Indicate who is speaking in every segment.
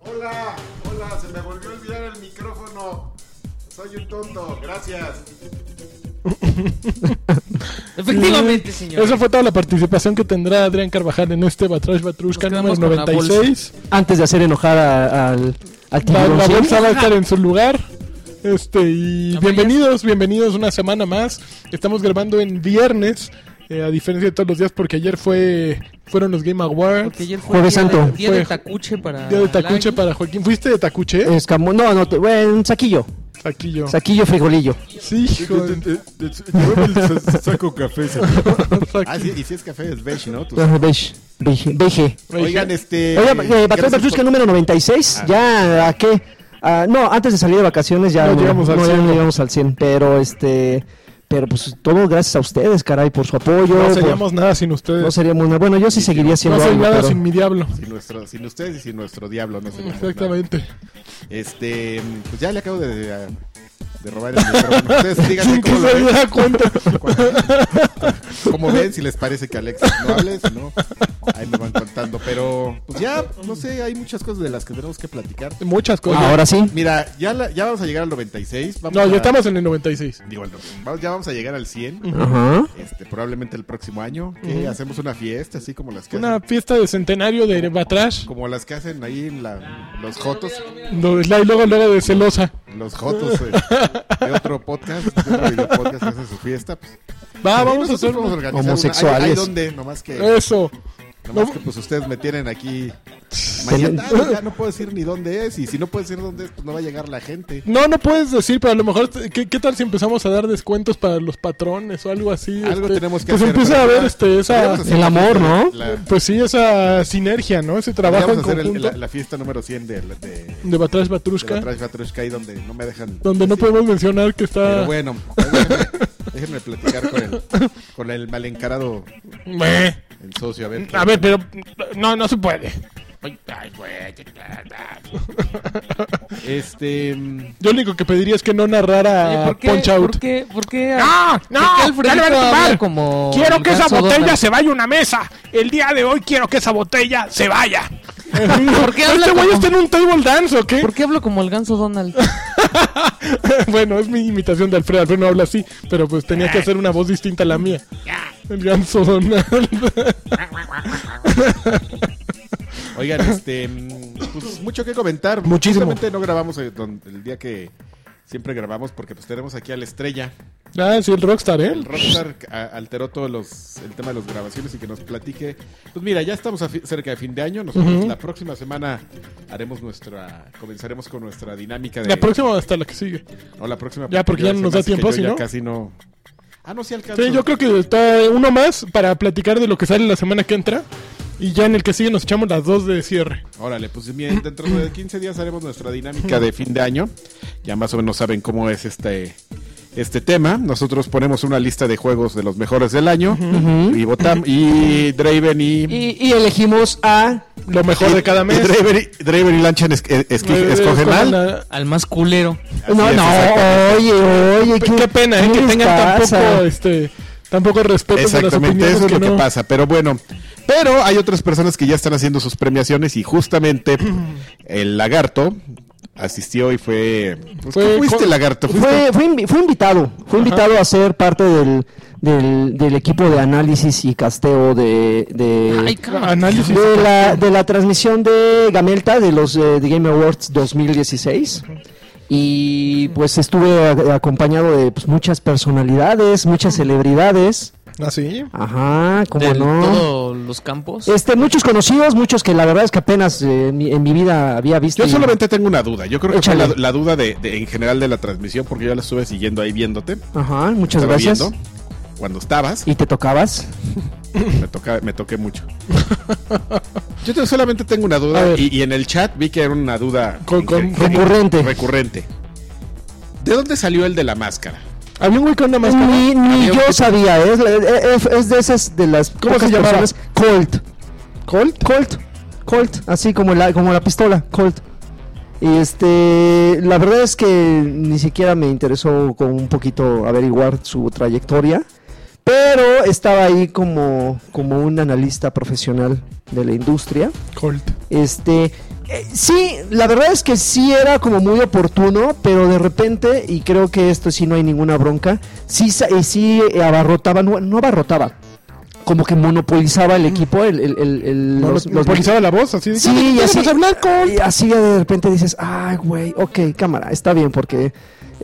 Speaker 1: Hola, hola, se me volvió a olvidar el micrófono. Soy un tonto, gracias.
Speaker 2: Efectivamente, señor.
Speaker 3: Esa fue toda la participación que tendrá Adrián Carvajal en este Batrash Batrushka
Speaker 2: Nos
Speaker 3: número
Speaker 2: quedamos con la
Speaker 3: 96.
Speaker 4: Antes de hacer enojar a- al, al
Speaker 3: La, la
Speaker 4: tiburón.
Speaker 3: bolsa va a estar en su lugar. Este, y
Speaker 2: Amarillas.
Speaker 3: bienvenidos, bienvenidos una semana más. Estamos grabando en viernes, eh, a diferencia de todos los días, porque ayer fue fueron los Game Awards.
Speaker 2: Porque ayer fue
Speaker 4: Jueves
Speaker 2: día de-
Speaker 4: Santo.
Speaker 2: Día de
Speaker 3: Fue-
Speaker 2: tacuche para.
Speaker 3: Día de Tacuche
Speaker 2: Lagi.
Speaker 3: para Joaquín. ¿Fuiste de Tacuche?
Speaker 4: Escamo- no, no, te- bueno, un saquillo.
Speaker 3: Taquillo.
Speaker 4: Saquillo frijolillo.
Speaker 3: Sí, hijo.
Speaker 1: Ah,
Speaker 3: de-
Speaker 1: Llévame el saco café. Ah, sí, y si es café es beige, ¿no? Tus-
Speaker 4: Ajá, Ah, Beige. Beige. beige.
Speaker 1: Oigan, este...
Speaker 4: Oiga, eh, Batrash
Speaker 1: gracias
Speaker 4: Batrushka
Speaker 1: por-
Speaker 4: número 96.
Speaker 3: Ah.
Speaker 4: Ya, ¿a qué? Ah, no, antes de salir de vacaciones ya
Speaker 3: No llegamos al
Speaker 4: no, ya
Speaker 3: 100.
Speaker 4: no llegamos al 100. Pero este. Pero pues todo gracias a ustedes, caray, por su apoyo.
Speaker 3: No
Speaker 4: por-
Speaker 3: seríamos nada sin
Speaker 4: no
Speaker 3: ustedes.
Speaker 4: seríamos nada. Bueno, yo sí seguiría
Speaker 3: No
Speaker 4: siendo
Speaker 3: soy
Speaker 4: algo,
Speaker 3: nada
Speaker 4: pero-
Speaker 3: sin mi diablo.
Speaker 1: Sin, nuestro- sin ustedes y sin nuestro diablo, no sé.
Speaker 3: Exactamente.
Speaker 1: Este, pues ya le acabo de, de, de robar el micrófono. Ustedes díganme
Speaker 3: Sin que
Speaker 1: cómo lo
Speaker 3: se
Speaker 1: ven.
Speaker 3: diera cuenta.
Speaker 1: ¿Cómo ven? Si les parece que Alexis no hable, si no, ahí me van contando. Pero, pues ya, no sé, hay muchas cosas de las que tenemos que platicar.
Speaker 3: Muchas cosas.
Speaker 4: Ahora sí.
Speaker 1: Mira, ya, la- ya vamos a llegar al 96. Vamos
Speaker 3: No,
Speaker 1: a-
Speaker 3: ya estamos en el 96.
Speaker 1: Digo, al- vamos- ya vamos a llegar al 100.
Speaker 4: Ajá.
Speaker 1: Este, probablemente el próximo año. Que hacemos una fiesta, así como las que
Speaker 3: Una
Speaker 1: hacen,
Speaker 3: fiesta de centenario de Batrash.
Speaker 1: como las que hacen ahí en la, los Jotos.
Speaker 3: No, es la- y luego, luego de celosa.
Speaker 1: Los Jotos eh, de otro podcast, de otro videopodcast que hace su fiesta. Pues,
Speaker 3: Va,
Speaker 1: Ahí
Speaker 3: Ah, vamos a
Speaker 1: nosotros
Speaker 3: hacer
Speaker 1: podemos
Speaker 3: una-
Speaker 1: organizar una-
Speaker 4: Homosexuales.
Speaker 1: Hay, hay donde, nomás que,
Speaker 3: eso.
Speaker 1: nomás
Speaker 3: no-
Speaker 1: que pues ustedes me tienen aquí. Mañana ya no puedo decir ni dónde es. Y si no puedo decir dónde es, pues no va a llegar la gente.
Speaker 3: No, no puedes decir, pero a lo mejor, ¿qué, qué tal si empezamos a dar descuentos para los patrones o algo así?
Speaker 1: Algo
Speaker 3: este,
Speaker 1: tenemos que
Speaker 3: se
Speaker 1: hacer.
Speaker 3: empiece
Speaker 1: pero
Speaker 3: a ver
Speaker 1: ya-
Speaker 3: este, esa,
Speaker 1: podríamos hacer
Speaker 4: el
Speaker 1: la
Speaker 4: amor,
Speaker 1: fiesta
Speaker 4: ¿no?
Speaker 1: de- la-
Speaker 3: pues sí, esa sinergia, ¿no? Ese trabajo en
Speaker 1: podríamos hacer el-
Speaker 3: conjunto Pues,
Speaker 1: la, la fiesta número 100 de, de, de
Speaker 3: de Batrash
Speaker 1: la
Speaker 3: Batrushka,
Speaker 1: Trash Batrushka, ahí donde no me dejan.
Speaker 3: donde no
Speaker 1: decir.
Speaker 3: podemos mencionar que está...
Speaker 1: Pero bueno, déjenme, déjenme platicar con el, con el mal encarado,
Speaker 3: Meh.
Speaker 1: el socio. A ver,
Speaker 3: A ver, pero... No, no se puede.
Speaker 1: este. mm,
Speaker 3: Yo lo único que pediría es que no narrara
Speaker 2: Oye, ¿Por qué?
Speaker 3: Punch Out.
Speaker 2: ¿Por qué? ¿Por qué?
Speaker 5: ¡No!
Speaker 2: ¿por qué
Speaker 5: ¡No!
Speaker 2: Alfredito
Speaker 5: ¡Ya le van a
Speaker 2: habla
Speaker 5: tumbar!
Speaker 2: Como
Speaker 5: Quiero
Speaker 2: el
Speaker 5: que esa
Speaker 2: ganso
Speaker 5: botella
Speaker 2: Donald?
Speaker 5: se vaya a una mesa. El día de hoy quiero que esa botella se vaya.
Speaker 2: ¿Por qué habla
Speaker 3: ¿Este güey
Speaker 2: como-
Speaker 3: está en un table dance o qué?
Speaker 2: ¿Por qué hablo como el ganso Donald?
Speaker 3: bueno, es mi imitación de Alfredo. Alfredo no habla así, pero pues tenía que hacer una voz distinta a la mía. El ganso Donald.
Speaker 1: Oigan, este. mm, Pues mucho que comentar.
Speaker 4: Muchísimo.
Speaker 1: Justamente no grabamos el, don- el día que siempre grabamos porque pues tenemos aquí a la estrella.
Speaker 3: ah, sí, el rockstar, ¿eh?
Speaker 1: El Rockstar a- alteró todos los, el tema de las grabaciones y que nos platique. Pues mira, ya estamos a fi- cerca de fin de año. Nosotros la próxima semana haremos nuestra. Comenzaremos con nuestra dinámica de.
Speaker 3: La próxima hasta la que sigue.
Speaker 1: No, la próxima.
Speaker 3: Ya, porque ya no nos da
Speaker 1: se me hace que
Speaker 3: tiempo,
Speaker 1: yo
Speaker 3: ¿sí,
Speaker 1: ya
Speaker 3: no?
Speaker 1: Casi no. Ah, no, sí alcanzo.
Speaker 3: Sí, yo creo que está uno más para platicar de lo que sale la semana que entra. Y ya en el que sigue nos echamos las dos de cierre.
Speaker 1: Órale, pues bien, dentro de 15 días haremos nuestra dinámica de fin de año. Ya más o menos saben cómo es este, este tema. Nosotros ponemos una lista de juegos de los mejores del año. Y votam y Draven y...
Speaker 4: Y, y elegimos a.
Speaker 3: Lo mejor de cada
Speaker 1: y
Speaker 3: mes.
Speaker 1: Draven y, Draven y Lanchan es- es- es-
Speaker 3: Eh,
Speaker 1: escogen
Speaker 3: escogen
Speaker 1: al.
Speaker 3: a-
Speaker 2: Al más culero.
Speaker 1: Así
Speaker 4: no,
Speaker 1: es,
Speaker 4: no,
Speaker 1: exactamente.
Speaker 4: oye, oye.
Speaker 3: Qué, pena, ¿eh?
Speaker 4: qué
Speaker 3: Que
Speaker 4: les
Speaker 3: tengan
Speaker 4: pasa?
Speaker 3: tampoco, este, tampoco respeto de las
Speaker 1: Exactamente,
Speaker 3: opiniones
Speaker 1: eso es lo que
Speaker 3: no-
Speaker 1: pasa. Pero bueno, pero hay otras personas que ya están haciendo sus premiaciones y justamente el lagarto asistió y fue... pues,
Speaker 3: Fue
Speaker 1: ¿qué fuiste
Speaker 3: co-
Speaker 1: lagarto? Fuiste-
Speaker 4: Fue, fue, invi- fue invitado, fue invitado a ser parte del, del, del equipo de análisis y casteo de, de,
Speaker 2: Ay, cámara.
Speaker 3: Análisis.
Speaker 4: de, la, de la transmisión de Gamelta de los eh, de Game Awards 2016. Y pues estuve a- acompañado de pues, muchas personalidades, muchas celebridades.
Speaker 3: Ah, sí.
Speaker 4: Ajá, cómo
Speaker 2: De
Speaker 4: no.
Speaker 2: todos los campos.
Speaker 4: Este, muchos conocidos, muchos que la verdad es que apenas eh, en, mi, en mi vida había visto.
Speaker 1: Yo
Speaker 4: y-
Speaker 1: solamente tengo una duda. Yo creo que fue la,
Speaker 4: Échale.
Speaker 1: la duda de, de- en general de la transmisión, porque yo la estuve siguiendo ahí viéndote.
Speaker 4: Ajá, muchas
Speaker 1: Estaba
Speaker 4: gracias.
Speaker 1: viendo cuando estabas.
Speaker 4: Y te tocabas.
Speaker 1: Me, toca, me toqué mucho. Yo te- solamente tengo una
Speaker 3: A
Speaker 1: duda.
Speaker 3: ver.
Speaker 1: Y, y en el chat vi que era una duda
Speaker 3: Con- con-
Speaker 1: en- en-
Speaker 4: recurrente.
Speaker 1: recurrente. ¿De dónde salió el de la máscara?
Speaker 3: Había un güey con una máscara.
Speaker 4: Ni, ni yo sabía, es, la- es, es de esas de las
Speaker 3: ¿Cómo
Speaker 4: pocas
Speaker 3: se llamaba?
Speaker 4: personas- Colt. Colt. Colt. Colt, así como la como la pistola, Colt. Y este, la verdad es que ni siquiera me interesó con un poquito averiguar su trayectoria, pero estaba ahí como, como un analista profesional de la industria.
Speaker 3: Colt.
Speaker 4: Este, eh, sí, la verdad es que sí era como muy oportuno, pero de repente, y creo que esto sí no hay ninguna bronca, sí, sa- eh, sí eh, abarrotaba, no, no abarrotaba, como que monopolizaba el equipo, el, el, el- el- los- los-
Speaker 3: Monopolizaba la voz, así. de,
Speaker 4: Sí,
Speaker 3: "Ya
Speaker 4: y
Speaker 3: queremos
Speaker 4: así-
Speaker 3: hablar con...
Speaker 4: y así de repente dices, ay, güey, ok, cámara, está bien, porque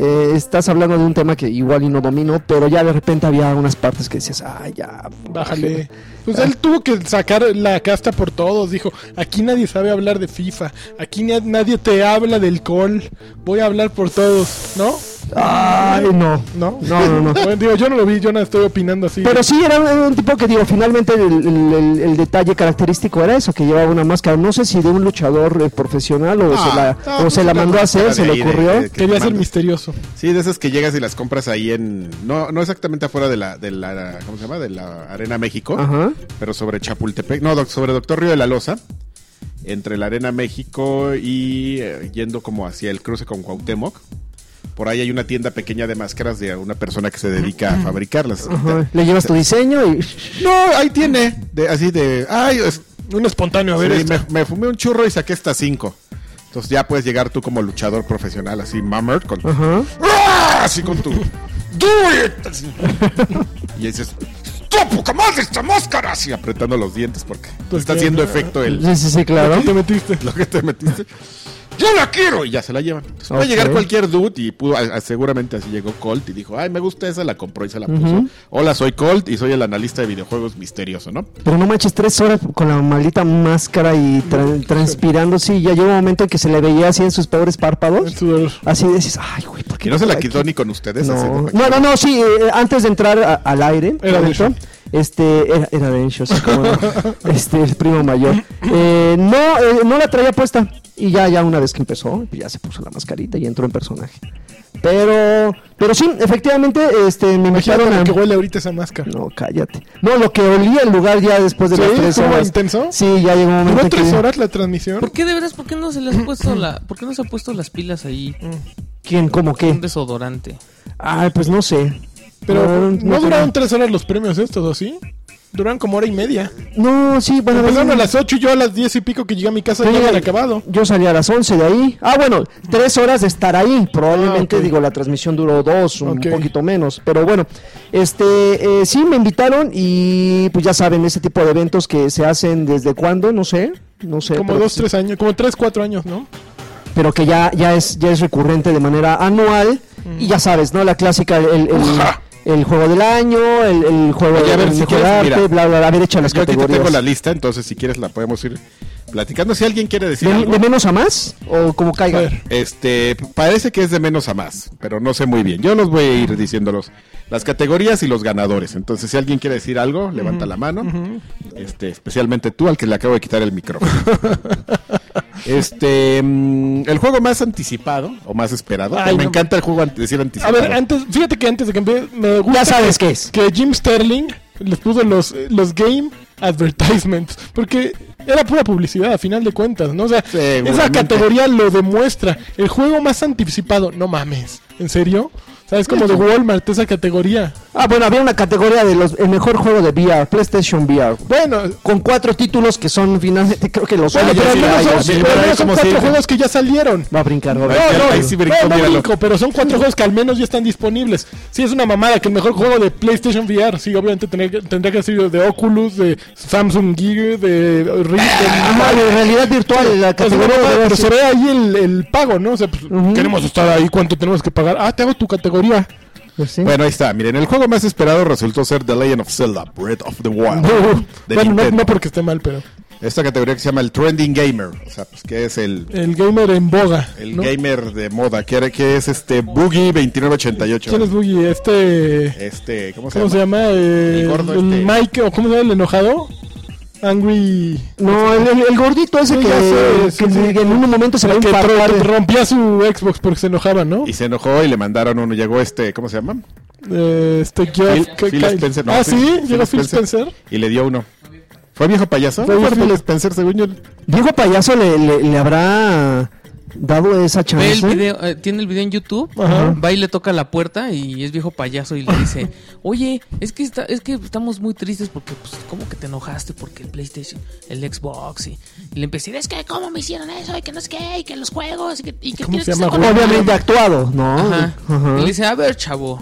Speaker 4: eh, estás hablando de un tema que igual y no domino, pero ya de repente había unas partes que decías, ay, ya,
Speaker 3: Bájale. Pues él tuvo que sacar la casta por todos. Dijo: Aquí nadie sabe hablar de FIFA. Aquí ni- nadie te habla del col. Voy a hablar por todos. ¿No?
Speaker 4: Ay, no.
Speaker 3: ¿No?
Speaker 4: No, no, no.
Speaker 3: Bueno, digo, yo no lo vi. Yo no estoy opinando así.
Speaker 4: Pero sí, era un- un tipo que, digo, finalmente el, el- el- el detalle característico era eso, que llevaba una máscara, no sé si de un luchador eh, profesional o se la,
Speaker 1: Ah,
Speaker 4: o
Speaker 1: no, pues
Speaker 4: se la
Speaker 1: una
Speaker 4: mandó a hacer,
Speaker 1: máscara
Speaker 4: se
Speaker 1: de
Speaker 4: le
Speaker 1: ahí, de-
Speaker 4: ocurrió.
Speaker 1: de- que
Speaker 3: Quería
Speaker 1: te
Speaker 3: ser
Speaker 1: mandan.
Speaker 3: misterioso.
Speaker 1: Sí, de esas que llegas y las compras ahí en. No, no exactamente afuera de la, de la. ¿Cómo se llama? De la Arena México.
Speaker 4: Ajá.
Speaker 1: Pero sobre Chapultepec. No, doc- sobre Doctor Río de la Loza. Entre la Arena México y eh, yendo como hacia el cruce con Cuauhtémoc. Por ahí hay una tienda pequeña de máscaras de una persona que se dedica a fabricarlas.
Speaker 4: Ajá. Le llevas tu diseño y...
Speaker 1: No, ahí tiene. De, así de. Ay, es-
Speaker 3: Un espontáneo, a ver. este.
Speaker 1: sí,
Speaker 3: esto.
Speaker 1: me, me fumé un churro y saqué estas cinco. Entonces ya puedes llegar tú como luchador profesional, así, mammer, con tu
Speaker 4: Ajá.
Speaker 1: ¡Ah! Así con tu. ¡Do it! Así. Y dices. ¡Tú, poca madre, esta máscara! Así apretando los dientes porque te está haciendo efecto el,
Speaker 4: Sí, sí, sí, claro.
Speaker 3: Aquí te metiste?
Speaker 1: lo que te metiste. ¡Yo la quiero! Y ya se la llevan. Entonces puede
Speaker 4: Ok.
Speaker 1: llegar cualquier dude y pudo, a- a- seguramente así llegó Colt y dijo: Ay, me gusta esa, la compró y se la puso. Hola, soy Colt y soy el analista de videojuegos misterioso, ¿no?
Speaker 4: Pero no manches, tres horas con la maldita máscara y tra- transpirando, sí, ya llegó un momento en que se le veía así en sus pobres párpados.
Speaker 3: El sudor.
Speaker 4: Así dices, ay, güey, ¿por
Speaker 1: Que
Speaker 4: qué
Speaker 1: no se la
Speaker 4: aquí?
Speaker 1: quitó ni con ustedes. así,
Speaker 4: No.
Speaker 1: ¿para qué?
Speaker 4: no, no, no, sí, eh, antes de entrar a- al aire,
Speaker 3: Era de
Speaker 4: momento, este, era, era de Ensho, sí, cómo no. este, el primo mayor. Eh, no, eh, no la traía puesta. Y ya, ya una vez que empezó, pues ya se puso la mascarita y entró en personaje. Pero, pero sí, efectivamente, este, me invitaron
Speaker 3: Imagínate
Speaker 4: a...
Speaker 3: lo que huele ahorita esa máscara.
Speaker 4: No, cállate. No, lo que olía el lugar ya después de
Speaker 3: ¿Sí?
Speaker 4: las tres
Speaker 3: ¿Estuvo
Speaker 4: horas.
Speaker 3: intenso?
Speaker 4: Sí, ya llegó un momento
Speaker 3: ¿Duró tres
Speaker 4: que-
Speaker 3: horas la transmisión?
Speaker 2: ¿Por qué de veras? ¿Por qué no se le has puesto la, por qué no se ha puesto las pilas ahí?
Speaker 4: ¿Quién? ¿Cómo
Speaker 2: Un
Speaker 4: qué?
Speaker 2: desodorante.
Speaker 4: Ay, pues no sé.
Speaker 3: Pero no,
Speaker 4: creo.
Speaker 3: duraron tres horas los premios estos, ¿o sí? Duraron como hora y media.
Speaker 4: No, sí, bueno...
Speaker 3: Empezaron
Speaker 4: no-
Speaker 3: Pues a las 8 y yo a las 10 y pico que llegué a mi casa
Speaker 4: Sí,
Speaker 3: ya habían acabado.
Speaker 4: Yo salí a las 11 de ahí. Ah, bueno, tres horas de estar ahí. Probablemente,
Speaker 3: Ah, ok.
Speaker 4: digo, la transmisión duró dos, un
Speaker 3: Ok.
Speaker 4: poquito menos. Pero bueno, este, eh, sí, me invitaron y pues ya saben, ese tipo de eventos que se hacen desde cuándo, no sé. No sé.
Speaker 3: Como
Speaker 4: pero,
Speaker 3: dos, tres años, como tres, cuatro años, ¿no?
Speaker 4: pero que ya, ya, es, ya es recurrente de manera anual. Y ya sabes, ¿no? La clásica, el, el- el- el juego del año, el, el juego
Speaker 1: Oye, a
Speaker 4: del
Speaker 1: ver, si
Speaker 4: mejor
Speaker 1: quieres,
Speaker 4: arte,
Speaker 1: mira,
Speaker 4: bla, bla, bla. A ver, echa las
Speaker 1: Yo aquí te
Speaker 4: categorías.
Speaker 1: tengo la lista, entonces si quieres la podemos ir platicando. Si alguien quiere decir
Speaker 4: ¿De,
Speaker 1: algo,
Speaker 4: de menos a más? ¿O como caiga?
Speaker 3: A ver.
Speaker 1: este, parece que es de menos a más, pero no sé muy bien. Yo los voy a ir diciéndolos las categorías y los ganadores. Entonces, si alguien quiere decir algo, levanta la mano. Este, especialmente tú, al que le acabo de quitar el micrófono. este, mm, el juego más anticipado o más esperado.
Speaker 3: Ay,
Speaker 1: me
Speaker 3: no.
Speaker 1: encanta el juego ante- decir
Speaker 3: A
Speaker 1: anticipado.
Speaker 3: ver, antes, fíjate que antes de que empie- me gusta
Speaker 4: Ya sabes
Speaker 3: que,
Speaker 4: qué es.
Speaker 3: que Jim Sterling les puso los, eh, los game advertisements, porque era pura publicidad a final de cuentas, ¿no? O sea, esa
Speaker 1: Seguramente.
Speaker 3: categoría lo demuestra. El juego más anticipado, no mames, ¿en serio? O sea, es como de Walmart, esa categoría.
Speaker 4: Ah, bueno, había una categoría de los el mejor juego de VR, PlayStation VR.
Speaker 3: Bueno,
Speaker 4: Con cuatro títulos que son finalmente, creo que los
Speaker 3: bueno,
Speaker 1: yo
Speaker 3: pero al
Speaker 1: sí,
Speaker 3: menos
Speaker 1: ay, yo
Speaker 3: son,
Speaker 1: sí,
Speaker 3: pero
Speaker 1: pero
Speaker 3: al
Speaker 1: ahí
Speaker 3: menos son
Speaker 1: como
Speaker 3: cuatro
Speaker 1: siempre.
Speaker 3: juegos que ya salieron.
Speaker 4: Va a brincar, va a
Speaker 1: Ahí-
Speaker 3: No,
Speaker 4: brincar.
Speaker 3: no,
Speaker 1: ahí sí brincó,
Speaker 3: no, no
Speaker 1: míralo.
Speaker 3: brinco, pero son cuatro juegos que al menos ya están disponibles. Sí, es una mamada que el mejor juego de PlayStation VR, sí, obviamente tendría que, tendría que ser de Oculus, de Samsung Gear, de Rift. de-
Speaker 1: Ah,
Speaker 4: Ajá, de realidad virtual, la
Speaker 3: Es una
Speaker 4: categoría
Speaker 3: mamada,
Speaker 4: de
Speaker 3: Pues, pero se ve ahí el, el pago, ¿no? O sea, pues, queremos estar ahí, ¿cuánto tenemos que pagar? Ah, te hago tu categoría. pues
Speaker 4: pues Sí.
Speaker 1: Bueno, ahí está. Miren, el juego más esperado resultó ser The Legend of Zelda, Breath of the Wild. Ah, de
Speaker 3: bueno, no,
Speaker 1: Nintendo.
Speaker 3: no porque esté mal, pero
Speaker 1: Esta categoría que se llama el Trending Gamer. O sea, pues que es el,
Speaker 3: el gamer en boga.
Speaker 1: el
Speaker 3: ¿no?
Speaker 1: gamer de moda. Que, era- que es este Boogie
Speaker 3: ¿Quién es
Speaker 1: 2988.
Speaker 3: Boogie? Este.
Speaker 1: Este, ¿cómo se
Speaker 3: ¿Cómo se
Speaker 1: llama?
Speaker 3: llama? Eh,
Speaker 1: El
Speaker 3: el
Speaker 1: gordo este.
Speaker 3: Mike, o ¿cómo se llama el enojado? Angry.
Speaker 4: No, el, el- el gordito ese
Speaker 3: Sí,
Speaker 4: que,
Speaker 3: ya sé,
Speaker 4: que
Speaker 3: sí, sí.
Speaker 4: en un momento se va a
Speaker 3: El que
Speaker 4: infartar.
Speaker 3: tro- rompía su Xbox porque se enojaba, ¿no?
Speaker 1: Y se enojó y le mandaron uno. Llegó este, ¿cómo se llama?
Speaker 3: Eh, este
Speaker 1: Phil,
Speaker 3: Geoff K-
Speaker 1: Phil
Speaker 3: Kyle.
Speaker 1: Spencer. no,
Speaker 3: ah,
Speaker 1: Phil-
Speaker 3: sí, llegó Phil Spencer.
Speaker 1: Y le dio uno. ¿Fue viejo payaso?
Speaker 3: Fue
Speaker 1: ¿No fue
Speaker 3: Phil-
Speaker 1: Phil Spencer, según yo.
Speaker 4: Diego Payaso le, le- le habrá dado esa
Speaker 2: Ve el
Speaker 4: chance.
Speaker 2: video, eh, tiene el video en YouTube,
Speaker 3: Ajá.
Speaker 2: va y le toca la puerta y es viejo payaso y le dice, oye, es que está, es que estamos muy tristes porque pues como que te enojaste porque el PlayStation, el Xbox y, y le empecé, a decir, es que cómo me hicieron eso y que no es que, y que los juegos y que, y que
Speaker 3: ¿Cómo
Speaker 2: quieres
Speaker 3: se
Speaker 2: que
Speaker 3: llama,
Speaker 2: sea
Speaker 3: güey?
Speaker 2: con-
Speaker 4: Obviamente actuado, ¿no?
Speaker 2: Ajá.
Speaker 4: Ajá.
Speaker 2: Y le dice, a ver, chavo,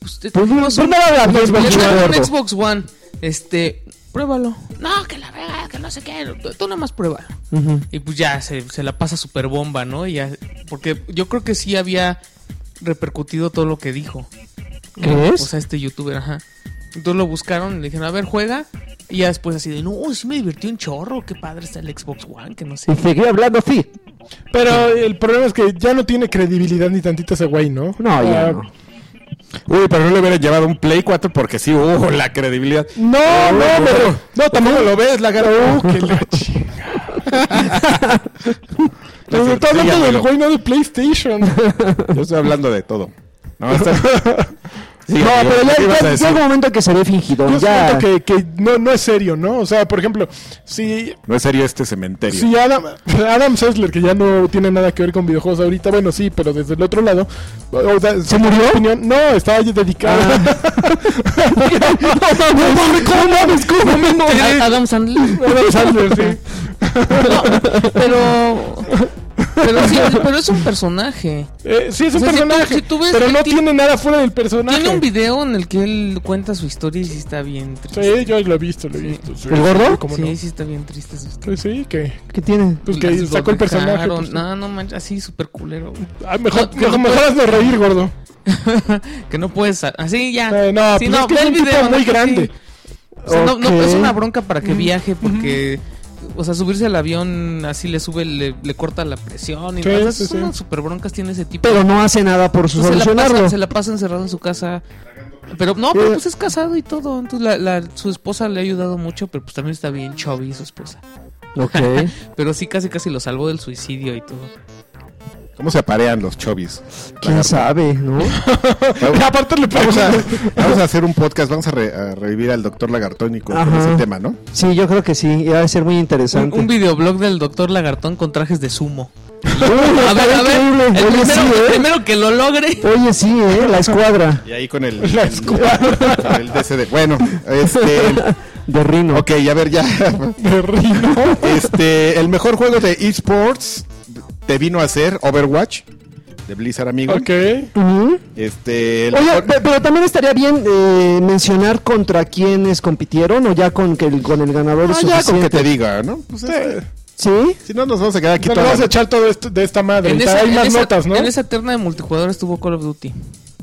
Speaker 2: pues, te
Speaker 4: Pues,
Speaker 2: trajimos un-
Speaker 4: primero habla
Speaker 2: le
Speaker 4: bien, pinche
Speaker 2: trajeron
Speaker 4: gordo.
Speaker 2: un Xbox One, este, pruébalo. No, que la verdad, que no sé qué, tú, tú nomás pruébalo.
Speaker 4: Ujú.
Speaker 2: Y pues ya se, se la pasa super bomba, ¿no? Y ya, porque yo creo que sí había repercutido todo lo que dijo.
Speaker 4: ¿Crees?
Speaker 2: O sea, este youtuber, ajá. Entonces lo buscaron y le dijeron, a ver, juega. Y ya después así de, no, sí me divertí un chorro, qué padre está el Xbox One, que no sé.
Speaker 4: Y seguí hablando así.
Speaker 3: Pero el problema es que ya no tiene credibilidad ni tantito ese güey, ¿no?
Speaker 4: No, ya
Speaker 3: Ah,
Speaker 4: no.
Speaker 1: Uy, pero no le hubieran llevado un Play 4 porque sí, uh, la credibilidad.
Speaker 3: ah, No, no,
Speaker 1: no,
Speaker 3: pero.
Speaker 1: no.
Speaker 3: No, tampoco lo ves, la gara. que la chinga.
Speaker 1: La
Speaker 3: Pero está hablando
Speaker 1: tortilla,
Speaker 3: del
Speaker 1: amigo.
Speaker 3: güey, no de PlayStation.
Speaker 1: Yo estoy hablando de todo. No, está- Sí,
Speaker 4: no,
Speaker 1: amigo,
Speaker 4: pero
Speaker 1: ¿qué ibas a
Speaker 4: ya, ya,
Speaker 1: decir?
Speaker 4: ya llega un momento que se ve fingido.
Speaker 3: Yo
Speaker 4: ya.
Speaker 3: siento que, que no, no es serio, ¿no? O sea, por ejemplo, si,
Speaker 1: No es serio este cementerio.
Speaker 3: si Adam, Adam Sessler, que ya no tiene nada que ver con videojuegos ahorita, bueno, sí, pero desde el otro lado. ¿Se murió? no, estaba dedicado.
Speaker 2: A- Adam Sandler.
Speaker 3: Adam Sandler, sí.
Speaker 2: Pero... Pero sí, pero es un personaje.
Speaker 3: Eh, sí, es un
Speaker 2: O sea, si tú-
Speaker 3: personaje,
Speaker 2: si tú ves
Speaker 3: pero
Speaker 2: Pues que
Speaker 3: no
Speaker 2: ti-
Speaker 3: tiene nada fuera del personaje.
Speaker 2: Tiene un video en el que él cuenta su historia y sí está bien triste.
Speaker 3: Sí, yo lo he visto, lo he visto. sí.
Speaker 4: ¿El gordo?
Speaker 3: ¿Cómo
Speaker 2: sí,
Speaker 3: no?
Speaker 2: sí está bien triste su historia.
Speaker 3: Pues sí, que,
Speaker 4: ¿Qué tiene?
Speaker 3: pues que
Speaker 2: Las
Speaker 3: sacó el personaje.
Speaker 2: doblejaron.
Speaker 3: pues,
Speaker 2: no, no manches, así súper culero. güey.
Speaker 3: ah, mejor,
Speaker 2: no,
Speaker 3: mejor,
Speaker 2: no,
Speaker 3: mejor hazlo reír, gordo.
Speaker 2: que no puedes. sa- Así ya.
Speaker 3: Eh, no, pues es que
Speaker 2: ve
Speaker 3: es
Speaker 2: el
Speaker 3: un tipo
Speaker 2: video,
Speaker 3: muy
Speaker 2: que
Speaker 3: grande.
Speaker 2: sí. O sea, no, no,
Speaker 4: Ok.
Speaker 2: es una bronca para que viaje porque. O sea, subirse al avión así le sube, le, le corta la presión. Y
Speaker 3: Sí,
Speaker 2: o sea,
Speaker 3: sí,
Speaker 2: son
Speaker 3: sí.
Speaker 2: unas super broncas tiene ese tipo.
Speaker 4: Pero no hace nada por
Speaker 2: Entonces, Pues se, la
Speaker 4: solucionarlo.
Speaker 2: pasa, se la pasa encerrado en su casa. Pero no, pero pues es casado y todo. Entonces la- la- su esposa le ha ayudado mucho, pero pues también está bien chubby su esposa.
Speaker 4: Ok.
Speaker 2: Pero sí, casi casi lo salvó del suicidio y todo.
Speaker 1: ¿Cómo se aparean los chovis?
Speaker 4: ¿Quién sabe, no?
Speaker 3: Aparte le
Speaker 1: Vamos
Speaker 3: puse
Speaker 1: a, vamos a hacer un podcast, vamos a, re- a revivir al doctor Lagartónico con
Speaker 4: Ajá.
Speaker 1: ese tema, ¿no?
Speaker 4: Sí, yo creo que sí. Iba a ser muy
Speaker 2: Un,
Speaker 4: interesante.
Speaker 2: un videoblog del doctor Lagartón con trajes de sumo.
Speaker 4: Uy,
Speaker 2: A ver,
Speaker 4: está
Speaker 2: a ver.
Speaker 4: increíble.
Speaker 2: El
Speaker 4: Oye,
Speaker 2: primero,
Speaker 4: sí,
Speaker 2: el
Speaker 4: ¿eh?
Speaker 2: primero que lo logre.
Speaker 4: Oye, sí, ¿eh? La escuadra
Speaker 1: Y ahí con el, con el DCD. Bueno, este.
Speaker 4: de Rino.
Speaker 1: Ok, a ver, ya.
Speaker 3: de reír.
Speaker 1: Este, el mejor juego de esports te vino a ser Overwatch de Blizzard, amigo.
Speaker 3: Ok.
Speaker 4: Ujú.
Speaker 1: Este, el
Speaker 4: Oye,
Speaker 1: mejor-
Speaker 4: pe- pero también estaría bien eh, mencionar contra quiénes compitieron o ya con, que el, con el ganador es
Speaker 1: Ah, ya con que
Speaker 4: suficiente.
Speaker 1: te diga, ¿no? Pues
Speaker 3: Eh,
Speaker 1: este,
Speaker 4: ¿Sí?
Speaker 1: si no, nos vamos a quedar aquí
Speaker 3: Nos
Speaker 1: toda la
Speaker 3: vamos a echar todo esto de esta madre.
Speaker 2: En
Speaker 3: Está-
Speaker 2: esa,
Speaker 3: Hay
Speaker 2: en
Speaker 3: más
Speaker 2: esa-
Speaker 3: notas, ¿no?
Speaker 2: en esa terna de multijugador estuvo Call of Duty.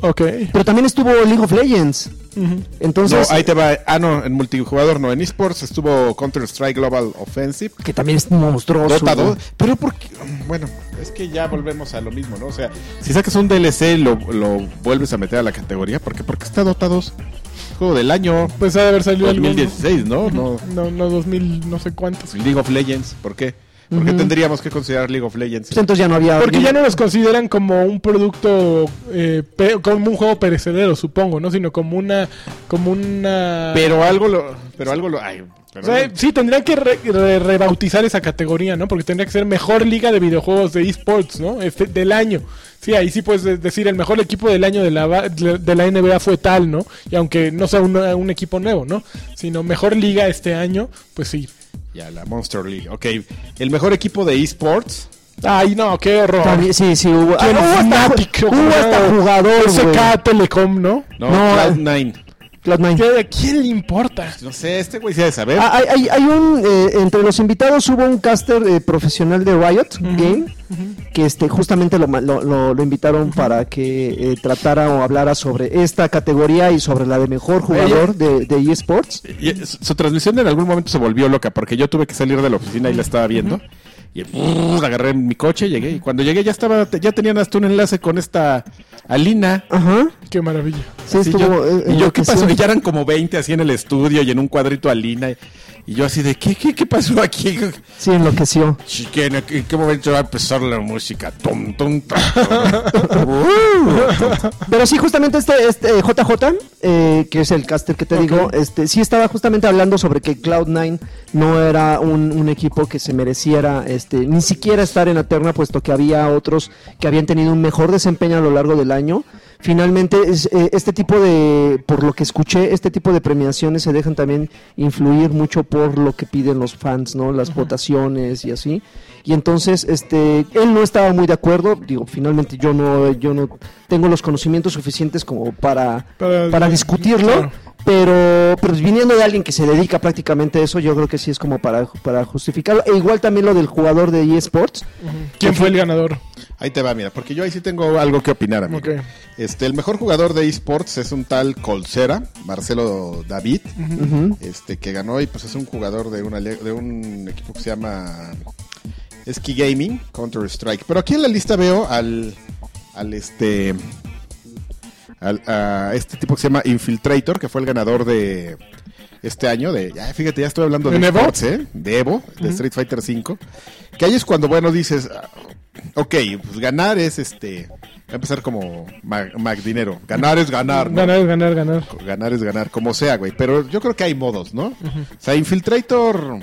Speaker 3: Ok.
Speaker 4: Pero también estuvo League of Legends.
Speaker 3: Ujú.
Speaker 4: Entonces,
Speaker 1: no, ahí te va. Ah, no, en multijugador no. En esports estuvo Counter-Strike Global Offensive.
Speaker 4: que también es monstruoso.
Speaker 1: Dota
Speaker 4: güey.
Speaker 1: 2. Pero porque. Bueno, es que ya volvemos a lo mismo, ¿no? O sea, si sacas un DLC, lo, lo vuelves a meter a la categoría. ¿Por qué? Porque está Dota 2. Juego del año
Speaker 3: Pues ha de haber salido algo.
Speaker 1: 2016, ¿no? No.
Speaker 3: No, no, 2000, no sé cuántos.
Speaker 1: League of Legends. ¿Por qué? ¿Por qué tendríamos que considerar League of Legends?
Speaker 4: Pues entonces ya no había.
Speaker 3: Porque ya no los consideran como un producto, eh, pe- como un juego perecedero, supongo, ¿no? Sino como una, como una...
Speaker 1: Pero algo lo. Pero algo lo. Ay,
Speaker 3: O
Speaker 1: pero
Speaker 3: sea,
Speaker 1: algo-
Speaker 3: sí, tendrían que re- re- rebautizar esa categoría, ¿no? Porque tendría que ser mejor liga de videojuegos de esports, ¿no? Este, del año. Sí, ahí sí puedes de- decir, el mejor equipo del año de la, va- de de la NBA fue tal, ¿no? Y aunque no sea un, un equipo nuevo, ¿no? Sino mejor liga este año, pues sí.
Speaker 1: Ya, la Monster League. Ok. El mejor equipo de esports.
Speaker 3: Ay, no, qué horror.
Speaker 4: También- sí, sí, hubo.
Speaker 3: ¿Quién
Speaker 4: ah, hubo hasta-
Speaker 3: Fnatic,
Speaker 4: hubo
Speaker 3: ojalá.
Speaker 4: hasta jugador. güey.
Speaker 3: SK Telecom, ¿no?
Speaker 1: No,
Speaker 4: No,
Speaker 1: Cloud9.
Speaker 4: Cloud9.
Speaker 1: ¿Eh?
Speaker 3: ¿Qué- ¿A quién le importa?
Speaker 1: No sé, este güey se ha de saber.
Speaker 4: Ah, hay, hay- hay un eh, entre los invitados hubo un caster eh, profesional de Riot Game que este justamente lo, ma- lo, lo- lo invitaron para que eh, tratara o hablara sobre esta categoría y sobre la de mejor jugador de, de esports.
Speaker 1: Y, eh, su, su transmisión en algún momento se volvió loca porque yo tuve que salir de la oficina y la estaba viendo. Y brrr, agarré mi coche, llegué. Y cuando llegué ya estaba, ya tenían hasta un enlace con esta Alina.
Speaker 4: Ajá.
Speaker 3: Qué maravilla.
Speaker 4: Sí,
Speaker 1: Así
Speaker 4: estuvo.
Speaker 1: yo-
Speaker 4: eh,
Speaker 1: y yo, ¿qué
Speaker 4: enloqueció.
Speaker 1: pasó? Y ya eran como 20 así en el estudio y en un cuadrito Alina. Y, y yo así de, ¿qué, qué, qué pasó aquí?
Speaker 4: Sí, enloqueció.
Speaker 1: Sí, que ¿En en qué momento va a empezar la música? Tum, tum, tum, tum.
Speaker 4: Pero sí, justamente este, este eh, JJ, eh, que es el caster que te digo, este, sí estaba justamente hablando sobre que Cloud9 no era un, un equipo que se mereciera este, ni siquiera estar en la terna, puesto que había otros que habían tenido un mejor desempeño a lo largo del año. Finalmente, es, eh, este tipo de, por lo que escuché, este tipo de premiaciones se dejan también influir mucho por lo que piden los fans, ¿no? Las votaciones y así. Y entonces, este, él no estaba muy de acuerdo. Digo, finalmente yo no, yo no tengo los conocimientos suficientes como para,
Speaker 3: Para-
Speaker 4: para, discutirlo.
Speaker 3: claro.
Speaker 4: Pero, pero viniendo de alguien que se dedica prácticamente a eso, yo creo que sí es como para, para justificarlo. E igual también lo del jugador de eSports.
Speaker 3: ¿Quién fue el ganador?
Speaker 1: Ahí te va, mira, porque yo ahí sí tengo algo que opinar, amigo.
Speaker 3: Ok.
Speaker 1: Este, el mejor jugador de esports es un tal Colcera, Marcelo David, este, que ganó y pues es un jugador de, una, le- de un equipo que se llama Ski Gaming, Counter Strike. Pero aquí en la lista veo al, al este, al- a este tipo que se llama Infiltrator, que fue el ganador de este año de, ya, fíjate, ya estoy hablando de,
Speaker 3: ¿En Evo?
Speaker 1: esports, ¿eh? de Evo, de Street Fighter V. Que ahí es cuando, bueno, dices, ah, ok, pues ganar es este, va a empezar como Mac, Mac Dinero, ganar es ganar, ¿no?
Speaker 3: Ganar, ganar, ganar.
Speaker 1: ganar es ganar, como sea, güey. Pero yo creo que hay modos, ¿no? O sea, Infiltrator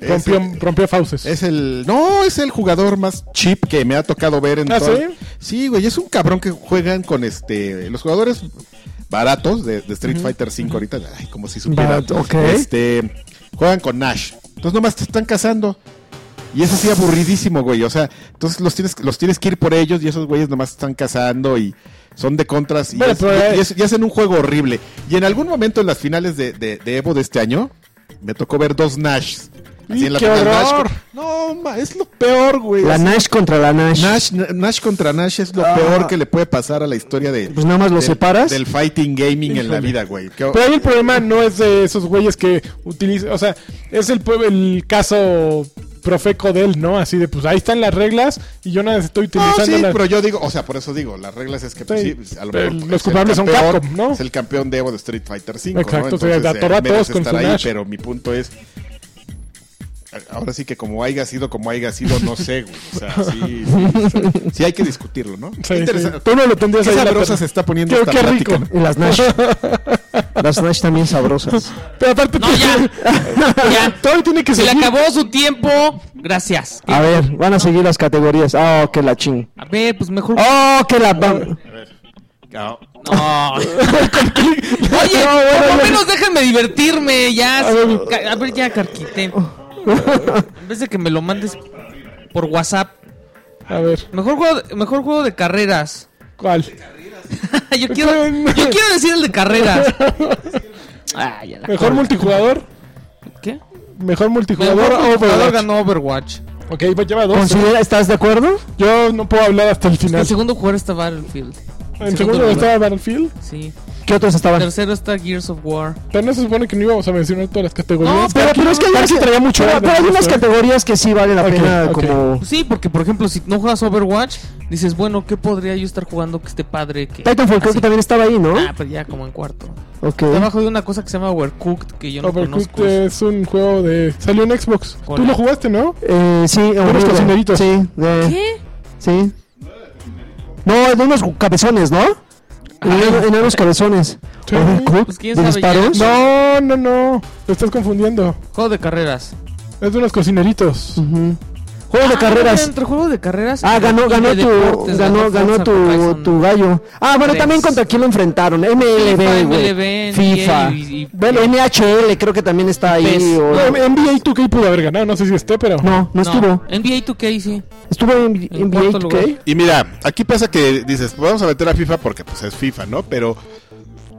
Speaker 1: este, es,
Speaker 3: Rompió, rompió fauces.
Speaker 1: es el. No, es el jugador más chip que me ha tocado ver en
Speaker 3: ¿Ah,
Speaker 1: todo-
Speaker 3: sí?
Speaker 1: Sí, güey, es un cabrón que juegan con este. Los jugadores baratos de, de Street Fighter 5 ahorita. Ay, como si supiera.
Speaker 4: Barato, ok.
Speaker 1: Este. Juegan con Nash. Entonces nomás te están cazando. Y es así aburridísimo, güey. O sea, entonces los tienes, los tienes que ir por ellos y esos güeyes nomás están cazando y son de contras y,
Speaker 3: Bueno,
Speaker 1: es-
Speaker 3: pero, eh,
Speaker 1: y es- y hacen un juego horrible. Y en algún momento en las finales de, de- de Evo de este año, me tocó ver dos Nash.
Speaker 3: ¡Y qué horror!
Speaker 1: No, ma, es lo peor, güey.
Speaker 4: La
Speaker 1: Así,
Speaker 4: Nash contra la Nash.
Speaker 1: Nash, Nash contra Nash es lo
Speaker 4: Ah.
Speaker 1: peor que le puede pasar a la historia de.
Speaker 4: Pues nada más lo
Speaker 1: del-
Speaker 4: separas.
Speaker 1: Del fighting gaming en la vida, güey. Qué-
Speaker 3: Pero ahí el problema no es de esos güeyes que utilizan, o sea, es el, pue- el caso profeco de él, ¿no? Así de, pues ahí están las reglas y yo nada más estoy
Speaker 1: No,
Speaker 3: utilizando
Speaker 1: sí,
Speaker 3: las-
Speaker 1: pero yo digo, o sea, por eso digo, las reglas es que pues,
Speaker 3: Sí,
Speaker 1: sí, pues, a lo
Speaker 3: pero
Speaker 1: mejor
Speaker 3: los
Speaker 1: es el
Speaker 3: culpables son
Speaker 1: campeón,
Speaker 3: Capcom, ¿no?
Speaker 1: Es el campeón de Evo de Street Fighter 5,
Speaker 3: Exacto,
Speaker 1: ¿no?
Speaker 3: se atoró a
Speaker 1: merece
Speaker 3: todos con
Speaker 1: estar
Speaker 3: su
Speaker 1: ahí,
Speaker 3: Nash.
Speaker 1: pero mi punto es ahora sí que como haya sido como haya sido, no sé, güey. O sea, sí, sí, sí, sí hay que discutirlo, ¿no?
Speaker 3: Sí,
Speaker 1: Interesante.
Speaker 3: sí. Tú no lo tendrías
Speaker 1: Qué
Speaker 3: ahí en la
Speaker 1: sabrosa
Speaker 3: tele.
Speaker 1: se está poniendo
Speaker 3: Qué-
Speaker 1: esta
Speaker 3: qué rico.
Speaker 1: plática.
Speaker 4: Y Las Nash. las Nash también sabrosas.
Speaker 3: Pero aparte,
Speaker 2: No, ya. Ya.
Speaker 3: todo tiene que
Speaker 2: Se le
Speaker 3: ser.
Speaker 2: acabó su tiempo. Gracias.
Speaker 4: A ver, van a seguir las categorías. Oh, que la ching.
Speaker 2: A ver, pues mejor.
Speaker 4: Oh, que la. va-
Speaker 1: No,
Speaker 2: No. Oye, por lo menos déjenme divertirme. Ya. A ver, a ver ya, Carquite. En vez de que me lo mandes por WhatsApp.
Speaker 3: A ver,
Speaker 2: Mejor juego de, mejor juego de carreras.
Speaker 3: ¿cuál?
Speaker 2: yo, quiero, yo quiero decir el de carreras. Ah, ya la
Speaker 3: ¿Mejor multijugador?
Speaker 2: ¿Qué?
Speaker 3: ¿Mejor
Speaker 2: Mejor
Speaker 3: multijugador o
Speaker 2: jugador
Speaker 3: Overwatch?
Speaker 2: ganó Overwatch.
Speaker 3: Ok, pues lleva dos.
Speaker 4: ¿Considera, ¿Estás de acuerdo?
Speaker 3: Yo no puedo hablar hasta el final.
Speaker 2: El segundo jugador está Battlefield.
Speaker 3: En segundo
Speaker 2: lugar.
Speaker 3: estaba Battlefield,
Speaker 2: Sí.
Speaker 4: ¿Qué otros estaban?
Speaker 2: Tercero está Gears of War.
Speaker 3: pero no se supone que no íbamos a mencionar todas las categorías.
Speaker 2: No,
Speaker 4: Pero, pero es que hay unas,
Speaker 3: Karki traía mucho
Speaker 4: pero-
Speaker 3: orden,
Speaker 4: pero hay unas
Speaker 3: ¿eh?
Speaker 4: categorías que sí vale la
Speaker 3: Ok,
Speaker 4: pena
Speaker 3: ok.
Speaker 4: como...
Speaker 2: Pues sí, porque por ejemplo, si no juegas Overwatch, dices, bueno, ¿qué podría yo estar jugando que esté padre? Que...
Speaker 4: Titanfall creo que
Speaker 2: Así.
Speaker 4: también estaba ahí, ¿no?
Speaker 2: Ah, pero ya como en cuarto.
Speaker 4: Ok.
Speaker 2: Debajo de una cosa que se llama Overcooked, que yo no
Speaker 3: Overcooked
Speaker 2: conozco.
Speaker 3: es un juego de. Salió en Xbox.
Speaker 2: Hola.
Speaker 3: Tú lo jugaste, ¿no?
Speaker 4: Eh, sí, horrible.
Speaker 3: cocineritos.
Speaker 4: Sí, de-
Speaker 2: ¿Qué?
Speaker 4: sí. No, de unos cabezones, ¿no? En unos cabezones.
Speaker 3: Sí.
Speaker 4: Overcooked,
Speaker 2: Pues, ¿quién
Speaker 4: ¿De
Speaker 2: sabe?
Speaker 4: disparos?
Speaker 2: Ya-
Speaker 3: No, no, no. Lo estás confundiendo.
Speaker 2: Juego de carreras.
Speaker 3: Es de unos cocineritos.
Speaker 4: Ujú. Juego de
Speaker 2: Ah,
Speaker 4: carreras.
Speaker 2: Entre juego de carreras.
Speaker 4: Ah,
Speaker 2: y-
Speaker 4: ganó,
Speaker 2: y
Speaker 4: ganó
Speaker 2: de
Speaker 4: tu,
Speaker 2: deportes,
Speaker 4: ganó, ganó
Speaker 2: Forza
Speaker 4: tu,
Speaker 2: Horizon.
Speaker 4: tu gallo. Ah, bueno,
Speaker 2: Tres.
Speaker 4: también contra quién lo enfrentaron. MLB, güey.
Speaker 2: MLB,
Speaker 4: FIFA.
Speaker 2: y- y-
Speaker 4: Bueno, NHL creo que también está ahí.
Speaker 2: PES.
Speaker 4: o-
Speaker 3: No, NBA 2K pudo haber ganado, no sé si esté, pero.
Speaker 4: No, no estuvo.
Speaker 2: NBA 2K, sí.
Speaker 4: Estuvo en
Speaker 2: En
Speaker 4: NBA
Speaker 2: cuarto lugar.
Speaker 4: 2K.
Speaker 1: Y mira, aquí pasa que dices, vamos a meter a FIFA porque pues es FIFA, ¿no? Pero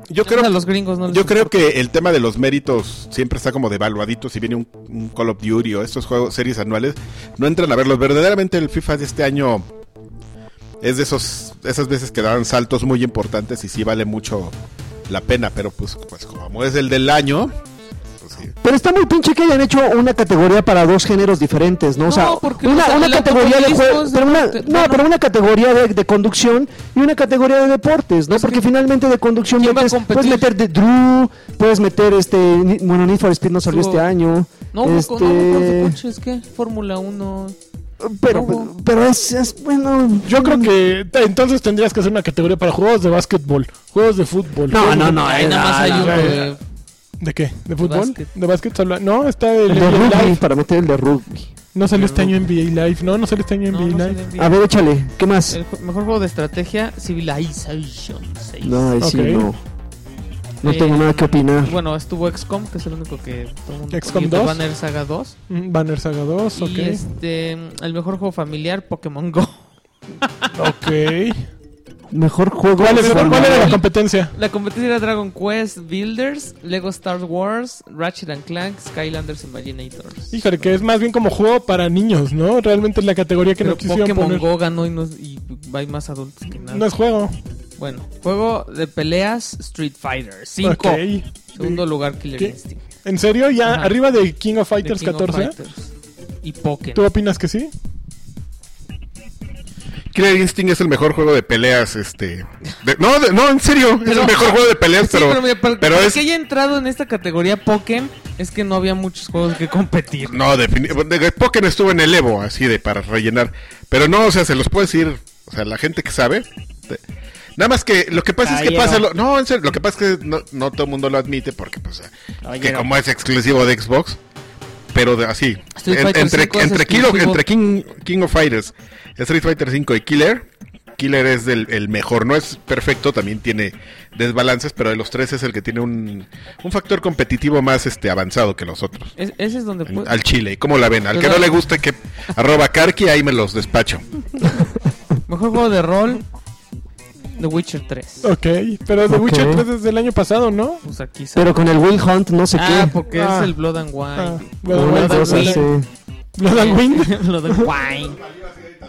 Speaker 1: yo creo
Speaker 2: a los gringos no les
Speaker 1: Yo creo que el tema de los méritos siempre está como devaluadito. Si viene un, un Call of Duty o estos juegos, series anuales, no entran a verlos. Verdaderamente el FIFA de este año es de esos, esas veces que dan saltos muy importantes y sí vale mucho la pena. Pero pues, pues como es el del año, pues sí.
Speaker 4: Pero está muy pinche que hayan hecho una categoría para dos géneros diferentes, ¿no? O sea,
Speaker 2: No, porque,
Speaker 4: una,
Speaker 2: o sea,
Speaker 4: una
Speaker 2: el
Speaker 4: categoría de
Speaker 2: automovilismo
Speaker 4: juego,
Speaker 2: es
Speaker 4: pero una,
Speaker 2: deporte,
Speaker 4: no,
Speaker 2: no,
Speaker 4: pero
Speaker 2: no.
Speaker 4: una categoría de, de conducción y una categoría de deportes, ¿no? Porque finalmente de conducción
Speaker 2: ¿Quién va a
Speaker 4: metes- puedes
Speaker 2: competir?
Speaker 4: meter de Drew, puedes meter este ni- bueno, Need for Speed no salió
Speaker 2: Estuvo-
Speaker 4: este año.
Speaker 2: No, no,
Speaker 4: este
Speaker 2: no, no, no, coches, ¿qué? Fórmula 1.
Speaker 4: Pero, pero es, es, bueno.
Speaker 3: Yo creo que t- entonces tendrías que hacer una categoría para juegos de básquetbol, juegos de fútbol.
Speaker 4: No,
Speaker 3: juegos
Speaker 4: no,
Speaker 3: de-
Speaker 4: no.
Speaker 2: Ahí
Speaker 4: eh,
Speaker 2: nada más hay
Speaker 4: no,
Speaker 2: uno
Speaker 4: no.
Speaker 2: de-
Speaker 3: ¿De qué? ¿De fútbol?
Speaker 2: básquet.
Speaker 3: ¿De básquet? se habla- No, está el,
Speaker 4: El de
Speaker 3: NBA
Speaker 4: rugby,
Speaker 3: Live.
Speaker 4: para meter el de rugby.
Speaker 3: No salió este año NBA Live. No, no salió este año
Speaker 2: no,
Speaker 3: NBA
Speaker 2: no sé
Speaker 3: Live.
Speaker 2: de NBA.
Speaker 4: A ver, échale. ¿Qué más?
Speaker 2: El ju- mejor juego de estrategia, Civilization 6.
Speaker 4: No, ahí sí,
Speaker 3: Ok.
Speaker 4: no. No
Speaker 2: Eh,
Speaker 4: tengo nada que opinar.
Speaker 2: Bueno, estuvo XCOM, que es el único que todo el mundo
Speaker 3: XCOM
Speaker 2: y The
Speaker 3: 2.
Speaker 2: Banner Saga 2.
Speaker 3: Mm, Banner Saga 2, ok.
Speaker 2: Y este, el mejor juego familiar, Pokémon Go.
Speaker 3: Ok.
Speaker 4: Mejor juego.
Speaker 3: ¿Cuál, es-
Speaker 4: formal.
Speaker 3: cuál era la competencia?
Speaker 2: La competencia era Dragon Quest, Builders, Lego Star Wars, Ratchet and Clank, Skylanders Imaginators.
Speaker 3: Híjole, que es más bien como juego para niños, ¿no? Realmente es la categoría que
Speaker 2: Pero
Speaker 3: no quisieron
Speaker 2: Pokémon
Speaker 3: poner.
Speaker 2: Go ganó y, no, y hay más adultos que nada.
Speaker 3: No es juego.
Speaker 2: Bueno, juego de peleas Street Fighter 5.
Speaker 3: Ok.
Speaker 2: Segundo lugar, Killer
Speaker 3: ¿Qué?
Speaker 2: Instinct. de
Speaker 3: ¿En serio? ¿Ya
Speaker 2: Ajá.
Speaker 3: arriba de King of Fighters
Speaker 2: King of
Speaker 3: 14?
Speaker 2: Fighters. Y Pokémon.
Speaker 3: ¿Tú opinas que sí?
Speaker 1: Killer Instinct es el mejor juego de peleas, este. de- no, de- no, en serio, es el mejor juego de peleas,
Speaker 2: Sí,
Speaker 1: pero.
Speaker 2: pero, mira, para-
Speaker 1: pero
Speaker 2: para
Speaker 1: es.
Speaker 2: que haya entrado en esta categoría Pokémon es que no había muchos juegos que competir.
Speaker 1: Pues, No, definitivamente. Pokémon estuvo en el Evo, así de para rellenar. Pero no, o sea, se los puedes ir. O sea, la gente que sabe. te- Nada más que lo que pasa es que
Speaker 6: Caballero.
Speaker 1: pasa. Lo, no, en serio, lo que pasa es que no, no todo el mundo lo admite porque, pues. Que
Speaker 6: Caballero.
Speaker 1: como es exclusivo de Xbox. Pero de- así.
Speaker 2: Street
Speaker 1: en-
Speaker 2: Fighter
Speaker 1: entre
Speaker 2: 5 es
Speaker 1: entre, Kilo-
Speaker 2: exclusivo.
Speaker 1: entre King, King of Fighters, Street Fighter 5 y Killer. Killer es del- el mejor, no es perfecto, también tiene desbalances, pero de los tres es el que tiene un, un factor competitivo más este avanzado que los otros.
Speaker 2: Es- ese es donde...
Speaker 1: En-
Speaker 2: pu-
Speaker 1: al chile. ¿Cómo la ven? Al que no
Speaker 2: Perdón.
Speaker 1: le guste que arroba Karki, ahí me los despacho.
Speaker 2: Mejor juego de rol, The Witcher 3.
Speaker 3: Ok. Pero The
Speaker 4: Ok.
Speaker 3: Witcher 3 desde el año pasado, ¿no?
Speaker 2: Pues aquí se-
Speaker 4: Pero con el Will Hunt, no sé
Speaker 2: Ah,
Speaker 4: qué.
Speaker 2: porque
Speaker 3: Ah.
Speaker 2: es el Blood and
Speaker 3: Ah,
Speaker 2: Wine.
Speaker 3: Blood and
Speaker 4: Una
Speaker 3: Wine.
Speaker 4: cosa,
Speaker 2: Blood and
Speaker 4: sí.
Speaker 3: Blood and Wind.
Speaker 2: Blood and Wine.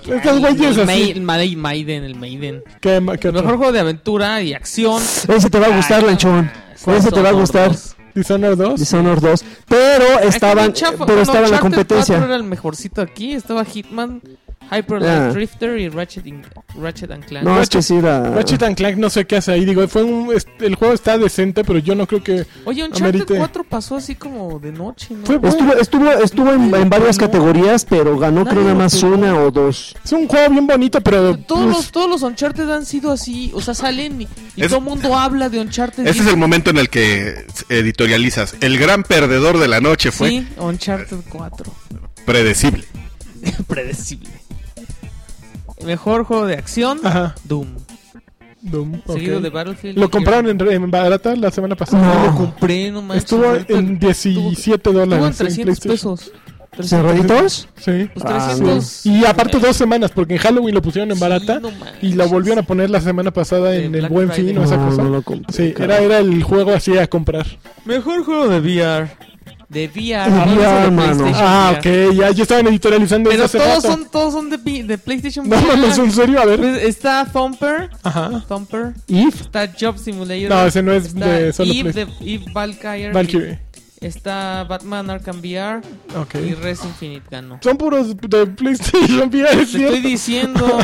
Speaker 3: Estos güeyes
Speaker 2: El
Speaker 3: así.
Speaker 2: Ma- Maiden, Maiden, el Maiden.
Speaker 3: ¿Qué, ma- qué
Speaker 2: El
Speaker 3: otro?
Speaker 2: mejor juego de aventura y acción.
Speaker 4: Ese te va a gustar, Lanchón. Ese te va a gustar.
Speaker 3: Dishonored 2.
Speaker 4: Dishonored 2. Pero estaban, pero estaba en la
Speaker 2: era
Speaker 4: competencia.
Speaker 2: el mejorcito aquí. Estaba Hitman, Hyper Light
Speaker 4: Ah.
Speaker 2: Drifter y Ratchet, in- Ratchet and Clank.
Speaker 4: No, es que sí, la.
Speaker 3: Ratchet and Clank no sé qué hace ahí. Digo, fue un, es- el juego está decente, pero yo no creo que...
Speaker 2: Oye, Uncharted
Speaker 3: Amerite.
Speaker 2: 4 pasó así como de noche, ¿no?
Speaker 3: Fue bueno.
Speaker 4: Estuvo, estuvo, estuvo en, en varias
Speaker 2: No.
Speaker 4: categorías, pero ganó
Speaker 2: Nadie
Speaker 4: creo nada
Speaker 2: lo
Speaker 4: más
Speaker 2: tuvo.
Speaker 4: una o dos.
Speaker 3: Es un juego bien bonito, pero...
Speaker 2: Todos
Speaker 3: pues,
Speaker 2: los, todos los Uncharted han sido así, o sea, salen y, y
Speaker 1: Es-
Speaker 2: todo el mundo habla de Uncharted.
Speaker 1: Ese es el momento en el que editorializas. El gran perdedor de la noche fue
Speaker 2: Sí, Uncharted 4.
Speaker 1: predecible.
Speaker 2: Predecible. Mejor juego de acción,
Speaker 3: Ajá.
Speaker 2: Doom.
Speaker 3: Doom, ok.
Speaker 2: Seguido de Battlefield.
Speaker 3: Lo
Speaker 2: y
Speaker 3: compraron
Speaker 2: Gears.
Speaker 3: en, en barata la semana pasada.
Speaker 4: No.
Speaker 2: Lo compré, no manches.
Speaker 3: Estuvo
Speaker 2: ahorita
Speaker 3: en 17
Speaker 2: Estuvo en
Speaker 3: dólares. en
Speaker 2: 300
Speaker 3: PlayStation.
Speaker 2: pesos.
Speaker 4: ¿Cerraditos?
Speaker 3: Sí.
Speaker 2: Pues eh,
Speaker 4: Ah,
Speaker 2: 300.
Speaker 3: Y aparte dos semanas, porque en Halloween lo pusieron en barata
Speaker 2: Sí, no manches.
Speaker 3: y lo volvieron a poner la semana pasada
Speaker 2: De
Speaker 3: en el
Speaker 2: Black
Speaker 3: Buen
Speaker 2: Friday.
Speaker 3: Fin o esa
Speaker 4: No,
Speaker 3: cosa.
Speaker 4: no lo compré,
Speaker 3: sí, era,
Speaker 4: caray.
Speaker 3: era el juego así a comprar.
Speaker 2: Mejor juego de VR. De VR.
Speaker 4: De
Speaker 2: no, no es
Speaker 4: VR,
Speaker 2: de
Speaker 4: mano.
Speaker 2: PlayStation
Speaker 3: Ah,
Speaker 2: VR.
Speaker 3: ok, ya, ya estaban editorializando
Speaker 2: Pero
Speaker 3: eso hace
Speaker 2: todos
Speaker 3: rato.
Speaker 2: son, todos son de, pi- de PlayStation
Speaker 3: No,
Speaker 2: VR.
Speaker 3: no, es en serio, a ver.
Speaker 2: Pues está Thumper.
Speaker 3: Ajá.
Speaker 2: Thumper.
Speaker 4: If.
Speaker 2: Está Job Simulator.
Speaker 3: No, ese no es
Speaker 2: está
Speaker 3: de solo
Speaker 2: Eve,
Speaker 3: Play-
Speaker 2: de- Eve Valkyrie.
Speaker 3: Valkyrie.
Speaker 2: Está Batman Arkham VR.
Speaker 3: Ok.
Speaker 2: Y Res Infinite ganó.
Speaker 3: Son puros de PlayStation VR, es
Speaker 2: Te estoy
Speaker 3: cierto.
Speaker 2: diciendo.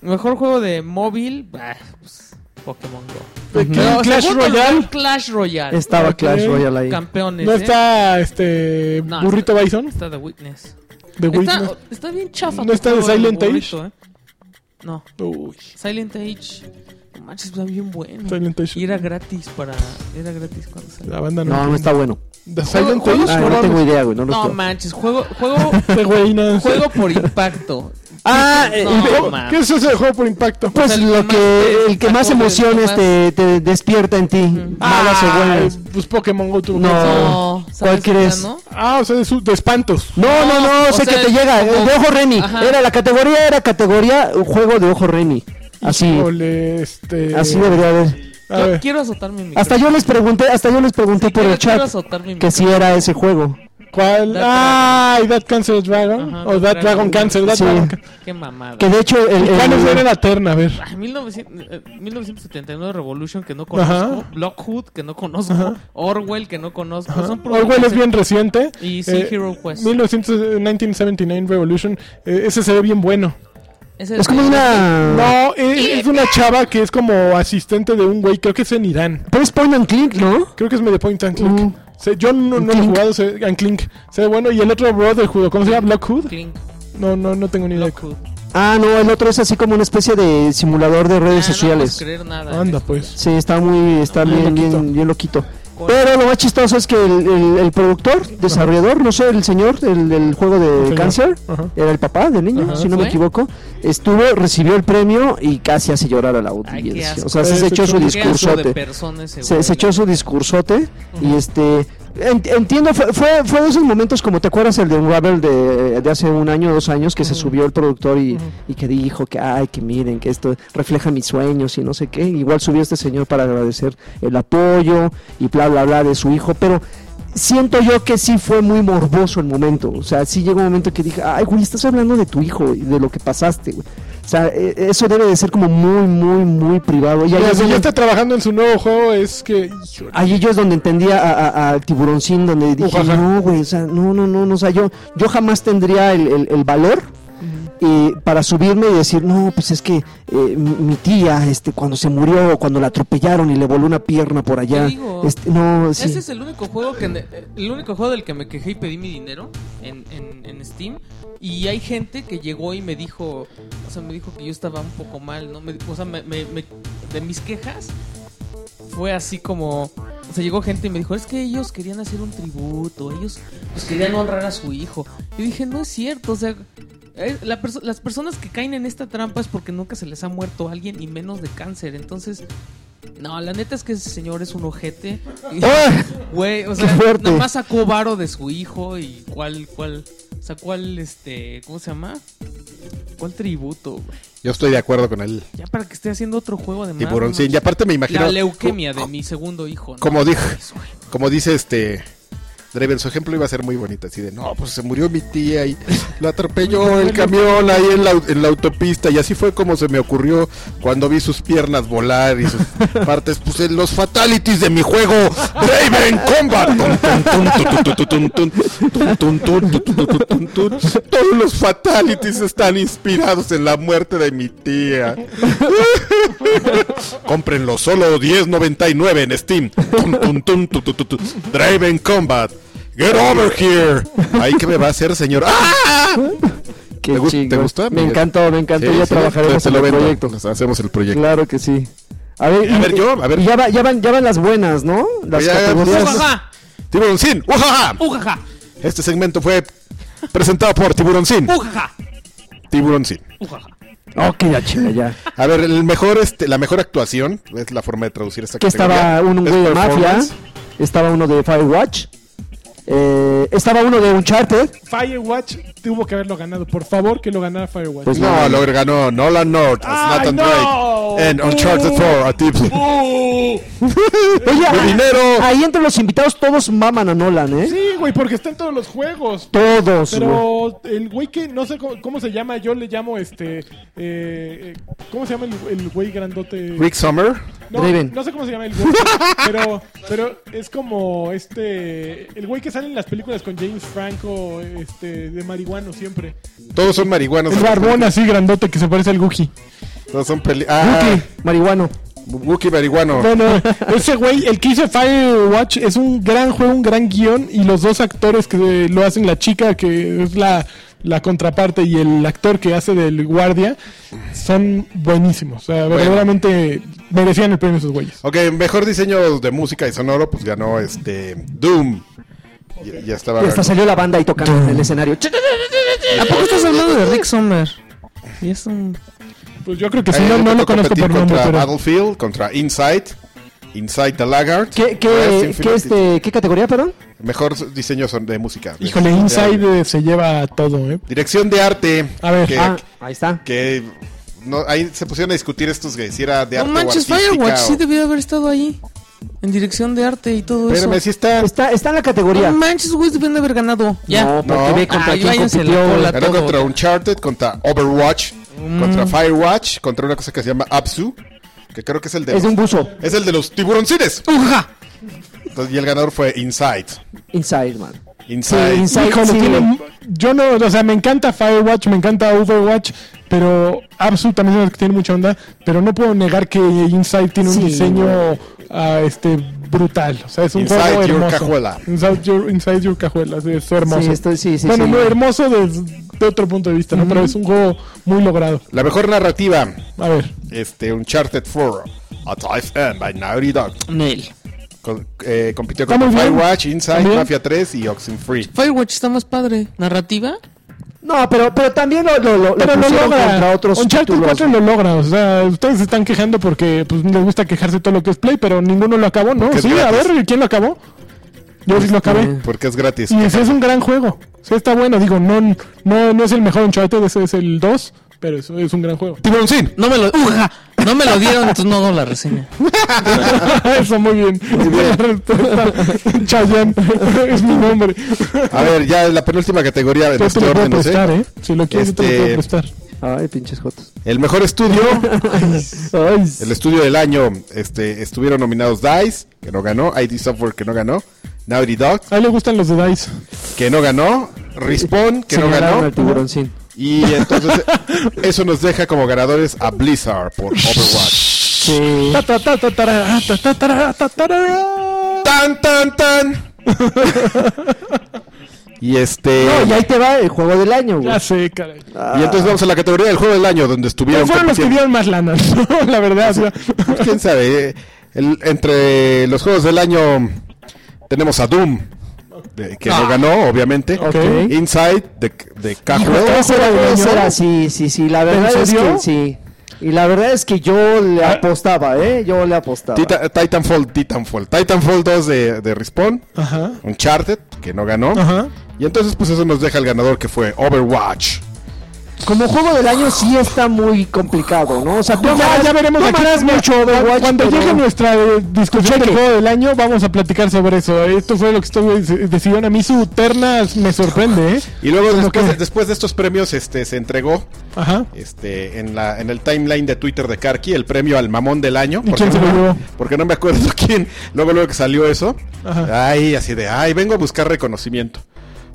Speaker 2: Mejor juego de móvil. bah, pues, Pokémon Go.
Speaker 3: ¿Qué?
Speaker 2: Pero
Speaker 3: Clash
Speaker 2: segundo lugar,
Speaker 3: Royale.
Speaker 2: Clash Royale.
Speaker 4: Estaba
Speaker 3: Ok.
Speaker 4: Clash Royale ahí.
Speaker 2: Campeones.
Speaker 3: No
Speaker 2: ¿eh?
Speaker 3: está este
Speaker 2: No,
Speaker 3: Burrito
Speaker 2: está-
Speaker 3: Bison
Speaker 2: Está The Witness.
Speaker 4: Este
Speaker 3: de Witness.
Speaker 2: Está, está bien chafa.
Speaker 3: ¿No
Speaker 2: tu
Speaker 3: está de
Speaker 2: juego,
Speaker 3: Silent Age?
Speaker 2: burrito, ¿eh? No,
Speaker 3: Uy,
Speaker 2: Silent Age. No manches, está bien bueno.
Speaker 3: Silent Age.
Speaker 2: Y era gratis para. Era gratis cuando salió.
Speaker 3: La banda no.
Speaker 4: No, no está bueno.
Speaker 3: The Silent
Speaker 2: Juego-
Speaker 3: Age.
Speaker 4: Ah, no tengo idea, güey. No lo
Speaker 2: No
Speaker 4: tengo.
Speaker 2: manches, juego, juego,
Speaker 3: Este güey, no.
Speaker 2: juego por impacto.
Speaker 4: Ah, eh,
Speaker 2: No,
Speaker 4: eh,
Speaker 2: man.
Speaker 3: ¿Qué es eso de juego por impacto?
Speaker 4: pues
Speaker 2: o sea, el que
Speaker 4: lo
Speaker 2: más
Speaker 4: que,
Speaker 2: te
Speaker 4: el que más
Speaker 2: sacó de-
Speaker 4: emociones
Speaker 2: más- Ah,
Speaker 4: te, te despierta en ti, malas o buenas.
Speaker 3: Pues Pokémon Go tuvo
Speaker 4: No.
Speaker 3: que-
Speaker 2: No, ¿sabes
Speaker 4: Ah, ¿Cuál
Speaker 2: qué
Speaker 4: crees?
Speaker 2: ganó?
Speaker 3: Ah, o sea, de, su- de espantos.
Speaker 4: No,
Speaker 2: No,
Speaker 4: no, no,
Speaker 2: o
Speaker 4: sé
Speaker 2: sea,
Speaker 4: que te
Speaker 2: es
Speaker 4: llega.
Speaker 2: como-
Speaker 4: el De ojo Reni.
Speaker 2: Ajá.
Speaker 4: Era la categoría, era categoría juego de ojo Reni. Así,
Speaker 3: Híjole, este...
Speaker 4: así debería haber.
Speaker 3: A
Speaker 2: Yo
Speaker 3: ver.
Speaker 2: quiero azotar mi micrófono.
Speaker 4: Hasta yo les pregunté, hasta yo les pregunté por
Speaker 2: Quiero-
Speaker 4: el chat
Speaker 2: quiero azotar mi
Speaker 4: que
Speaker 2: micrófono.
Speaker 4: si era ese juego.
Speaker 3: ¿Cuál?
Speaker 2: That
Speaker 3: ah, y That Cancer Dragon.
Speaker 2: Ajá,
Speaker 3: o That
Speaker 2: Dragon.
Speaker 3: Dragon Cancer. That
Speaker 4: Sí.
Speaker 3: Dragon Can-
Speaker 2: Qué mamada.
Speaker 4: Que de hecho el,
Speaker 3: ¿Y ¿Cuál
Speaker 4: el-
Speaker 3: es era la terna? A ver.
Speaker 2: Ah, 1900, eh, 1979 Revolution que no conozco,
Speaker 3: Ajá.
Speaker 2: Blockhood que no conozco, Orwell que no conozco. Son puros-
Speaker 3: Orwell es bien reciente. Eh,
Speaker 2: Y sí,
Speaker 4: Eh,
Speaker 2: Hero Quest.
Speaker 3: 1900 1979 Revolution. eh, ese se ve bien bueno.
Speaker 2: Ese-
Speaker 4: es como una
Speaker 3: No, es, es una chava que es como asistente de un güey. Creo que es en Irán.
Speaker 4: Pero es point and click, ¿no?
Speaker 3: Creo que es medio point and click.
Speaker 4: Mm.
Speaker 3: Se- yo no, no lo he
Speaker 4: Clink.
Speaker 3: jugado, se, and clink. Se ve bueno. Y el otro brotherhood, ¿cómo se llama? Blockhood.
Speaker 2: Clink.
Speaker 3: No, no, no tengo ni idea.
Speaker 2: Lockwood.
Speaker 4: Ah, no, el otro es así como una especie de simulador de
Speaker 2: Ah,
Speaker 4: redes
Speaker 2: No
Speaker 4: sociales.
Speaker 2: puedes creer nada.
Speaker 3: Anda, pues.
Speaker 4: Sí, está muy, está
Speaker 2: No,
Speaker 3: bien
Speaker 4: bien, bien,
Speaker 3: loquito.
Speaker 4: bien, loquito. Pero lo más chistoso es que el, el- el productor, desarrollador, no sé, el señor del, del juego de
Speaker 3: señor.
Speaker 4: cáncer,
Speaker 3: Ajá.
Speaker 4: era el papá del niño,
Speaker 3: Ajá.
Speaker 4: si no me
Speaker 2: ¿Fue?
Speaker 4: equivoco, estuvo, recibió el premio y casi hace llorar a la
Speaker 2: Ay, qué
Speaker 4: audiencia.
Speaker 2: asco.
Speaker 4: O sea, sí
Speaker 3: Eh,
Speaker 4: se echó su
Speaker 3: qué
Speaker 2: Qué asco de
Speaker 4: discursote.
Speaker 2: persona ese
Speaker 4: Se,
Speaker 2: güey,
Speaker 4: se echó
Speaker 2: la
Speaker 4: su
Speaker 2: neta.
Speaker 4: discursote y este... en- Entiendo, fue, fue, fue de esos momentos como te acuerdas el de Unravel de, de hace un año, dos años, que se subió el productor y, y que dijo que, ay, que miren, que esto refleja mis sueños y no sé qué. Igual subió este señor para agradecer el apoyo y bla, bla, bla de su hijo, pero siento yo que sí fue muy morboso el momento. O sea, sí llegó un momento que dije, ay, güey, estás hablando de tu hijo y de lo que pasaste, güey. O sea, e- eso debe de ser como muy, muy, muy privado. Y ahí
Speaker 3: Mira,
Speaker 4: es
Speaker 3: si
Speaker 4: donde-
Speaker 3: ya está trabajando en su nuevo juego, es que.
Speaker 4: Ahí yo es donde entendía a, a, a Tiburoncín, donde dije,
Speaker 3: Ujaja.
Speaker 4: no, güey, o sea, no, no, no, no, o sea, yo, yo jamás tendría el, el- el valor eh, para subirme y decir, no, pues es que eh, mi- mi tía, este, cuando se murió, cuando la atropellaron y le voló una pierna por allá,
Speaker 2: Te digo,
Speaker 4: este, no, sí.
Speaker 2: Ese es el único juego que eh, el único juego del que me quejé y pedí mi dinero en, en, en Steam. Y hay gente que llegó y me dijo, o sea, me dijo que yo estaba un poco mal, ¿no? Me- o sea, me- me- me- de mis quejas fue así como, o sea, llegó gente y me dijo, es que ellos querían hacer un tributo, ellos pues, querían honrar a su hijo. Y dije, no es cierto, o sea, eh, la perso- las personas que caen en esta trampa es porque nunca se les ha muerto alguien y menos de cáncer. Entonces, no, la neta es que ese señor es un ojete. Y-
Speaker 4: ¡Ah!
Speaker 2: Güey, o
Speaker 4: ¡Qué
Speaker 2: sea,
Speaker 4: fuerte!
Speaker 2: nada más sacó varo de su hijo y cuál, cuál, o sea, cuál, este, ¿cómo se llama? ¿Cuál tributo? güey?
Speaker 1: Yo estoy de acuerdo con el
Speaker 2: Ya para que esté haciendo otro juego además.
Speaker 1: tiburoncín.
Speaker 2: no
Speaker 1: Y aparte me
Speaker 2: manches.
Speaker 1: imagino.
Speaker 2: La leuquemia de mi segundo hijo. ¿no?
Speaker 1: Como dijo,
Speaker 2: Eso, güey.
Speaker 1: como dice este Draven, su ejemplo iba a ser muy bonito, así de no, pues se murió mi tía y lo atropelló el camión ahí en la, en la autopista y así fue como se me ocurrió cuando vi sus piernas volar y sus partes, pues en los fatalities de mi juego Draven Combat. Tun, tun, tun, tun, tun, tun, tun, tun, tun, tun, tun, tun, tun. Todos los fatalities están inspirados en la muerte de mi tía. Cómprenlo solo 10.99 en Steam. Tum, tum, tum, tu, tu, tu, tu. Drive in Combat. Get over here. Ahí que me va a hacer, señor. ¡Ah!
Speaker 4: Qué
Speaker 1: ¿Te gust-
Speaker 4: chingón.
Speaker 1: te gustó,
Speaker 4: Me
Speaker 1: Miguel?
Speaker 4: encantó, me encantó,
Speaker 1: Sí,
Speaker 4: ya
Speaker 1: sí,
Speaker 4: trabajaremos
Speaker 1: te
Speaker 4: en
Speaker 1: lo
Speaker 4: el
Speaker 1: vendo.
Speaker 4: proyecto.
Speaker 1: Nos hacemos el proyecto.
Speaker 4: Claro que sí. A ver,
Speaker 1: A
Speaker 4: y-
Speaker 1: ver, yo, a ver. Pues
Speaker 4: y ya, va- ya van, ya van las buenas, ¿no? Las
Speaker 1: Ya,
Speaker 4: categorías.
Speaker 2: Ujaja,
Speaker 1: Tiburoncín. ¡Ujaja!
Speaker 2: ujaja,
Speaker 1: Este segmento fue presentado por Tiburoncín.
Speaker 2: ujaja,
Speaker 1: Tiburoncín.
Speaker 2: ujaja.
Speaker 4: Ok, ya chinga, ya.
Speaker 1: A ver, el mejor, este, la mejor actuación es la forma de traducir esta
Speaker 4: que estaba
Speaker 1: categoría,
Speaker 4: un
Speaker 1: es
Speaker 4: güey de mafia,
Speaker 1: performance.
Speaker 4: estaba uno de Firewatch, eh, estaba uno de Uncharted,
Speaker 3: Firewatch tuvo que haberlo ganado. Por favor, que lo ganara Firewatch.
Speaker 4: Pues
Speaker 1: No, lo ganó Nolan North,
Speaker 3: ¡Ay,
Speaker 1: Nathan
Speaker 3: no! Uh.
Speaker 1: Drake, en Uncharted 4, a Tipsy.
Speaker 4: Oye, a-
Speaker 1: dinero!
Speaker 4: ahí entre los invitados todos maman a Nolan, ¿eh?
Speaker 3: Sí, güey, porque está en todos los juegos.
Speaker 4: Todos, güey.
Speaker 3: Pero el güey que no sé cómo, cómo se llama, yo le llamo este. eh, eh, ¿Cómo se llama el, el güey grandote?
Speaker 1: Rick Summer.
Speaker 3: No,
Speaker 4: Raven.
Speaker 3: no sé cómo se llama el güey. pero, pero es como este. El güey que sale en las películas con James Franco, este, de marihuano siempre.
Speaker 1: Todos son marihuanos.
Speaker 3: así grandote que se parece al Guji.
Speaker 1: Todos son peli. Ah,
Speaker 4: marihuano.
Speaker 1: Wookie marihuano.
Speaker 3: Bueno, ese güey, el que hizo Firewatch, es un gran juego, un gran guión. Y los dos actores que lo hacen, la chica que es la, la contraparte y el actor que hace del guardia, son buenísimos. O sea, verdaderamente merecían el premio esos güeyes.
Speaker 1: Ok, mejor diseño de música y sonoro, pues ganó este Doom. Ya, ya estaba.
Speaker 4: Hasta salió la banda ahí tocando en el escenario.
Speaker 2: ¿A poco estás hablando de Rick Sommer? Y es un...
Speaker 3: Pues yo creo que
Speaker 1: Eh,
Speaker 3: si no,
Speaker 1: le
Speaker 3: no lo
Speaker 1: tocó
Speaker 3: conozco
Speaker 1: competir
Speaker 3: por nombre,
Speaker 1: contra
Speaker 3: pero.
Speaker 1: Battlefield, contra Inside, Inside the Laggard.
Speaker 4: ¿Qué,
Speaker 1: Rise
Speaker 4: qué, qué,
Speaker 1: Infinity.
Speaker 4: este, ¿Qué categoría, perdón?
Speaker 1: Mejor diseño son- de música.
Speaker 3: Híjole, Inside eh, se lleva todo, ¿eh?
Speaker 1: Dirección de arte.
Speaker 3: A ver,
Speaker 1: que,
Speaker 4: Ah, ahí está.
Speaker 1: que no, ahí se pusieron a discutir estos que si era de
Speaker 2: No
Speaker 1: arte
Speaker 2: manches,
Speaker 1: o artística.
Speaker 2: Firewatch
Speaker 1: o-
Speaker 2: sí debió haber estado ahí. En dirección de arte y todo eso.
Speaker 1: Espérame, si
Speaker 3: Pues
Speaker 1: está.
Speaker 4: Está, está en la categoría.
Speaker 2: No manches, güey, deben de haber ganado. Ya.
Speaker 4: No, porque
Speaker 1: No.
Speaker 4: ve contra
Speaker 2: Ah,
Speaker 4: quién
Speaker 2: váyanse a la
Speaker 4: compitió.
Speaker 2: cola.
Speaker 1: Ganó
Speaker 2: todo.
Speaker 1: contra Uncharted, contra Overwatch,
Speaker 3: Mm.
Speaker 1: contra Firewatch, contra una cosa que se llama Absu, que creo que es el de,
Speaker 4: Es de
Speaker 1: los,
Speaker 4: un buzo.
Speaker 1: es el de los tiburoncines.
Speaker 2: Ujaja.
Speaker 1: Entonces, y el ganador fue Inside.
Speaker 4: Inside, man.
Speaker 1: Inside.
Speaker 4: Sí, Inside.
Speaker 3: Híjole,
Speaker 4: sí,
Speaker 3: tiene-
Speaker 4: güey.
Speaker 3: yo no, o sea, me encanta Firewatch, me encanta Overwatch, pero Absu también es el que tiene mucha onda, pero no puedo negar que E Inside tiene un
Speaker 4: Sí,
Speaker 3: diseño ah, este brutal. O sea, es un
Speaker 1: Inside
Speaker 3: juego
Speaker 1: your
Speaker 3: hermoso.
Speaker 1: cajuela.
Speaker 3: Inside your, inside your cajuela, sí, es hermoso.
Speaker 4: Sí, estoy- sí, sí,
Speaker 3: bueno,
Speaker 4: sí.
Speaker 3: no hermoso desde otro punto de vista, ¿no? Pero es un juego muy logrado.
Speaker 1: La mejor narrativa,
Speaker 3: A ver,
Speaker 1: este, Uncharted 4. A Dive End by Naughty Dog.
Speaker 2: Nel.
Speaker 1: Con- eh, compitió
Speaker 3: Está
Speaker 1: con
Speaker 3: muy bien.
Speaker 1: Firewatch, Inside,
Speaker 3: También.
Speaker 1: Mafia 3 y Oxenfree.
Speaker 2: Firewatch está más padre. ¿Narrativa?
Speaker 4: No, pero, pero también lo, lo, lo, lo
Speaker 3: pero lo
Speaker 4: pusieron
Speaker 3: logra.
Speaker 4: contra otros
Speaker 3: Uncharted
Speaker 4: títulos.
Speaker 3: 4 lo logra. O sea, ustedes se están quejando porque pues, les gusta quejarse todo lo que es Play, pero ninguno lo acabó, ¿no?
Speaker 1: Porque es
Speaker 3: Sí, a
Speaker 1: gratis.
Speaker 3: ver, ¿quién lo acabó? Yo sí lo acabé.
Speaker 1: Porque es gratis.
Speaker 3: Y ese es un gran juego. Sí, está bueno. Digo, no, no, no es el mejor Uncharted, ese es el 2, pero es, es un gran juego.
Speaker 1: Tiburoncín.
Speaker 2: No me lo. ¡Uja! No me lo dieron, entonces no doy la reseña.
Speaker 3: Eso, muy bien. La respuesta. Chayanne es mi nombre.
Speaker 1: A ver, ya la penúltima categoría de
Speaker 3: Yo te
Speaker 1: nuestro
Speaker 3: lo puedo
Speaker 1: orden, ¿no?
Speaker 3: prestar, ¿eh? Si lo quieres, yo te
Speaker 1: Este-
Speaker 3: lo puedo prestar.
Speaker 4: Ay, pinches jotos.
Speaker 1: El mejor estudio,
Speaker 4: Ay,
Speaker 1: el estudio del año, este, estuvieron nominados DICE, que no ganó, ID Software, que no ganó, Naughty Dog,
Speaker 3: A él le gustan los de DICE.
Speaker 1: que no ganó, Respawn, que no
Speaker 4: señalaron
Speaker 1: ganó,
Speaker 4: al tiburoncín.
Speaker 1: y entonces eso nos deja como ganadores a Blizzard por Overwatch.
Speaker 4: Sí.
Speaker 3: Ta, ta, ta, ta, tara, ta, ta, tara, ta, tara.
Speaker 1: ¡Tan, tan, tan! y este...
Speaker 4: No, y ahí te va el juego del año, güey.
Speaker 3: Pues, Ya sé, caray.
Speaker 1: Y entonces vamos a la categoría del juego del año, donde estuvieron...
Speaker 3: Fueron los que
Speaker 1: compitiendo-
Speaker 3: dieron más lana, ¿no? la verdad. o sea.
Speaker 1: Pues, ¿Quién sabe? eh, el- entre los juegos del año tenemos a Doom, de- que no ganó, obviamente.
Speaker 3: Ah. Ok.
Speaker 1: Inside, de, de Cajue.
Speaker 4: Ese era,
Speaker 3: ¿Juego del
Speaker 4: ese
Speaker 3: año?
Speaker 4: era, sí, sí, sí. La verdad
Speaker 3: ¿En
Speaker 4: es
Speaker 3: serio?
Speaker 4: que sí. Y la verdad es que yo le apostaba, ¿eh? Yo le apostaba.
Speaker 1: Ah. Tita- Titanfall, Titanfall. Titanfall 2 de, de Respawn.
Speaker 3: Ajá.
Speaker 1: Uncharted, que no ganó.
Speaker 3: Ajá.
Speaker 1: Y entonces, pues eso nos deja el ganador que fue Overwatch.
Speaker 4: Como juego del año sí está muy complicado, ¿no? O sea, tú
Speaker 3: Ya,
Speaker 4: amarras-
Speaker 3: ya veremos
Speaker 4: tú
Speaker 3: aquí.
Speaker 4: amarras mucho Overwatch,
Speaker 3: cuando
Speaker 4: pero-
Speaker 3: llegue nuestra eh, discusión del juego del año, vamos a platicar sobre eso. Eh, Esto fue lo que estuvo decidieron. A mí su terna me sorprende, ¿eh?
Speaker 1: Y luego,
Speaker 3: Como
Speaker 1: después,
Speaker 3: que-
Speaker 1: de- después de estos premios, este se entregó
Speaker 3: Ajá.
Speaker 1: este en la en el timeline de Twitter de Karki el premio al mamón del año.
Speaker 3: ¿Y
Speaker 1: porque
Speaker 3: quién se
Speaker 1: no-
Speaker 3: lo llevó?
Speaker 1: Porque no me acuerdo quién. Luego, luego que salió eso.
Speaker 3: Ajá.
Speaker 1: Ay, así de, ay, vengo a buscar reconocimiento.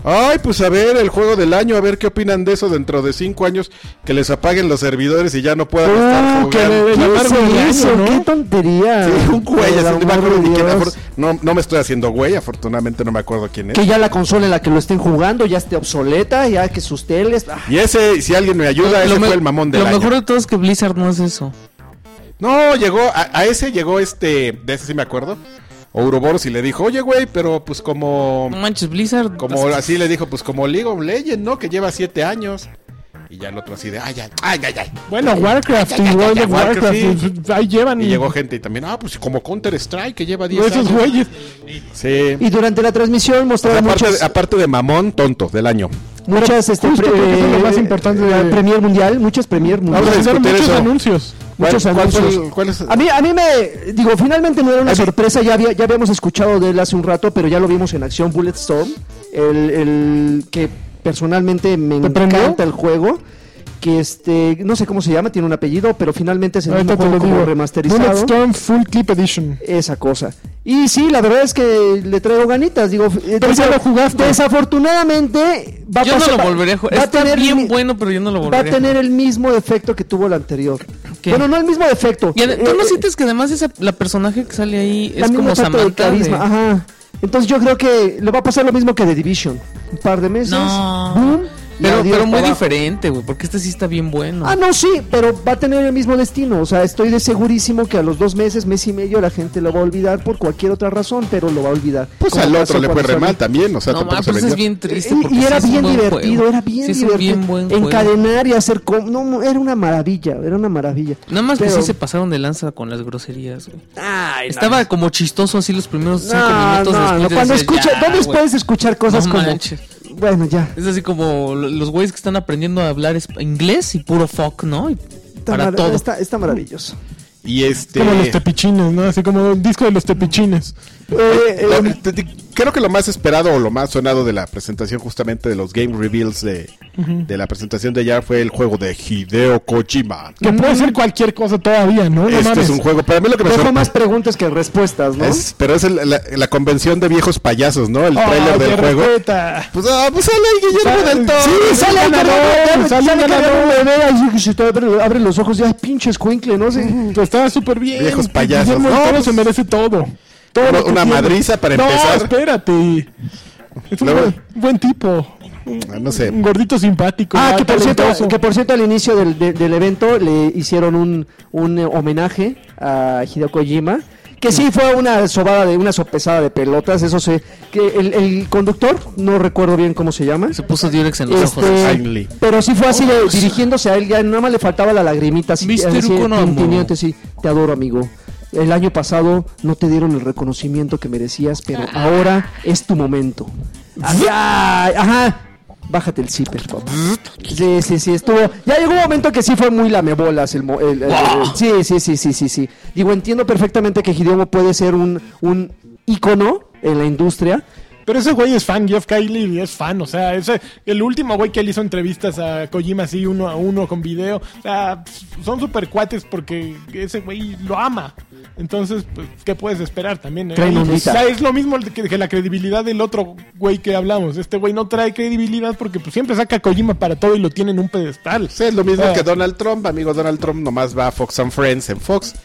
Speaker 1: Ay, pues a ver, el juego del año, a ver qué opinan de eso dentro de cinco años, que les apaguen los servidores y ya no
Speaker 4: Oh,
Speaker 1: puedan estar
Speaker 3: Uh, que
Speaker 1: jugando.
Speaker 3: le-
Speaker 4: Ah, ¿Qué
Speaker 3: le amargo el
Speaker 4: es
Speaker 3: año,
Speaker 4: eso?
Speaker 3: ¿no?
Speaker 4: ¿Qué tontería?
Speaker 1: Sí, un güey,
Speaker 4: Por
Speaker 1: así, no
Speaker 4: el
Speaker 1: me
Speaker 4: amor
Speaker 1: acuerdo
Speaker 4: de
Speaker 1: ni quién,
Speaker 4: Dios.
Speaker 1: afor- no, no me estoy haciendo güey, afortunadamente no me acuerdo quién es.
Speaker 4: Que ya la consola en la que lo estén jugando ya esté obsoleta, ya que sus teles... ah,
Speaker 1: Y ese, si alguien me ayuda, ese
Speaker 2: me-
Speaker 1: fue el mamón del
Speaker 2: Lo
Speaker 1: año.
Speaker 2: mejor de todo es que Blizzard no es eso.
Speaker 1: No, llegó, a, a ese llegó este, de ese sí me acuerdo, Ouroboros y le dijo, oye güey, pero pues como...
Speaker 2: No manches, Blizzard.
Speaker 1: Como así le dijo, pues como League of Legends, ¿no? Que lleva siete años. Y ya el otro así de, ay, ay, ay, ay, ay.
Speaker 3: Bueno, Warcraft y World of
Speaker 1: Warcraft,
Speaker 3: Warcraft.
Speaker 1: sí.
Speaker 3: y- Ahí llevan
Speaker 1: Y llegó gente y también, ah, pues como Counter Strike, que lleva 10
Speaker 3: esos
Speaker 1: años.
Speaker 3: güeyes.
Speaker 1: Sí.
Speaker 4: Y durante la transmisión
Speaker 1: O sea,
Speaker 4: mostraron
Speaker 1: aparte,
Speaker 4: muchas,
Speaker 1: de, aparte de mamón, tonto del año.
Speaker 4: muchas este,
Speaker 3: Justo creo que eso es lo más importante de-
Speaker 4: la Premier Mundial, muchas Premier Mundial.
Speaker 1: Vamos a
Speaker 3: Hicieron
Speaker 1: discutir
Speaker 3: muchos
Speaker 1: eso.
Speaker 3: anuncios.
Speaker 1: ¿Cuál-
Speaker 4: Muchos
Speaker 1: cuál fue el-
Speaker 4: anuncios.
Speaker 1: cuál es-
Speaker 4: A mí, a mí me, digo, finalmente no era una sorpresa, ya, había- ya habíamos escuchado de él hace un rato, pero ya lo vimos en acción Bulletstorm, el, el que personalmente me
Speaker 3: ¿Te
Speaker 4: encanta
Speaker 3: prendió?
Speaker 4: el juego, que este, no sé cómo se llama, tiene un apellido, pero finalmente es el mismo
Speaker 3: Ahorita te
Speaker 4: juego
Speaker 3: lo
Speaker 4: como
Speaker 3: digo.
Speaker 4: remasterizado,
Speaker 3: Bulletstorm Full Clip Edition.
Speaker 4: esa cosa. Y sí, la verdad es que le traigo ganitas, digo, eh,
Speaker 3: Pero ya lo jugaste.
Speaker 4: desafortunadamente va a
Speaker 2: Yo no
Speaker 4: pasar-
Speaker 2: lo volveré a jugar.
Speaker 4: va a
Speaker 2: Está
Speaker 4: tener
Speaker 2: bien
Speaker 4: mi-
Speaker 2: bueno, pero yo no lo
Speaker 4: va a
Speaker 2: volveré a
Speaker 4: tener el mismo efecto que tuvo el anterior.
Speaker 2: ¿Qué?
Speaker 4: Bueno, no el mismo defecto.
Speaker 2: Y ade- ¿Tú
Speaker 4: Eh,
Speaker 2: no
Speaker 4: eh,
Speaker 2: sientes que además esa, la personaje que sale ahí
Speaker 4: la
Speaker 2: es
Speaker 4: misma
Speaker 2: como
Speaker 4: falta de
Speaker 2: Samantha?
Speaker 4: carisma,
Speaker 2: de-
Speaker 4: ajá. Entonces yo creo que le va a pasar lo mismo que The Division. Un par de meses.
Speaker 2: No.
Speaker 4: boom, y
Speaker 2: Pero,
Speaker 4: adiós
Speaker 2: pero muy
Speaker 4: para abajo.
Speaker 2: diferente, güey, porque este sí está bien bueno.
Speaker 4: Ah, no, sí, pero va a tener el mismo destino. O sea, estoy de segurísimo que a los dos meses, mes y medio, la gente lo va a olvidar por cualquier otra razón, pero lo va a olvidar.
Speaker 1: Pues
Speaker 4: Como
Speaker 1: al
Speaker 4: pasó
Speaker 1: otro le
Speaker 4: cuando
Speaker 1: fue re
Speaker 4: salió. Eh,
Speaker 1: mal también, o sea,
Speaker 2: no,
Speaker 1: tampoco
Speaker 2: ma,
Speaker 1: se
Speaker 2: pero eso es
Speaker 1: vendió.
Speaker 2: bien triste.
Speaker 4: Y,
Speaker 2: porque
Speaker 4: y
Speaker 2: sí
Speaker 4: era
Speaker 2: es un
Speaker 4: bien
Speaker 2: buen
Speaker 4: divertido,
Speaker 2: juego.
Speaker 4: era bien
Speaker 2: Sí es un
Speaker 4: divertido.
Speaker 2: bien buen juego.
Speaker 4: Encadenar y hacer. com- No, no, era una maravilla, era una maravilla.
Speaker 2: Nada más que
Speaker 4: Pero-
Speaker 2: sí se pasaron de lanza con las groserías, güey.
Speaker 4: Ay, no.
Speaker 2: Estaba como chistoso así los primeros cinco
Speaker 4: No,
Speaker 2: minutos.
Speaker 4: no,
Speaker 2: después
Speaker 4: no,
Speaker 2: de
Speaker 4: cuando
Speaker 2: decir,
Speaker 4: escucha,
Speaker 2: "Ya,
Speaker 4: ¿dónde
Speaker 2: güey".
Speaker 4: puedes escuchar cosas
Speaker 2: No
Speaker 4: como
Speaker 2: manches.
Speaker 4: Bueno, ya.
Speaker 2: Es así como lo- los güeyes que están aprendiendo a hablar es- inglés y puro fuck, ¿no? Y
Speaker 4: Está,
Speaker 2: para
Speaker 4: mar-
Speaker 2: todo.
Speaker 4: está- está maravilloso.
Speaker 1: Y este...
Speaker 3: Como los tepichines, ¿no? Así como un disco de los tepichines.
Speaker 4: Eh,
Speaker 1: Lo-
Speaker 4: eh,
Speaker 1: te- te- creo que lo más esperado o lo más sonado de la presentación justamente de los game reveals de, de la presentación de ayer fue el juego de Hideo Kojima.
Speaker 3: Que puede ser cualquier cosa todavía, ¿no? No
Speaker 1: este
Speaker 3: mames.
Speaker 1: es un juego, para mí lo que me
Speaker 4: dejó más
Speaker 1: sorprendió
Speaker 4: preguntas que respuestas, ¿no?
Speaker 1: es, pero es el- la, la convención de viejos payasos, ¿no? El
Speaker 3: Ay,
Speaker 1: trailer del
Speaker 3: qué
Speaker 1: juego.
Speaker 3: respeta.
Speaker 1: Pues, ah, pues sale ahí Guillermo del Toro.
Speaker 4: Sí, sale el
Speaker 3: ganador, sale
Speaker 4: ganador, sale
Speaker 3: el
Speaker 4: el ganador, un bebé, así que se te abre,
Speaker 3: ah,
Speaker 4: abre los ojos, ya pinches cuincle, ¿no? Sí.
Speaker 3: Estaba súper bien.
Speaker 1: Viejos payasos.
Speaker 3: Guillermo del
Speaker 1: No,
Speaker 3: Toro
Speaker 1: pues-
Speaker 3: se merece todo. Todo
Speaker 1: Una-
Speaker 3: lo que
Speaker 1: una
Speaker 3: tiene.
Speaker 1: madriza para
Speaker 3: no,
Speaker 1: empezar.
Speaker 3: espérate. Es un
Speaker 1: Luego-
Speaker 3: buen, buen tipo.
Speaker 1: Ah, No sé.
Speaker 3: Un gordito simpático.
Speaker 4: Ah,
Speaker 3: ya,
Speaker 4: que por, cierto,
Speaker 3: talentoso.
Speaker 4: que por cierto al inicio del, de- del evento le hicieron un, un eh, homenaje a Hideo Kojima, que sí fue una sobada de una sopesada de pelotas, eso sé, que el, el conductor, no recuerdo bien cómo se llama,
Speaker 2: Se puso Durex en los ojos.
Speaker 4: este,
Speaker 1: Ainley.
Speaker 4: pero sí fue así de- dirigiéndose a él, ya nada más le faltaba la lagrimita, así,
Speaker 2: Mister
Speaker 4: así,
Speaker 2: Ukonomo.
Speaker 4: tintineante, sí, te adoro amigo. El año pasado no te dieron el reconocimiento que merecías, pero ahora es tu momento. Así, ay, ajá. Bájate el zipper, papá. Sí, sí, sí, estuvo. Ya llegó un momento que sí fue muy lamebolas. El, mo- el- el- el- sí, sí, sí, sí, sí, sí. Digo, entiendo perfectamente que Hideo puede ser un, un ícono en la industria.
Speaker 3: Pero ese güey es fan, Jeff Kylie es fan, o sea, ese, el último güey que le hizo entrevistas a Kojima así uno a uno con video, o sea, pues, son super cuates porque ese güey lo ama. Entonces, pues, ¿qué puedes esperar también? eh?
Speaker 4: Traen
Speaker 3: Ahí,
Speaker 4: ondita.
Speaker 3: o sea, es lo mismo que, que la credibilidad del otro güey que hablamos. Este güey no trae credibilidad porque pues, siempre saca a Kojima para todo y lo tiene en un pedestal.
Speaker 1: Sí, es lo mismo
Speaker 3: Ah.
Speaker 1: que Donald Trump, amigo Donald Trump nomás va a Fox and Friends en Fox,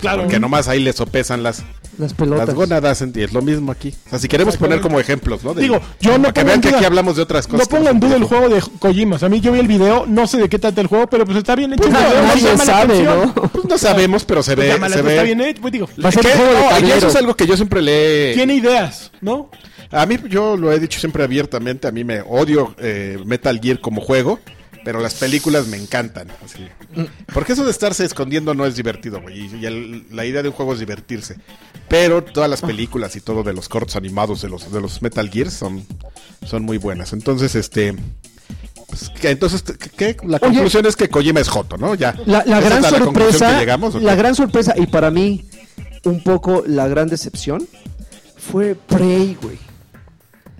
Speaker 3: Claro.
Speaker 1: porque nomás ahí le sopesan las,
Speaker 4: Las pelotas.
Speaker 1: las gónadas, y es lo mismo aquí. O sea, si queremos poner como ejemplos, ¿no? De-
Speaker 3: Digo, yo no
Speaker 1: para que
Speaker 3: pongo en
Speaker 1: vean que
Speaker 3: duda-
Speaker 1: aquí hablamos de otras
Speaker 3: No
Speaker 1: cosas. Pues,
Speaker 3: pongo en duda el juego de Kojima. O sea, a mí yo vi el video, no sé de qué trata el juego, pero pues está bien hecho. el
Speaker 4: Pues,
Speaker 3: video,
Speaker 4: nadie
Speaker 3: llama la
Speaker 4: sabe,
Speaker 3: atención.
Speaker 4: ¿no?
Speaker 1: Pues no sabemos, pero se ve,
Speaker 3: Llama la
Speaker 1: se
Speaker 3: atención,
Speaker 1: ve.
Speaker 3: Está bien hecho, pues, digo.
Speaker 4: Va a ser
Speaker 1: ¿Qué?
Speaker 4: juego de
Speaker 1: No, y
Speaker 4: tablero.
Speaker 1: eso es algo que yo siempre le
Speaker 3: tiene ideas, ¿no?
Speaker 1: A mí, yo lo he dicho siempre abiertamente, a mí me odio eh, Metal Gear como juego, pero las películas me encantan. así. Porque eso de estarse escondiendo no es divertido, güey. Y, y el- la idea de un juego es divertirse. Pero todas las películas y todo de los cortos animados de los, de los Metal Gear son, son muy buenas. Entonces, este... pues, ¿qué? entonces, ¿qué? ¿qué? La
Speaker 4: Oye.
Speaker 1: conclusión es que Kojima es Joto, ¿no? Ya.
Speaker 4: La, la
Speaker 1: ¿Esa
Speaker 4: gran
Speaker 1: es a conclusión
Speaker 4: sorpresa,
Speaker 1: que llegamos, ¿o qué?
Speaker 4: la gran sorpresa y para mí un poco la gran decepción fue Prey, güey.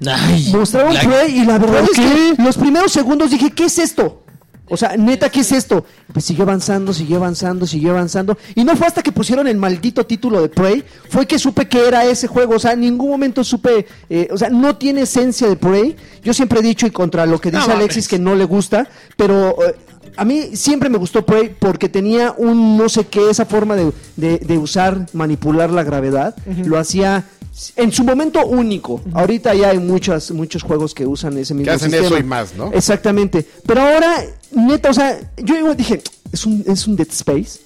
Speaker 2: Ay,
Speaker 4: Mostraron
Speaker 2: la-
Speaker 4: Prey y la verdad
Speaker 3: ¿Por
Speaker 4: es que los primeros segundos dije, ¿qué es esto? O sea, neta, ¿qué es esto? Pues siguió avanzando, siguió avanzando, siguió avanzando. Y no fue hasta que pusieron el maldito título de Prey, fue que supe que era ese juego. O sea, en ningún momento supe, eh, o sea, no tiene esencia de Prey. Yo siempre he dicho y contra lo que dice Alexis que no le gusta, pero eh, a mí siempre me gustó Prey porque tenía un no sé qué, esa forma de, de- de usar, manipular la gravedad. Lo hacía en su momento único. Ahorita ya hay muchas, muchos juegos que usan ese mismo
Speaker 1: Que hacen
Speaker 4: sistema.
Speaker 1: eso y más, ¿no?
Speaker 4: Exactamente. Pero ahora, neta, o sea, yo igual dije, es un, es un Dead Space.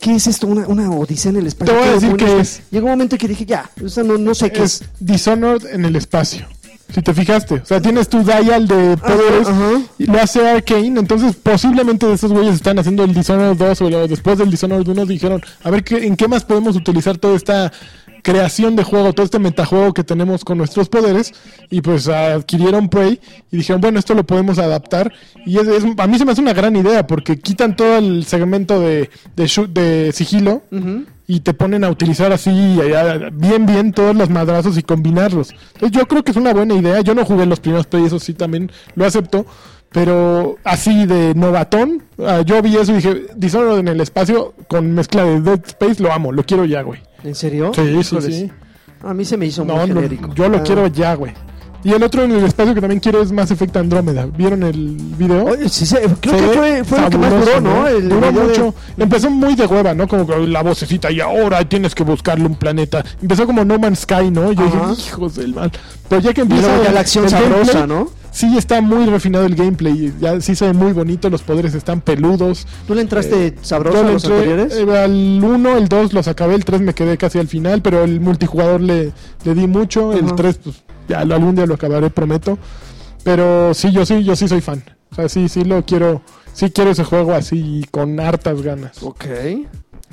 Speaker 4: ¿Qué es esto? Una, una odisea en el espacio.
Speaker 3: Te voy a
Speaker 4: ¿Qué
Speaker 3: decir
Speaker 4: demonios
Speaker 3: qué
Speaker 4: es?
Speaker 3: es.
Speaker 4: Llegó un momento que dije, ya, o sea, no, no sé qué es.
Speaker 3: Es Dishonored en el espacio. Si te fijaste, o sea, tienes tu dial de poderes,
Speaker 4: ajá.
Speaker 3: y lo hace Arkane, entonces posiblemente esos güeyes están haciendo el Dishonored 2 o lo- después del Dishonored 1 dijeron, a ver qué, en qué más podemos utilizar toda esta creación de juego, todo este metajuego que tenemos con nuestros poderes, y pues adquirieron Prey y dijeron, bueno, esto lo podemos adaptar, y es, es- a mí se me hace una gran idea, porque quitan todo el segmento de, de, shoot- de sigilo, y te ponen a utilizar así eh, bien bien todos los madrazos y combinarlos. Entonces yo creo que es una buena idea. Yo no jugué los primeros play, eso sí también lo acepto, pero así de novatón, ah, yo vi eso y dije, Dishonored en el espacio con mezcla de Dead Space lo amo, lo quiero ya, güey.
Speaker 4: ¿En serio?
Speaker 3: Sí, sí,
Speaker 4: Híjoles.
Speaker 3: sí.
Speaker 4: A mí se me hizo
Speaker 3: No,
Speaker 4: muy
Speaker 3: no,
Speaker 4: genérico.
Speaker 3: yo lo
Speaker 4: Ah.
Speaker 3: quiero ya, güey. Y el otro en el espacio que también quiero es Mass Effect Andrómeda. ¿Vieron el video?
Speaker 4: Oye, sí, se- creo
Speaker 3: Se
Speaker 4: que
Speaker 3: ve
Speaker 4: fue, fue lo que más
Speaker 3: fabuloso,
Speaker 4: duró, ¿no? El
Speaker 3: duró
Speaker 4: video de-
Speaker 3: mucho. Empezó muy de hueva, ¿no? Como que la vocecita y ahora tienes que buscarle un planeta. Empezó como No Man's Sky, ¿no? Yo
Speaker 4: Ajá.
Speaker 3: dije, hijos del mal. Pero ya que
Speaker 4: Y
Speaker 3: empieza
Speaker 4: luego ya la acción
Speaker 3: el
Speaker 4: sabrosa,
Speaker 3: gameplay,
Speaker 4: ¿no?
Speaker 3: Sí, está muy refinado el gameplay. Ya sí se ve muy bonito, los poderes están peludos.
Speaker 4: ¿Tú le entraste sabroso
Speaker 3: Eh, Yo
Speaker 4: a
Speaker 3: le
Speaker 4: los
Speaker 3: entré,
Speaker 4: anteriores?
Speaker 3: eh, al 1, el 2 los acabé, el 3 me quedé casi al final, pero el multijugador le, le di mucho, el
Speaker 4: Ajá.
Speaker 3: 3 pues ya lo- algún día lo acabaré, prometo. Pero sí, yo sí, yo sí soy fan. O sea, sí, sí lo quiero, sí quiero ese juego así con hartas ganas.
Speaker 4: Ok.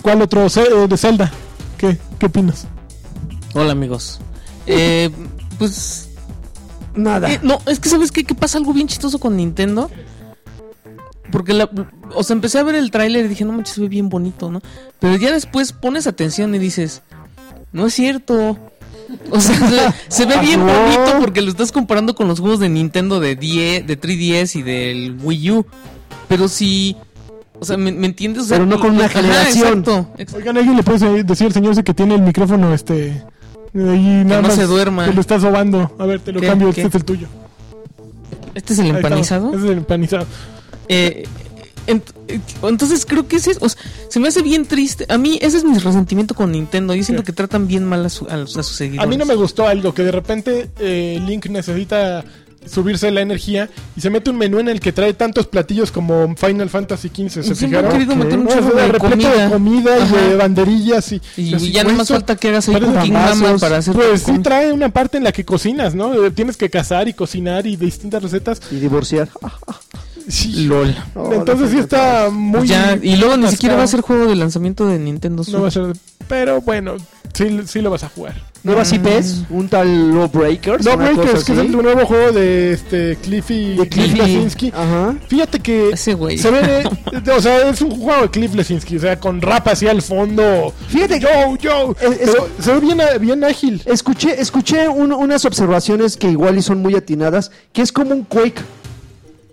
Speaker 3: ¿Cuál otro Ce- eh, de Zelda? ¿Qué, qué opinas?
Speaker 2: Hola, amigos. Eh, pues.
Speaker 4: Nada.
Speaker 2: eh, no, es que sabes qué? que pasa algo bien chistoso con Nintendo. Porque la. O sea, empecé a ver el tráiler y dije, no manches, se ve bien bonito, ¿no? Pero ya después pones atención y dices, no es cierto. O sea, se, se ve bien
Speaker 4: No.
Speaker 2: bonito porque lo estás comparando con los juegos de Nintendo de 10, de 3DS y del Wii U. Pero si. O sea, ¿me, me entiendes? O sea,
Speaker 4: Pero no con una
Speaker 2: ajá,
Speaker 4: generación.
Speaker 2: exacto. ex-
Speaker 3: Oigan, ¿alguien le puede decir al señor ese que tiene el micrófono este ahí nada
Speaker 2: no
Speaker 3: más
Speaker 2: se duerma.
Speaker 3: Que lo estás robando. A ver, te lo
Speaker 2: ¿Qué?
Speaker 3: cambio,
Speaker 2: ¿Qué?
Speaker 3: este es el tuyo.
Speaker 2: Este es el
Speaker 3: Ahí está,
Speaker 2: empanizado.
Speaker 3: Ese es el empanizado.
Speaker 2: Eh, ent- eh, entonces creo que ese es, o sea, se me hace bien triste. A mí ese es mi resentimiento con Nintendo. Yo siento
Speaker 3: Sí.
Speaker 2: que tratan bien mal a, su- a los- a sus
Speaker 3: A
Speaker 2: seguidores.
Speaker 3: mí no me gustó algo, que de repente eh, Link necesita subirse la energía y se mete un menú en el que trae tantos platillos como Final Fantasy XV, ¿se
Speaker 2: Siempre han
Speaker 3: fijaron?
Speaker 2: querido meter un
Speaker 3: No, o sea,
Speaker 2: chorro de
Speaker 3: repleto
Speaker 2: comida.
Speaker 3: de comida y de
Speaker 2: Ajá.
Speaker 3: banderillas y,
Speaker 2: Y
Speaker 3: así,
Speaker 2: ya no
Speaker 3: güey,
Speaker 2: más
Speaker 3: esto
Speaker 2: falta que hagas ahí
Speaker 3: parece
Speaker 2: Cooking Mama
Speaker 3: mamazos.
Speaker 2: para hacer
Speaker 3: Pues
Speaker 2: popcorn.
Speaker 3: sí trae una parte en la que cocinas, ¿no? Eh, Tienes que cazar y cocinar y de distintas recetas.
Speaker 4: Y divorciar.
Speaker 3: Sí.
Speaker 2: LOL.
Speaker 4: No,
Speaker 3: Entonces
Speaker 4: no,
Speaker 3: sí
Speaker 4: no,
Speaker 3: está muy
Speaker 2: Ya, Ah, y luego ni
Speaker 3: atascado.
Speaker 2: siquiera va a ser juego de lanzamiento de Nintendo Switch.
Speaker 3: No va a ser- pero bueno, sí, sí lo vas a jugar.
Speaker 4: Nuevas
Speaker 2: Mm.
Speaker 4: IPs, un tal Lawbreakers.
Speaker 3: No
Speaker 4: una
Speaker 3: Breakers,
Speaker 4: cosa
Speaker 3: que es el
Speaker 4: así.
Speaker 3: nuevo juego de este Cliffy,
Speaker 4: De Cliffy.
Speaker 3: Cliff Blasinski.
Speaker 4: Ajá.
Speaker 3: Fíjate que
Speaker 2: Ese güey.
Speaker 3: se ve, o sea, es un juego de Cliff Lesinski, o sea, con rap hacia el fondo.
Speaker 4: Fíjate que-
Speaker 3: yo, yo.
Speaker 4: Es- es-
Speaker 3: Pero se ve bien, bien ágil.
Speaker 4: Escuché, escuché un- unas observaciones que igual y son muy atinadas, que es como un Quake.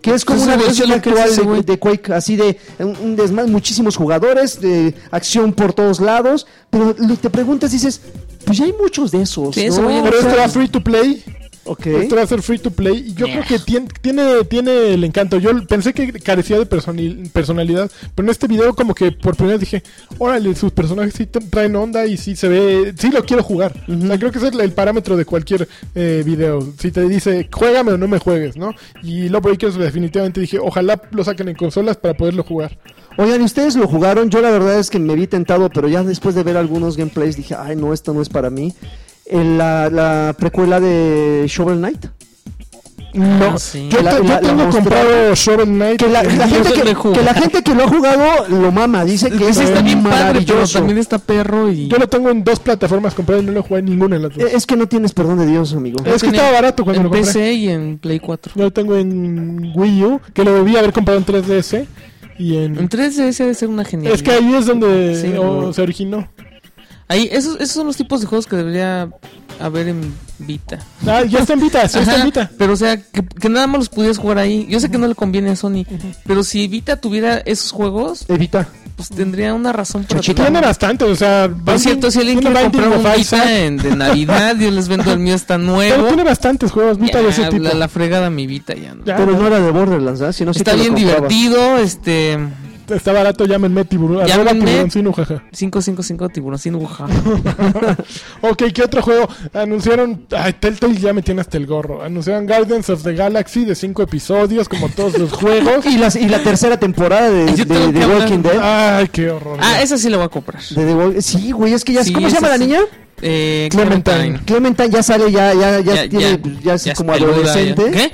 Speaker 4: Que es como
Speaker 2: Pues
Speaker 4: una
Speaker 2: eso es
Speaker 4: versión
Speaker 2: lo que hace
Speaker 4: actual
Speaker 2: ese güey.
Speaker 4: de, de Quake, así de un, un desmadre, muchísimos jugadores, de acción por todos lados, pero lo- te preguntas, dices, pues ya hay muchos de esos.
Speaker 2: Sí,
Speaker 4: ¿no?
Speaker 2: eso voy a
Speaker 4: O
Speaker 3: Pero
Speaker 4: sea,
Speaker 3: este va free to play.
Speaker 4: ok.
Speaker 3: Este va a ser free to play. Y yo creo que tiene, tiene, tiene el encanto. Yo pensé que carecía de personi- personalidad. Pero en este video, como que por primera vez dije: Órale, sus personajes sí tra- traen onda y sí se ve. Sí lo quiero jugar. O sea, creo que ese es el parámetro de cualquier eh, video. Si te dice, juégame o no me juegues, ¿no? Y Love Breakers, definitivamente dije: Ojalá lo saquen en consolas para poderlo jugar.
Speaker 4: Oigan, ¿y ustedes lo jugaron? Yo la verdad es que me vi tentado, pero ya después de ver algunos gameplays dije, ay no, esto no es para mí. El- la, la precuela de Shovel Knight.
Speaker 3: No,
Speaker 2: Ah, sí.
Speaker 3: yo,
Speaker 4: La-
Speaker 3: te- yo
Speaker 4: la- la
Speaker 3: tengo
Speaker 4: mostra-
Speaker 3: comprado Shovel Knight. eh,
Speaker 4: Que la, la
Speaker 3: y-
Speaker 4: gente
Speaker 2: se
Speaker 4: que,
Speaker 2: me jugó.
Speaker 4: que la gente que lo ha jugado lo mama, dice que
Speaker 2: Ese
Speaker 4: es
Speaker 2: está bien padre, pero
Speaker 4: maravilloso.
Speaker 2: también está perro y...
Speaker 3: Yo lo tengo en dos plataformas comprado y no lo jugué en ninguna de las dos.
Speaker 4: Eh, Es que no tienes perdón de Dios, amigo.
Speaker 2: Yo
Speaker 3: es que
Speaker 2: tenía
Speaker 3: estaba barato cuando
Speaker 2: en
Speaker 3: lo compré.
Speaker 2: PC y en Play 4.
Speaker 3: Yo lo tengo en Wii U, que lo debí haber comprado en 3DS. Y en.
Speaker 2: En 3DS ha de ser una genialidad.
Speaker 3: Es que ahí es donde
Speaker 2: Sí,
Speaker 3: o-
Speaker 2: no.
Speaker 3: se originó.
Speaker 2: Ahí, esos, esos son los tipos de juegos que debería haber en Vita.
Speaker 3: Ah, ya está en Vita, sí, está
Speaker 2: Ajá,
Speaker 3: en Vita.
Speaker 2: Pero o sea, que, que nada más los pudieras jugar ahí. Yo sé que no le conviene a Sony, pero si Vita tuviera esos juegos,
Speaker 4: Evita.
Speaker 2: pues tendría una razón para
Speaker 3: Tiene bastante, o sea.
Speaker 2: Por
Speaker 3: Binding-
Speaker 2: cierto, si alguien
Speaker 3: tiene
Speaker 2: quiere
Speaker 3: Binding
Speaker 2: comprar un
Speaker 3: of
Speaker 2: Vita
Speaker 3: Isaac,
Speaker 2: en- de Navidad, yo les vendo el mío, está
Speaker 3: pero
Speaker 2: nuevo.
Speaker 3: tiene bastantes juegos Vita de ese
Speaker 2: Ya,
Speaker 3: tipo.
Speaker 2: la, la fregada mi Vita ya no.
Speaker 3: Ya,
Speaker 4: Pero no era de Borderlands, ¿eh? Si no, sí
Speaker 2: Está
Speaker 4: te lo
Speaker 2: bien
Speaker 4: compraba.
Speaker 2: divertido, este
Speaker 3: Está barato, llámenme tiburón. arroba
Speaker 2: Llámenme.
Speaker 3: tiburoncino, jaja.
Speaker 2: 555 tiburoncín ujaja.
Speaker 3: Ok, ¿qué otro juego? Anunciaron. Ay, Telltale ya me tiene hasta el gorro. Anunciaron Guardians of the Galaxy de cinco episodios, como todos los juegos.
Speaker 4: Y, las- y la tercera temporada de,
Speaker 2: Yo
Speaker 4: de-
Speaker 2: tengo
Speaker 4: de
Speaker 2: que hablar.
Speaker 4: Walking Dead.
Speaker 3: Ay, qué horror.
Speaker 2: Ah, esa sí la voy a comprar.
Speaker 4: de The Walk- sí, güey, es que ya.
Speaker 2: Sí,
Speaker 4: ¿Cómo se llama
Speaker 2: esa
Speaker 4: la
Speaker 2: sí.
Speaker 4: niña?
Speaker 2: Eh,
Speaker 3: Clementine.
Speaker 4: Clementine ya sale, ya, ya, ya,
Speaker 2: Ya-
Speaker 4: tiene, pues,
Speaker 2: ya-
Speaker 4: ya, es
Speaker 2: ya es
Speaker 4: como
Speaker 2: peluda, ya.
Speaker 4: adolescente. Ya.
Speaker 2: ¿Qué?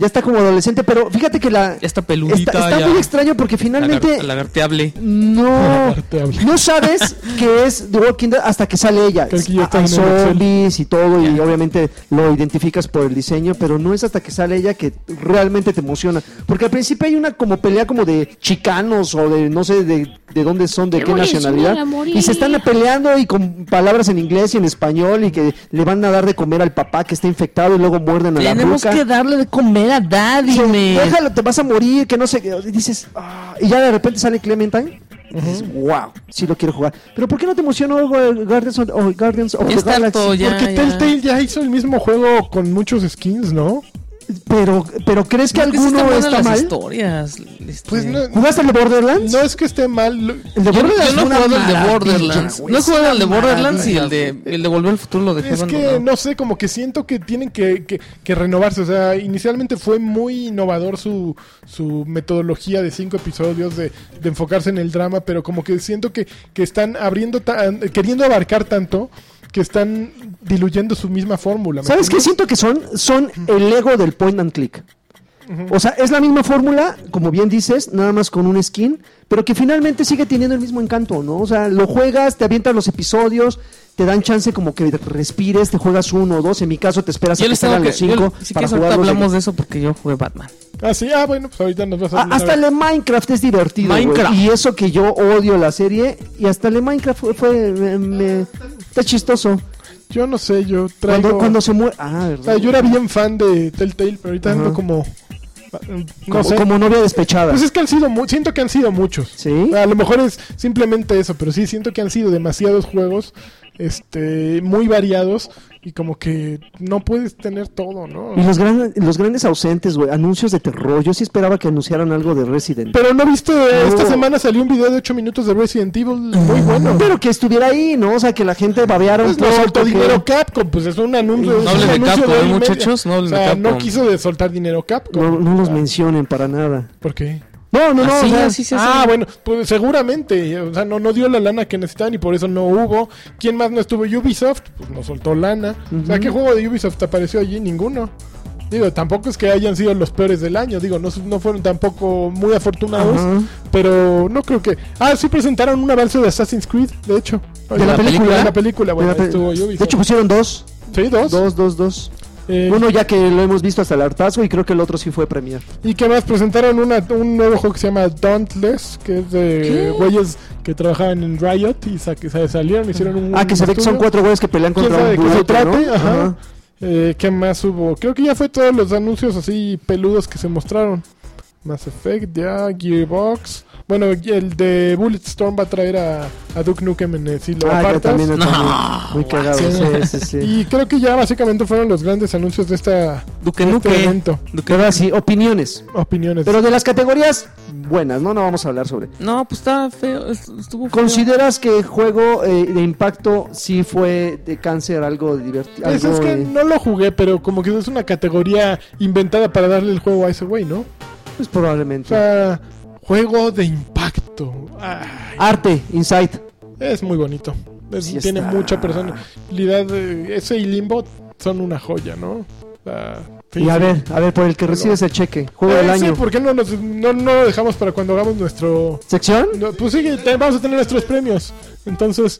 Speaker 4: está como adolescente, pero fíjate que la.
Speaker 2: Ya está peludita,
Speaker 4: Está, está
Speaker 2: ya.
Speaker 4: muy extraño porque finalmente.
Speaker 2: Lagar- lagarteable.
Speaker 4: No,
Speaker 3: Aparte habla.
Speaker 4: no sabes que es The Walking Dead hasta que sale ella.
Speaker 3: Creo que ya está
Speaker 4: Hay
Speaker 3: en el Excel.
Speaker 4: zombies y todo, y
Speaker 2: Ya.
Speaker 4: obviamente lo identificas por el diseño, pero no es hasta que sale ella que realmente te emociona. Porque al principio hay una como pelea como de chicanos o de no sé de, de dónde son, de qué nacionalidad. Y se están peleando y con palabras en inglés y en español y que le van a dar de comer al papá que está infectado y luego muerden a la
Speaker 2: Tenemos
Speaker 4: boca.
Speaker 2: que darle de comer a Daddy,
Speaker 4: Dice,
Speaker 2: men.
Speaker 4: Déjalo, te vas a morir, que no sé qué. Y dices, "Ah", y ya de repente sale Clementine. y Dices, wow, sí lo quiero jugar. Pero ¿por qué no te emocionó Gu- Guardians of, oh, Guardians of
Speaker 2: Ya
Speaker 4: the
Speaker 2: está
Speaker 4: Galaxy?
Speaker 2: harto, ya, ya.
Speaker 3: Porque Telltale ya hizo el mismo juego con muchos skins, ¿no?
Speaker 4: Pero, pero ¿crees que
Speaker 2: No, sí
Speaker 4: alguno
Speaker 2: están buenas
Speaker 4: está
Speaker 2: las
Speaker 4: mal?
Speaker 2: historias. este.
Speaker 3: Pues no,
Speaker 4: ¿Jugaste el de Borderlands?
Speaker 3: no es que esté mal. lo-
Speaker 4: el de
Speaker 2: Yo, no-
Speaker 4: Borderlands
Speaker 2: yo no he
Speaker 4: fue una
Speaker 2: jugado el de
Speaker 4: maravilla,
Speaker 2: Borderlands.
Speaker 4: güey,
Speaker 2: No he
Speaker 4: es
Speaker 2: jugado el de
Speaker 4: una
Speaker 2: Borderlands y el de,
Speaker 4: maravilla, güey.
Speaker 2: el de Volver al Futuro lo dejé
Speaker 3: Es que
Speaker 2: abandonado.
Speaker 3: no sé, como que siento que tienen que, que- que renovarse. O sea, inicialmente fue muy innovador su, su metodología de cinco episodios de, de enfocarse en el drama, pero como que siento que, que están abriendo, tan- queriendo abarcar tanto que están diluyendo su misma fórmula. ¿me
Speaker 4: ¿Sabes qué
Speaker 3: entiendes?
Speaker 4: siento que son? Son el ego del point and click. O sea, es la misma fórmula, como bien dices, nada más con un skin, pero que finalmente sigue teniendo el mismo encanto, ¿no? O sea, lo juegas, te avientas los episodios, te dan chance como que respires, te juegas uno o dos, en mi caso te esperas
Speaker 2: Yo
Speaker 4: a que
Speaker 2: les tengo
Speaker 4: salgan
Speaker 2: que.
Speaker 4: los cinco
Speaker 2: Yo, si
Speaker 4: para
Speaker 2: quieres, ahorita
Speaker 4: jugarlos de-
Speaker 2: hablamos de eso porque yo jugué Batman.
Speaker 3: Ah, sí, ah, bueno, pues ahorita nos vas a
Speaker 4: Ah, hasta el de Minecraft es divertido, güey.
Speaker 2: Minecraft.
Speaker 4: Y eso que yo odio la serie, y hasta el de Minecraft fue... fue- me- me- está chistoso.
Speaker 3: Yo no sé, yo traigo...
Speaker 4: Cuando, cuando se muere. Ah,
Speaker 3: O sea,
Speaker 4: ¿verdad?
Speaker 3: yo era bien fan de Telltale, pero ahorita ando
Speaker 4: Ajá.
Speaker 3: como... No
Speaker 4: como,
Speaker 3: sé.
Speaker 4: como novia despechada.
Speaker 3: Pues es que han sido, mu- siento que han sido muchos.
Speaker 4: Sí.
Speaker 3: A lo mejor es simplemente eso, pero sí siento que han sido demasiados juegos, este, muy variados y como que no puedes tener todo, ¿no?
Speaker 4: Y los, gran- los grandes ausentes, güey. Anuncios de terror. Yo sí esperaba que anunciaran algo de Resident
Speaker 3: Pero no viste, esta
Speaker 4: No.
Speaker 3: semana salió un video de 8 minutos de Resident Evil muy bueno.
Speaker 4: Evil. Pero que estuviera ahí, ¿no? O sea, que la gente babeara un
Speaker 3: Pues no
Speaker 4: poco,
Speaker 3: soltó
Speaker 4: que-
Speaker 3: dinero Capcom, pues es un anuncio.
Speaker 4: No
Speaker 3: es un
Speaker 4: hablen
Speaker 2: de
Speaker 3: anuncio
Speaker 2: Capcom, ¿eh,
Speaker 3: hora y media.
Speaker 2: muchachos? No hablen de
Speaker 3: O sea, no
Speaker 2: Capcom.
Speaker 3: quiso de soltar dinero Capcom.
Speaker 4: No, no los
Speaker 3: Ah,
Speaker 4: mencionen para nada.
Speaker 3: ¿Por qué?
Speaker 4: No, no, no.
Speaker 2: Así,
Speaker 4: o sea,
Speaker 2: así se hace.
Speaker 3: ah, bueno, pues seguramente, o sea, no, no dio la lana que necesitaban y por eso no hubo. ¿Quién más no estuvo? Ubisoft, pues no soltó lana. O sea, ¿qué juego de Ubisoft apareció allí? Ninguno. Digo, tampoco es que hayan sido los peores del año, digo, no, su- no fueron tampoco muy afortunados,
Speaker 4: Ajá.
Speaker 3: pero no creo que... Ah, sí presentaron un avance de Assassin's Creed, de hecho.
Speaker 4: ¿De la película?
Speaker 3: De la película, bueno,
Speaker 4: Mira,
Speaker 3: estuvo
Speaker 4: pe-
Speaker 3: Ubisoft.
Speaker 4: de hecho, pusieron dos.
Speaker 3: sí, dos.
Speaker 4: Dos, dos, dos.
Speaker 3: Eh,
Speaker 4: Uno ya que lo hemos visto hasta el hartazgo y creo que el otro sí fue premier.
Speaker 3: Y que más presentaron una, un nuevo juego que se llama Dauntless, que es de güeyes que trabajaban en Riot y sa- que sa- salieron, hicieron un.
Speaker 4: Ah, que se ve que son
Speaker 3: estudio.
Speaker 4: cuatro güeyes que pelean
Speaker 3: ¿Quién
Speaker 4: contra
Speaker 3: sabe de
Speaker 4: un
Speaker 3: qué se
Speaker 4: bulote,
Speaker 3: trate?
Speaker 4: ¿no?
Speaker 3: Ajá.
Speaker 4: Ajá.
Speaker 3: Eh, ¿Qué más hubo? Creo que ya fue todos los anuncios así peludos que se mostraron. Mass Effect, ya, Gearbox. Bueno, y el de Bulletstorm va a traer a, a Duke Nukem en el silo
Speaker 4: Ah, que también está
Speaker 2: No,
Speaker 4: muy, muy cagado.
Speaker 3: guau.
Speaker 4: Sí, sí, sí.
Speaker 3: Y creo que ya básicamente fueron los grandes anuncios de, esta,
Speaker 2: Duque
Speaker 3: de este
Speaker 2: Nuque.
Speaker 3: evento.
Speaker 2: Duque-
Speaker 4: Pero así, opiniones.
Speaker 3: Opiniones.
Speaker 4: Pero de las categorías buenas, ¿no? No vamos a hablar sobre.
Speaker 2: No, pues está feo. est- Estuvo feo.
Speaker 4: ¿Consideras que juego eh, de impacto sí fue de cáncer algo divertido?
Speaker 3: Pues es que no lo jugué, pero como que es una categoría inventada para darle el juego a ese güey, ¿no?
Speaker 4: Pues
Speaker 3: O
Speaker 4: probablemente.
Speaker 3: sea, juego de impacto. Ay,
Speaker 4: Arte, insight.
Speaker 3: es muy bonito. Es-
Speaker 4: Sí
Speaker 3: tiene
Speaker 4: está.
Speaker 3: mucha personalidad. eh, Ese y Limbo son una joya, ¿no? O sea, sí,
Speaker 4: y a
Speaker 3: sí.
Speaker 4: ver, a ver, por el que recibes el cheque. Juego del
Speaker 3: Ese,
Speaker 4: año.
Speaker 3: ¿Por qué Eh, no, nos- no, no lo dejamos para cuando hagamos nuestro...
Speaker 4: ¿Sección?
Speaker 3: no, pues sí, te- vamos a tener nuestros premios. Entonces,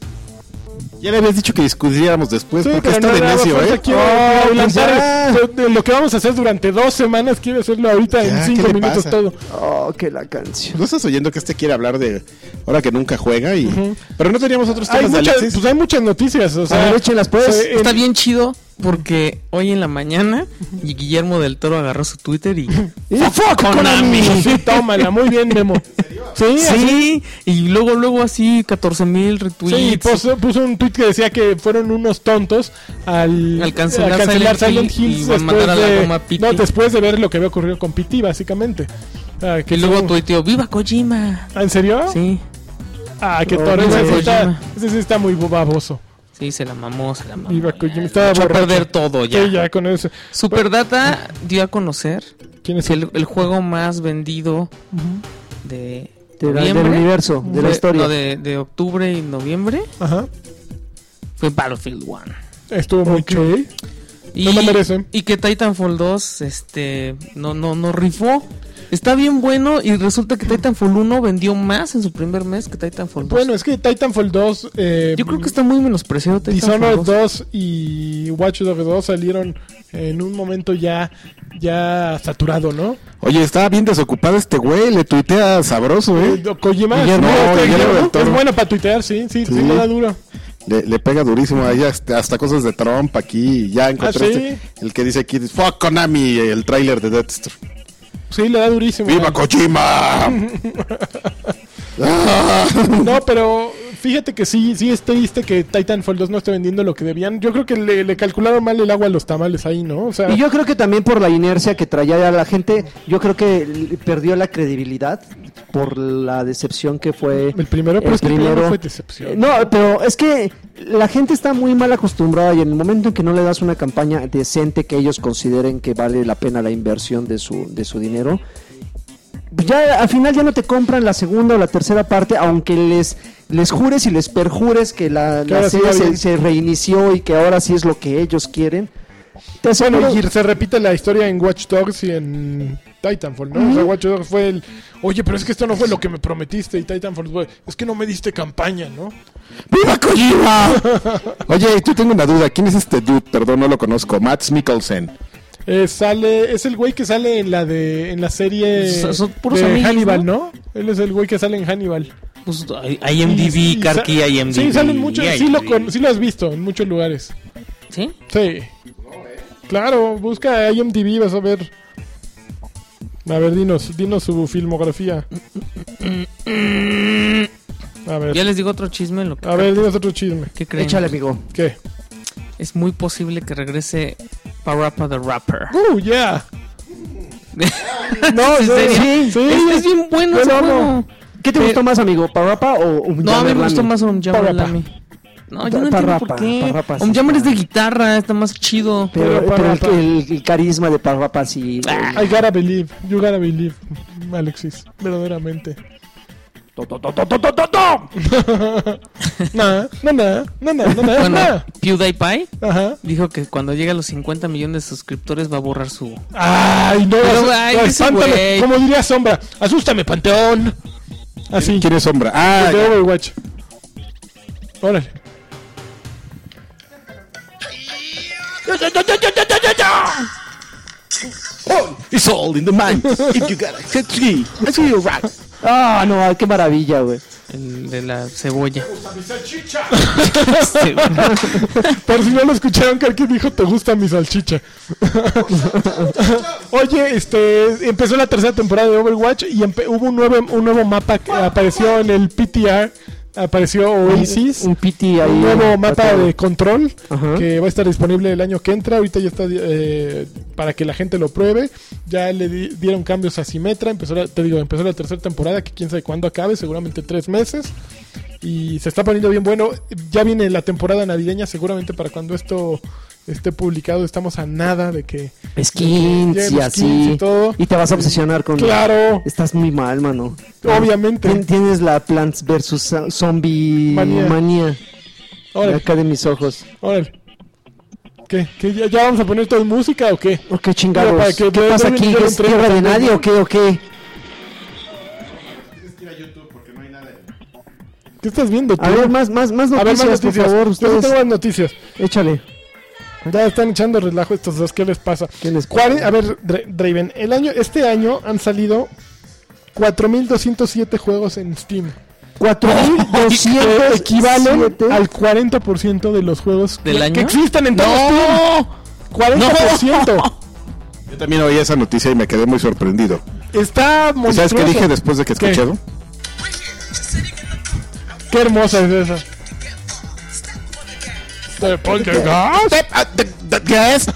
Speaker 1: Ya le habías dicho que discutiéramos después,
Speaker 3: sí,
Speaker 1: porque
Speaker 3: pero
Speaker 1: está
Speaker 3: no
Speaker 1: de
Speaker 3: nada más
Speaker 1: necio,
Speaker 3: falta
Speaker 1: ¿eh?
Speaker 3: quiero
Speaker 4: Oh,
Speaker 3: adelantar de lo que vamos a hacer durante dos semanas. Quiero hacerlo ahorita
Speaker 1: Ya,
Speaker 3: en
Speaker 1: ¿qué
Speaker 3: cinco
Speaker 1: le
Speaker 3: minutos
Speaker 1: pasa?
Speaker 3: todo.
Speaker 4: Oh, que la canción.
Speaker 1: No estás oyendo que este quiere hablar de ahora que nunca juega y. Pero no teníamos otros
Speaker 3: hay
Speaker 1: temas de
Speaker 3: muchas,
Speaker 1: Alexis.
Speaker 3: pues hay muchas noticias, o
Speaker 4: A
Speaker 3: sea,
Speaker 4: ver, échenlas, pues.
Speaker 3: se- en-
Speaker 2: Está bien chido porque hoy en la mañana y Guillermo del Toro agarró su Twitter y
Speaker 4: ¡The fuck,
Speaker 2: Konami!
Speaker 3: Sí, tómala, muy bien, Memo. Sí, así-
Speaker 2: sí, y luego luego así 14 mil retweets.
Speaker 3: sí,
Speaker 4: pues,
Speaker 3: puso, puso un tweet que decía que fueron unos tontos al,
Speaker 2: Al cancelar
Speaker 3: a
Speaker 2: Silent
Speaker 3: Silent,
Speaker 2: Hill
Speaker 3: Hills
Speaker 2: y van a matar
Speaker 3: después,
Speaker 2: a la
Speaker 3: de,
Speaker 2: goma Pity.
Speaker 3: no, después de ver lo que había ocurrido con Pity, básicamente. Ah,
Speaker 2: que
Speaker 3: que
Speaker 2: luego
Speaker 3: fue-
Speaker 2: tuiteó viva Kojima.
Speaker 3: ¿Ah, ¿En serio?
Speaker 2: Sí.
Speaker 3: Ah, qué
Speaker 4: Oh,
Speaker 3: torre.
Speaker 4: viva
Speaker 3: Ese, sí está,
Speaker 2: Kojima.
Speaker 3: ese sí está muy baboso.
Speaker 2: Sí, se la mamó, se la mamó.
Speaker 3: Viva
Speaker 2: ya.
Speaker 3: Kojima, estaba
Speaker 2: Echó a
Speaker 3: borracho.
Speaker 2: perder todo Oh, ya.
Speaker 3: Sí, ya con eso.
Speaker 2: Superdata dio a conocer
Speaker 3: ¿Quién es
Speaker 2: que el, el juego más vendido de
Speaker 4: Del,
Speaker 2: noviembre,
Speaker 4: universo, de la
Speaker 2: fue-
Speaker 4: historia.
Speaker 2: no, de, de octubre y noviembre
Speaker 3: Ajá.
Speaker 2: fue Battlefield 1.
Speaker 3: Estuvo muy chido.
Speaker 2: Y,
Speaker 3: No lo merece.
Speaker 2: Y que Titanfall 2 este, no, no, no rifó. Está bien bueno y resulta que Titanfall 1 vendió más en su primer mes que Titanfall 2.
Speaker 3: Bueno, es que Titanfall 2. Eh,
Speaker 2: Yo creo que está muy menospreciado Titanfall
Speaker 3: Dishonored
Speaker 2: 2.
Speaker 3: 2 y Watch Dogs 2 salieron en un momento ya, ya saturado, ¿no?
Speaker 1: Oye, estaba bien desocupado este güey, le tuitea sabroso,
Speaker 3: Eh,
Speaker 1: ¿eh?
Speaker 3: Kojima
Speaker 1: Guillermo,
Speaker 3: sí, este
Speaker 1: Guillermo
Speaker 3: Guillermo,
Speaker 1: del Toro.
Speaker 3: es bueno para tuitear, sí, sí, sí,
Speaker 1: Sí.
Speaker 3: le da duro.
Speaker 1: Le, le pega durísimo ahí hasta, hasta cosas de Trump aquí. y
Speaker 3: Ah,
Speaker 1: Ya encontraste el que dice aquí: Fuck Konami, el tráiler de Deathstroke.
Speaker 3: Sí, le da durísimo.
Speaker 1: ¡Viva Kojima! Ah.
Speaker 3: No, pero fíjate que sí, sí es triste que Titanfall 2 no esté vendiendo lo que debían. Yo creo que le, le calcularon mal el agua a los tamales ahí, ¿no? O sea,
Speaker 4: Y yo creo que también por la inercia que traía ya la gente, yo creo que l- perdió la credibilidad por la decepción que fue.
Speaker 3: el primero, pero
Speaker 4: el
Speaker 3: es que el primero
Speaker 4: primero.
Speaker 3: fue
Speaker 4: Eh,
Speaker 3: decepción.
Speaker 4: No, pero es que la gente está muy mal acostumbrada y en el momento en que no le das una campaña decente que ellos consideren que vale la pena la inversión de su, de su dinero, pues ya al final ya no te compran la segunda o la tercera parte, aunque les, les jures y les perjures que la,
Speaker 3: Que
Speaker 4: la
Speaker 3: ahora sí
Speaker 4: serie
Speaker 3: va bien.
Speaker 4: se, se reinició y que ahora sí es lo que ellos quieren. Te
Speaker 3: Bueno,
Speaker 4: aseguro-
Speaker 3: y se repite la historia en Watch Dogs y en Titanfall, ¿no? O sea, Watch Dogs fue el, oye, pero es que esto no fue lo que me prometiste y Titanfall fue, es que no me diste campaña, ¿no?
Speaker 1: ¡Viva Kojima! Oye, yo tengo una duda. ¿Quién es este dude? Perdón, no lo conozco. Max Mikkelsen.
Speaker 3: Eh, sale, es el güey que sale en la de, en la serie
Speaker 2: Son- son puros
Speaker 3: de
Speaker 2: amigos,
Speaker 3: Hannibal, ¿no? Él es el güey que sale en Hannibal.
Speaker 2: Pues, I-
Speaker 3: Y-
Speaker 2: IMDb,
Speaker 3: y
Speaker 2: Karki,
Speaker 3: sa-
Speaker 2: IMDb.
Speaker 3: Sí, salen muchos, sí lo,
Speaker 2: IMDb.
Speaker 3: con- sí lo has visto en muchos lugares.
Speaker 2: ¿Sí?
Speaker 3: Sí. Claro, busca IMDb, vas a ver. A ver, dinos, dinos su filmografía. A
Speaker 2: Ya
Speaker 3: ver,
Speaker 2: les digo otro chisme. Lo que,
Speaker 3: a ver, dinos otro chisme.
Speaker 2: ¿Qué creen?
Speaker 4: Ah, Échale, amigo.
Speaker 3: ¿Qué?
Speaker 2: Es muy posible que regrese Parappa the Rapper.
Speaker 3: ¡Uh, yeah!
Speaker 4: No,
Speaker 2: ¿En serio?
Speaker 4: sí, sí.
Speaker 2: Este es bien bueno
Speaker 4: Yo
Speaker 2: ese
Speaker 4: lo amo.
Speaker 2: juego.
Speaker 4: ¿Qué te
Speaker 2: Pe-
Speaker 4: gustó más, amigo? ¿Parappa o un
Speaker 2: No, a mí me gustó más Omjammer
Speaker 4: Parappa.
Speaker 2: Lamy. No, yo no entiendo
Speaker 4: Pa-
Speaker 2: por
Speaker 4: Parappa,
Speaker 2: qué.
Speaker 4: Parappa sí
Speaker 2: Omjammer es
Speaker 4: está.
Speaker 2: de guitarra, está más chido.
Speaker 4: Pero,
Speaker 3: Pero
Speaker 4: pero el-
Speaker 3: Parappa.
Speaker 4: el, el carisma de Parappa sí.
Speaker 2: Ah.
Speaker 3: I gotta believe, you gotta believe, Alexis, verdaderamente. Nada, no, nada, no, nada, no, nada,
Speaker 2: Bueno,
Speaker 3: nada.
Speaker 2: PewDiePie
Speaker 3: Ajá.
Speaker 2: dijo que cuando llegue a los 50 millones de suscriptores va a borrar su...
Speaker 3: Ay, no,
Speaker 2: Pero,
Speaker 3: asu-
Speaker 2: ay,
Speaker 3: no,
Speaker 2: ese
Speaker 3: espántame,
Speaker 2: güey.
Speaker 3: como diría Sombra, asústame, panteón. Así,
Speaker 1: ¿Quién es sombra? Ah,
Speaker 3: de Overwatch. Órale.
Speaker 1: it's all in the mind. If you got a tree, I see you right.
Speaker 4: Ah, no, ay, qué maravilla, güey.
Speaker 2: El de la cebolla.
Speaker 3: Por si no lo escucharon, que alguien dijo, te gusta mi salchicha. Oye, este, empezó la tercera temporada de Overwatch y empe- hubo un nuevo, un nuevo mapa que apareció en el PTR, apareció Oasis.
Speaker 4: Un piti ahí.
Speaker 3: un nuevo mapa
Speaker 4: tratado.
Speaker 3: de control
Speaker 4: Ajá.
Speaker 3: que va a estar disponible el año que entra. Ahorita ya está eh, para que la gente lo pruebe. Ya le di- dieron cambios a Simetra. Empezó la, te digo, empezó la tercera temporada que quién sabe cuándo acabe, seguramente tres meses. Y se está poniendo bien bueno. Ya viene la temporada navideña, seguramente para cuando esto esté publicado estamos a nada de que... Llegan
Speaker 4: Skins y
Speaker 3: skins
Speaker 4: así.
Speaker 3: y todo.
Speaker 4: Y te vas a obsesionar con.
Speaker 3: Claro,
Speaker 4: Estás muy mal, mano. Tien-
Speaker 3: obviamente.
Speaker 4: Tienes la Plants versus Zo- Zombie
Speaker 3: Manía.
Speaker 4: Manía.
Speaker 3: Órale,
Speaker 4: Acá de mis ojos.
Speaker 3: órale. ¿Qué? ¿Qué? ¿Ya, ya vamos a poner todo en música o qué?
Speaker 4: ¿O Oh, qué chingados?
Speaker 3: Mira, para que
Speaker 4: ¿Qué
Speaker 3: te-
Speaker 4: pasa
Speaker 3: te-
Speaker 4: aquí?
Speaker 3: yo
Speaker 4: ¿Qué
Speaker 3: lo
Speaker 4: ¿Es
Speaker 3: entrego
Speaker 4: tierra de
Speaker 3: también,
Speaker 4: nadie
Speaker 3: ¿no?
Speaker 4: o qué o qué?
Speaker 1: Tienes que ir a YouTube porque no hay nada.
Speaker 3: ¿Qué estás viendo tú?
Speaker 4: A ver, más, más, más
Speaker 3: A ver,
Speaker 4: noticias,
Speaker 3: más noticias.
Speaker 4: por favor.
Speaker 3: Yo sí
Speaker 4: Ustedes,
Speaker 3: tengo más noticias.
Speaker 4: échale.
Speaker 3: Ya están echando relajo estos dos. ¿Qué les pasa?
Speaker 4: ¿Qué les
Speaker 3: Cuare-
Speaker 4: pasa?
Speaker 3: A ver, Dra- Draven, el año, este año han salido 4.207 juegos en Steam. que
Speaker 4: 4.200
Speaker 3: equivalen al 40% de los juegos
Speaker 2: ¿Del
Speaker 3: que,
Speaker 2: año?
Speaker 3: que existen en todo Steam. 40%.
Speaker 1: Yo también oí esa noticia y me quedé muy sorprendido.
Speaker 3: Está
Speaker 1: ¿Y
Speaker 3: monstruoso.
Speaker 1: ¿Sabes qué dije después de que
Speaker 3: ¿Qué?
Speaker 1: escucharon?
Speaker 3: Qué hermosa es esa. Poltergeist.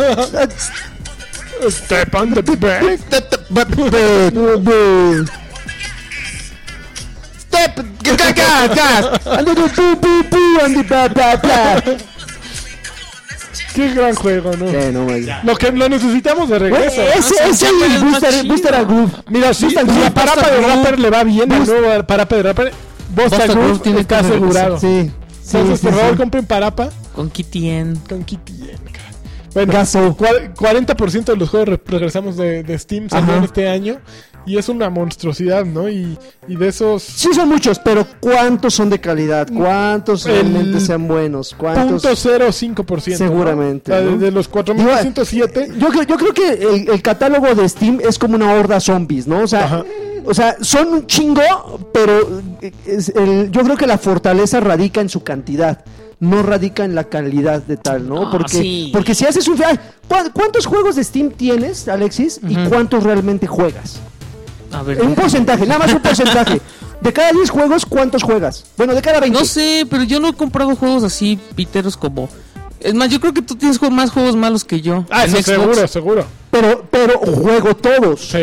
Speaker 3: Stefan the Bear.
Speaker 1: Step, gas, gas, gas.
Speaker 3: Qué gran juego, ¿no?
Speaker 4: Eh, no, güey.
Speaker 3: Lo que lo necesitamos de
Speaker 4: Güey,
Speaker 3: regreso.
Speaker 4: Ese,
Speaker 2: Ah, sí,
Speaker 4: ese
Speaker 2: sí,
Speaker 4: y
Speaker 2: pero
Speaker 4: el
Speaker 2: es más
Speaker 4: Booster,
Speaker 2: chido.
Speaker 4: Booster a Groove. Mira, sí,
Speaker 3: Si a Parapa de Rapper le va bien, al nuevo Parapa de Rapper, Bosta
Speaker 2: Busta
Speaker 3: Groove
Speaker 2: Groove tiene
Speaker 3: está
Speaker 2: que regresar,
Speaker 3: asegurado.
Speaker 4: Sí. sí,
Speaker 3: Entonces,
Speaker 4: sí,
Speaker 3: por
Speaker 4: sí.
Speaker 3: favor, compren Parapa
Speaker 2: Con Kitty N.
Speaker 3: con Kitty Yen, cara. Bueno,
Speaker 4: Gaso.
Speaker 3: cua- 40% de los juegos re- regresamos de, de Steam salieron
Speaker 4: Ajá.
Speaker 3: este año y es una monstruosidad, ¿no? Y, y de esos
Speaker 4: Sí son muchos, pero ¿cuántos son de calidad? ¿Cuántos
Speaker 3: El
Speaker 4: realmente sean buenos? ¿Cuántos?
Speaker 3: .05%.
Speaker 4: Seguramente,
Speaker 3: ¿no? O sea, de,
Speaker 4: ¿no? eh,
Speaker 3: de los 4.107.
Speaker 4: Yo, creo- yo creo que el, el catálogo de Steam es como una horda zombies, ¿no? O
Speaker 3: Ajá.
Speaker 4: sea, o sea son un chingo, pero eh, es el- yo creo que la fortaleza radica en su cantidad. No radica en la calidad de tal, ¿no?
Speaker 2: Ah,
Speaker 4: porque,
Speaker 2: sí.
Speaker 4: porque si haces un... ay, ¿cuá- ¿Cuántos juegos de Steam tienes, Alexis? ¿Y
Speaker 2: Ujú.
Speaker 4: cuántos realmente juegas?
Speaker 2: A ver.
Speaker 4: Un porcentaje, nada más un porcentaje. De cada 10 juegos, ¿cuántos juegas? Bueno, de cada 20.
Speaker 2: No sé, pero yo no he comprado juegos así piteros como... Es más, yo creo que tú tienes jue- más juegos malos que yo.
Speaker 3: Ah,
Speaker 2: en
Speaker 3: eso
Speaker 2: Xbox.
Speaker 3: seguro, seguro.
Speaker 4: Pero, pero juego todos.
Speaker 3: Sí,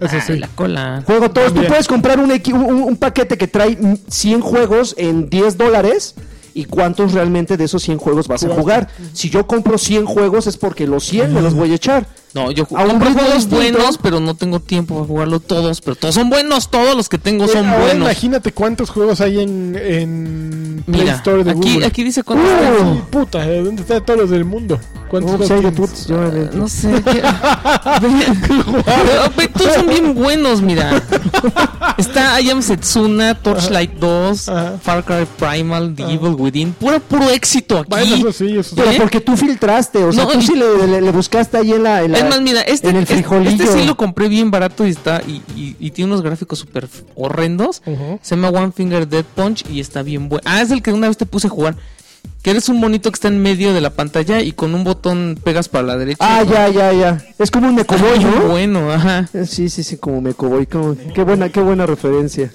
Speaker 3: eso
Speaker 2: Ay,
Speaker 3: sí.
Speaker 2: Ah, la cola.
Speaker 4: Juego todos.
Speaker 3: También.
Speaker 4: Tú puedes comprar un, equi- un, un paquete que trae mm, 100 juegos en 10 dólares. ¿Y cuántos realmente de esos 100 juegos vas a jugar? Si yo compro 100 juegos es porque los 100 me los voy a echar.
Speaker 2: No, yo ju-
Speaker 4: A un
Speaker 2: compro
Speaker 4: ritmo
Speaker 2: juegos
Speaker 4: distinto.
Speaker 2: buenos, pero no tengo tiempo para jugarlo todos. Pero todos son buenos, todos los que tengo
Speaker 3: Eh,
Speaker 2: son
Speaker 3: ahora
Speaker 2: buenos.
Speaker 3: Imagínate cuántos juegos hay en, en Play
Speaker 2: Mira,
Speaker 3: Store de
Speaker 2: aquí,
Speaker 3: Google.
Speaker 2: aquí dice cuántos tengo.
Speaker 3: ¡Uh! puta, ¿de ¿dónde están todos los del mundo? ¿Cuántos
Speaker 4: No, pues,
Speaker 3: juegos
Speaker 4: hay de
Speaker 3: tienes?
Speaker 4: putos, yo, eh,
Speaker 2: No sé. ¿qué? Ve- ve, Todos son bien buenos, mira. Está I Am Setsuna, Torchlight 2,
Speaker 3: Ajá.
Speaker 2: Far Cry Primal, The Evil Within. Puro, puro éxito aquí.
Speaker 3: Bueno, eso sí, eso sí.
Speaker 4: Pero
Speaker 2: ¿Eh?
Speaker 4: porque tú filtraste, o sea,
Speaker 2: No,
Speaker 4: tú
Speaker 2: y-
Speaker 4: sí le, le- le buscaste ahí en la... en la-
Speaker 2: es más, mira, este,
Speaker 4: en el
Speaker 2: es-
Speaker 4: frijolillo.
Speaker 2: este sí lo compré bien barato y está y, y- y tiene unos gráficos súper f- horrendos.
Speaker 3: Ujú.
Speaker 2: Se llama One Finger Dead Punch y está bien bueno. Ah, es el que una vez te puse a jugar. Que eres un monito que está en medio de la pantalla y con un botón pegas para la derecha.
Speaker 4: Ah, ya, ya, ya. Es como un
Speaker 2: Está muy
Speaker 4: mecoboy, ¿no?
Speaker 2: Bueno, ajá.
Speaker 4: Eh, Sí, sí, sí, como mecoboy. como- Qué, buena, qué buena referencia.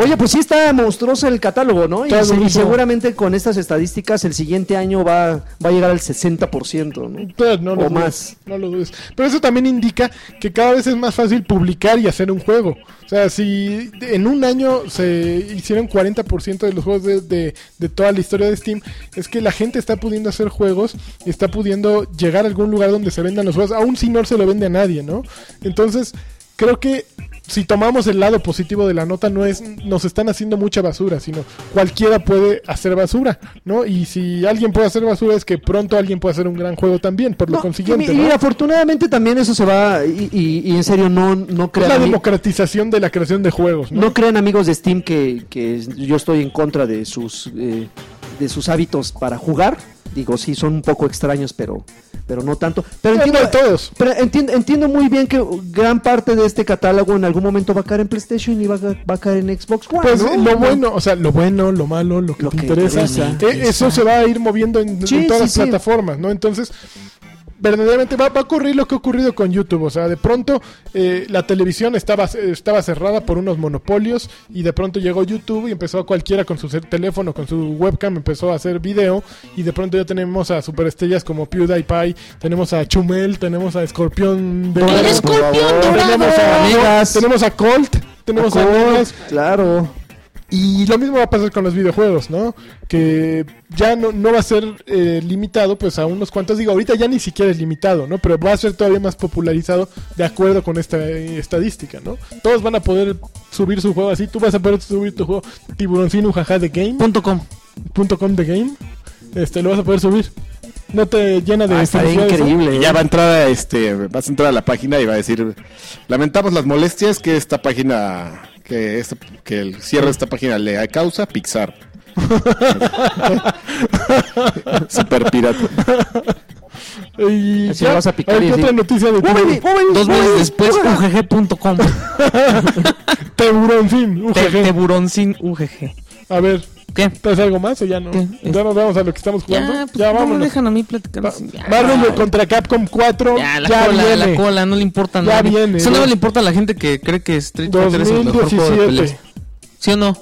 Speaker 4: Oye, pues sí está monstruoso el catálogo, ¿no? Y,
Speaker 3: Está
Speaker 4: se- y
Speaker 3: buenísimo.
Speaker 4: seguramente con estas estadísticas el siguiente año va, va a llegar al 60%, ¿no?
Speaker 3: Pues, no lo
Speaker 4: O
Speaker 3: dudes,
Speaker 4: más.
Speaker 3: No lo dudes. Pero eso también indica que cada vez es más fácil publicar y hacer un juego. O sea, si en un año se hicieron 40% de los juegos de, de- de toda la historia de Steam, es que la gente está pudiendo hacer juegos y está pudiendo llegar a algún lugar donde se vendan los juegos, aún si no se lo vende a nadie, ¿no? Entonces, creo que si tomamos el lado positivo de la nota, no es nos están haciendo mucha basura, sino cualquiera puede hacer basura, ¿no? Y si alguien puede hacer basura, es que pronto alguien puede hacer un gran juego también, por lo
Speaker 4: No,
Speaker 3: consiguiente,
Speaker 4: y, mi- y
Speaker 3: ¿no?
Speaker 4: afortunadamente también eso se va, y, y- y en serio, no, no
Speaker 3: Es
Speaker 4: crean...
Speaker 3: la
Speaker 4: ami-
Speaker 3: democratización de la creación de juegos, ¿no?
Speaker 4: No crean amigos de Steam que, que yo estoy en contra de sus eh, de sus hábitos para jugar. Digo, sí, son un poco extraños, pero pero no tanto. Pero
Speaker 3: Eh,
Speaker 4: entiendo,
Speaker 3: no de todos.
Speaker 4: pero entiendo, entiendo muy bien que gran parte de este catálogo en algún momento va a caer en PlayStation y va a, ca- va a caer en Xbox One.
Speaker 3: Pues
Speaker 4: ¿no?
Speaker 3: lo bueno, o sea, lo bueno, lo malo, lo que
Speaker 4: Lo
Speaker 3: te
Speaker 4: que
Speaker 3: interesa,
Speaker 4: interesa.
Speaker 3: eh, eso se va a ir moviendo en,
Speaker 4: Sí,
Speaker 3: en todas
Speaker 4: sí,
Speaker 3: las
Speaker 4: sí.
Speaker 3: plataformas, ¿no? Entonces, verdaderamente va, va a ocurrir lo que ha ocurrido con YouTube, o sea, de pronto eh, la televisión estaba, estaba cerrada por unos monopolios y de pronto llegó YouTube y empezó a cualquiera con su cel- teléfono, con su webcam, empezó a hacer video y de pronto ya tenemos a superestrellas como PewDiePie, tenemos a Chumel, tenemos a Escorpión de
Speaker 4: ¡El Escorpión
Speaker 3: tenemos a,
Speaker 4: Amigas.
Speaker 3: tenemos a Colt, tenemos a, Amigas.
Speaker 4: Claro.
Speaker 3: Y lo mismo va a pasar con los videojuegos, ¿no? Que ya no, no va a ser eh, limitado, pues a unos cuantos. Digo, ahorita ya ni siquiera es limitado, ¿no? Pero va a ser todavía más popularizado de acuerdo con esta eh, estadística, ¿no? Todos van a poder subir su juego así. Tú vas a poder subir tu juego tiburoncino jaja de game,
Speaker 2: Punto com.
Speaker 3: punto com de game. Este, lo vas a poder subir. No te llena de
Speaker 4: Ah, estaría
Speaker 3: felicidad eso?
Speaker 4: increíble.
Speaker 1: Y
Speaker 4: ¿eh?
Speaker 1: ya va a entrar a este, vas a entrar a la página y va a decir, lamentamos las molestias que esta página, que, esta- que el cierre de esta página le causa Pixar. Super pirata.
Speaker 3: Y
Speaker 4: Así lo vas a picar
Speaker 3: ver,
Speaker 4: y
Speaker 3: ¿qué
Speaker 4: decir,
Speaker 3: otra noticia de
Speaker 4: Móvil,
Speaker 3: tiburón?
Speaker 4: móvil,
Speaker 2: Dos meses
Speaker 4: móvil,
Speaker 2: después,
Speaker 4: móvil.
Speaker 2: ugg.com.
Speaker 3: Tiburoncín, UGG.
Speaker 2: Te- Teburón sin UGG.
Speaker 3: A ver,
Speaker 2: ¿Qué?
Speaker 3: ¿traes algo más o ya no?
Speaker 2: ¿Qué?
Speaker 3: Ya nos vamos a lo que estamos jugando.
Speaker 2: Ya,
Speaker 3: Ya,
Speaker 2: pues no me
Speaker 3: vámonos.
Speaker 2: dejan a mí platicar.
Speaker 3: Va-
Speaker 2: así. Ya,
Speaker 3: Marvel
Speaker 2: ya,
Speaker 3: contra Capcom 4. Ya,
Speaker 2: Ya, la cola,
Speaker 3: viene.
Speaker 2: la cola, no le importa
Speaker 3: Ya
Speaker 2: nada.
Speaker 3: viene,
Speaker 2: Solo
Speaker 3: ya.
Speaker 2: le importa a la gente que cree que Street Fighter es el mejor juego de
Speaker 3: 2017.
Speaker 2: peleas. ¿Sí o no?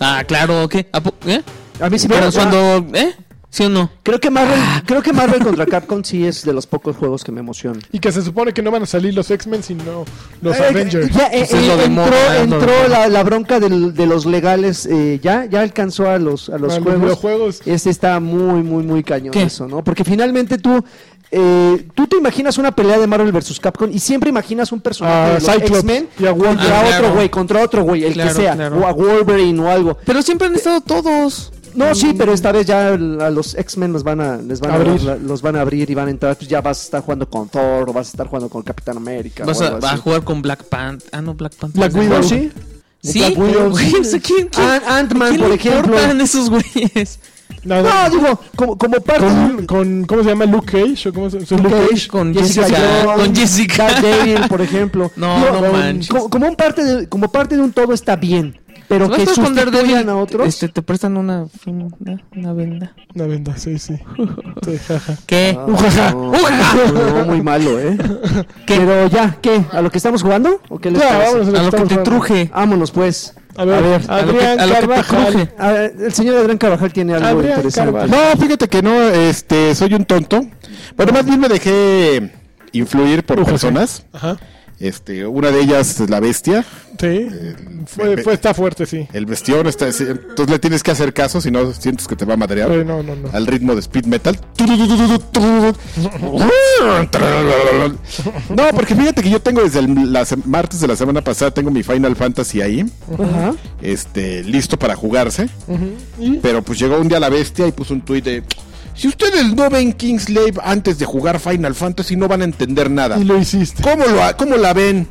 Speaker 2: Ah, claro, ¿qué? ¿A po- ¿Eh?
Speaker 4: A mí sí me
Speaker 2: Pero
Speaker 4: gusta.
Speaker 2: cuando... ¿Eh? ¿Sí o no?
Speaker 4: Creo que Marvel,
Speaker 3: Ah.
Speaker 4: creo que Marvel contra Capcom sí es de los pocos juegos que me emocionan.
Speaker 3: Y que se supone que no van a salir los X-Men, sino los
Speaker 4: Eh,
Speaker 3: Avengers.
Speaker 4: Ya, eh,
Speaker 2: Pues es
Speaker 4: eh,
Speaker 2: lo de
Speaker 4: entró
Speaker 2: moda, es lo de
Speaker 4: entró
Speaker 2: moda.
Speaker 4: la, la bronca del- de los legales, eh, ya ya alcanzó a los, a los
Speaker 3: A los
Speaker 4: juegos.
Speaker 3: videojuegos.
Speaker 4: Este está muy, muy, muy cañón
Speaker 2: ¿Qué?
Speaker 4: eso, ¿no? Porque finalmente tú, eh, tú te imaginas una pelea de Marvel versus Capcom y siempre imaginas un personaje
Speaker 3: A
Speaker 4: de los
Speaker 3: Cyclops
Speaker 4: X-Men
Speaker 3: y a Wolverine.
Speaker 4: contra
Speaker 2: Ah,
Speaker 4: otro
Speaker 2: claro.
Speaker 4: güey, contra otro güey, el
Speaker 2: Claro,
Speaker 4: que sea,
Speaker 2: claro.
Speaker 4: o a Wolverine o algo.
Speaker 2: Pero siempre han estado todos.
Speaker 4: No, sí, pero esta vez ya a los X-Men los van a, les van a
Speaker 3: Mm. Abrir.
Speaker 4: la- los van a abrir y van a entrar, pues ya vas a estar jugando con Thor o vas a estar jugando con Capitán América.
Speaker 2: Vas
Speaker 4: o
Speaker 2: a,
Speaker 4: algo
Speaker 2: vas a
Speaker 4: así.
Speaker 2: jugar con Black Panther. Ah, no, Black Panther.
Speaker 3: Black
Speaker 2: es de
Speaker 3: Widow.
Speaker 4: No,
Speaker 2: Marvel.
Speaker 4: sí.
Speaker 2: Sí,
Speaker 4: Black Widow,
Speaker 2: pero, güey,
Speaker 4: sí.
Speaker 2: o sea, ¿quién- quién-
Speaker 4: Ant- Ant-Man,
Speaker 2: ¿a quién
Speaker 4: por
Speaker 2: le
Speaker 4: ejemplo.
Speaker 2: importan esos güeyes?
Speaker 3: No, no.
Speaker 4: No, digo, como, como parte
Speaker 3: Con, con- ¿Cómo se llama? Luke Cage. ¿o cómo se, su Luke
Speaker 4: Luke
Speaker 3: Cage.
Speaker 4: Cage,
Speaker 2: con Jessica- con Jessica.
Speaker 4: Daredevil, por ejemplo.
Speaker 2: No, no
Speaker 4: con-
Speaker 2: manches.
Speaker 4: Como, como un parte de, como parte de un todo está bien, pero
Speaker 2: ¿Vas
Speaker 4: que
Speaker 2: a jugar con
Speaker 4: sustituyan
Speaker 2: Daredevil?
Speaker 4: a otros.
Speaker 2: Este, te prestan una, una, una venda.
Speaker 3: Una venda, sí, sí. Sí, jaja.
Speaker 2: ¿Qué?
Speaker 4: Ah, no, no, muy malo, ¿eh? Pero ya, ¿qué? ¿A lo que estamos jugando? ¿O qué les
Speaker 3: Ya,
Speaker 4: parece?
Speaker 3: vámonos
Speaker 2: A lo que
Speaker 3: estamos
Speaker 2: te
Speaker 3: jugando.
Speaker 2: truje.
Speaker 4: Vámonos, pues.
Speaker 3: A ver,
Speaker 4: A ver,
Speaker 2: a lo que-
Speaker 3: Adrián
Speaker 2: a lo que te
Speaker 3: Carvajal.
Speaker 2: cruje.
Speaker 4: A ver, el señor Adrián Carvajal tiene algo
Speaker 3: Adrián
Speaker 4: interesante.
Speaker 3: Carvajal.
Speaker 1: No, fíjate que no, este, soy un tonto. Bueno, más bien me dejé influir por
Speaker 3: Ujú, sí.
Speaker 1: personas.
Speaker 3: Ajá.
Speaker 1: Este, una de ellas es la bestia.
Speaker 3: Sí. Fue, fue- está fuerte, sí.
Speaker 1: El bestión está, sí, entonces le tienes que hacer caso, si no sientes que te va a madrear.
Speaker 3: Eh, no, no, no.
Speaker 1: al ritmo de speed metal. No, porque fíjate que yo tengo desde el la se- martes de la semana pasada tengo mi Final Fantasy ahí,
Speaker 4: Ajá.
Speaker 1: este listo para jugarse,
Speaker 3: ¿Y?
Speaker 1: pero pues llegó un día la bestia y puso un tuit de si ustedes no ven Kingslave antes de jugar Final Fantasy no van a entender nada.
Speaker 3: Y lo hiciste.
Speaker 1: ¿Cómo lo ha- cómo la ven?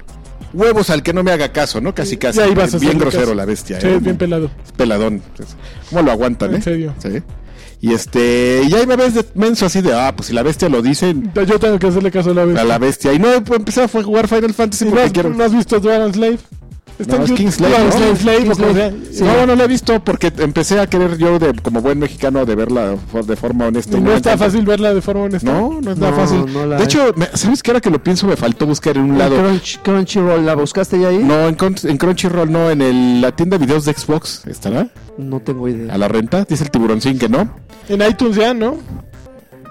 Speaker 1: Huevos al que no me haga caso, ¿no? Casi casi.
Speaker 3: Ya ibas a
Speaker 1: bien
Speaker 3: hacerle
Speaker 1: grosero
Speaker 3: caso.
Speaker 1: la bestia.
Speaker 3: Sí,
Speaker 1: ¿eh?
Speaker 3: bien pelado.
Speaker 1: peladón. ¿Cómo lo aguantan,
Speaker 3: En
Speaker 1: eh?
Speaker 3: serio.
Speaker 1: Sí. Y este, y ahí me ves de menso así de, ah, pues si la bestia lo dice,
Speaker 3: Yo tengo que hacerle caso a la vez.
Speaker 1: a la bestia. Y no, pues, empecé a jugar Final Fantasy
Speaker 3: ¿Y no,
Speaker 1: porque
Speaker 3: has,
Speaker 1: quiero.
Speaker 3: no has visto Dragon Slave? Está
Speaker 1: No,
Speaker 3: en
Speaker 1: es
Speaker 3: YouTube.
Speaker 1: Kingslave,
Speaker 3: No,
Speaker 1: ¿no?
Speaker 3: Slave, Slave,
Speaker 4: Kingslave,
Speaker 3: o como sea.
Speaker 4: sí.
Speaker 1: No, no la he visto porque empecé a querer yo, de, como buen mexicano, de verla for- de forma honesta.
Speaker 3: Y
Speaker 1: y
Speaker 3: no
Speaker 1: la
Speaker 3: está
Speaker 1: encontré.
Speaker 3: fácil verla de forma honesta.
Speaker 1: No, no es nada
Speaker 4: No,
Speaker 1: fácil.
Speaker 4: no la
Speaker 1: de
Speaker 4: hay.
Speaker 1: hecho, me- ¿sabes qué? Ahora que lo pienso, me faltó buscar en un
Speaker 4: La
Speaker 1: lado.
Speaker 4: Crunch- Crunchyroll, ¿la buscaste ya ahí?
Speaker 1: No, en, Crunch- en Crunchyroll no, en el- la tienda de videos de Xbox estará
Speaker 4: No tengo
Speaker 1: a
Speaker 4: idea.
Speaker 1: la renta, dice el tiburoncín que no.
Speaker 3: En iTunes ya, ¿no?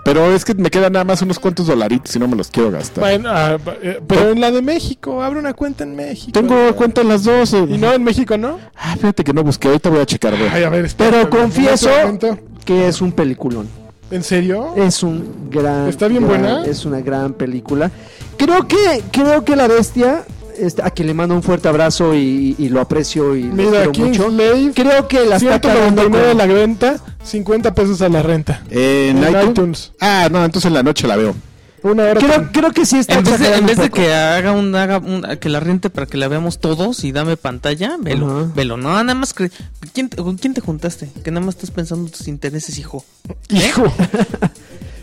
Speaker 1: Pero es que me quedan nada más unos cuantos dolaritos y no me los quiero gastar.
Speaker 3: Bueno, ah, eh, pero en la de México, abre una cuenta en México.
Speaker 1: Tengo cuenta en las dos. eh.
Speaker 3: Y no en México, ¿no?
Speaker 1: Ah, fíjate que no busqué, ahorita voy a checar. güey.
Speaker 3: Ay, a ver, espera,
Speaker 4: Pero
Speaker 3: espera,
Speaker 4: confieso Eh,
Speaker 3: un momento, un momento.
Speaker 4: que es un peliculón.
Speaker 3: ¿En serio?
Speaker 4: Es un gran.
Speaker 3: ¿Está bien
Speaker 4: gran-
Speaker 3: buena?
Speaker 4: Es una gran película. Creo que, creo que la bestia, este, a quien le mando un fuerte abrazo y, y lo aprecio y lo
Speaker 3: Mira,
Speaker 4: quiero mucho.
Speaker 3: Kingslave,
Speaker 4: Creo que la está cagando
Speaker 3: 199 a
Speaker 4: con-
Speaker 3: la venta, 50 pesos a la renta.
Speaker 1: En
Speaker 3: En
Speaker 1: iTunes.
Speaker 3: iTunes.
Speaker 1: Ah, no, entonces en la noche la veo.
Speaker 3: Una hora.
Speaker 4: Creo, creo que sí está
Speaker 2: En vez de, en
Speaker 4: exagerando
Speaker 2: vez
Speaker 4: un
Speaker 2: de
Speaker 4: poco.
Speaker 2: que haga un, haga un- que la rente para que la veamos todos y dame pantalla, velo,
Speaker 4: Ajá.
Speaker 2: velo. No, nada más que ¿quién, te- ¿con quién te juntaste? Que nada más estás pensando en tus intereses, hijo. ¿eh?
Speaker 3: Hijo.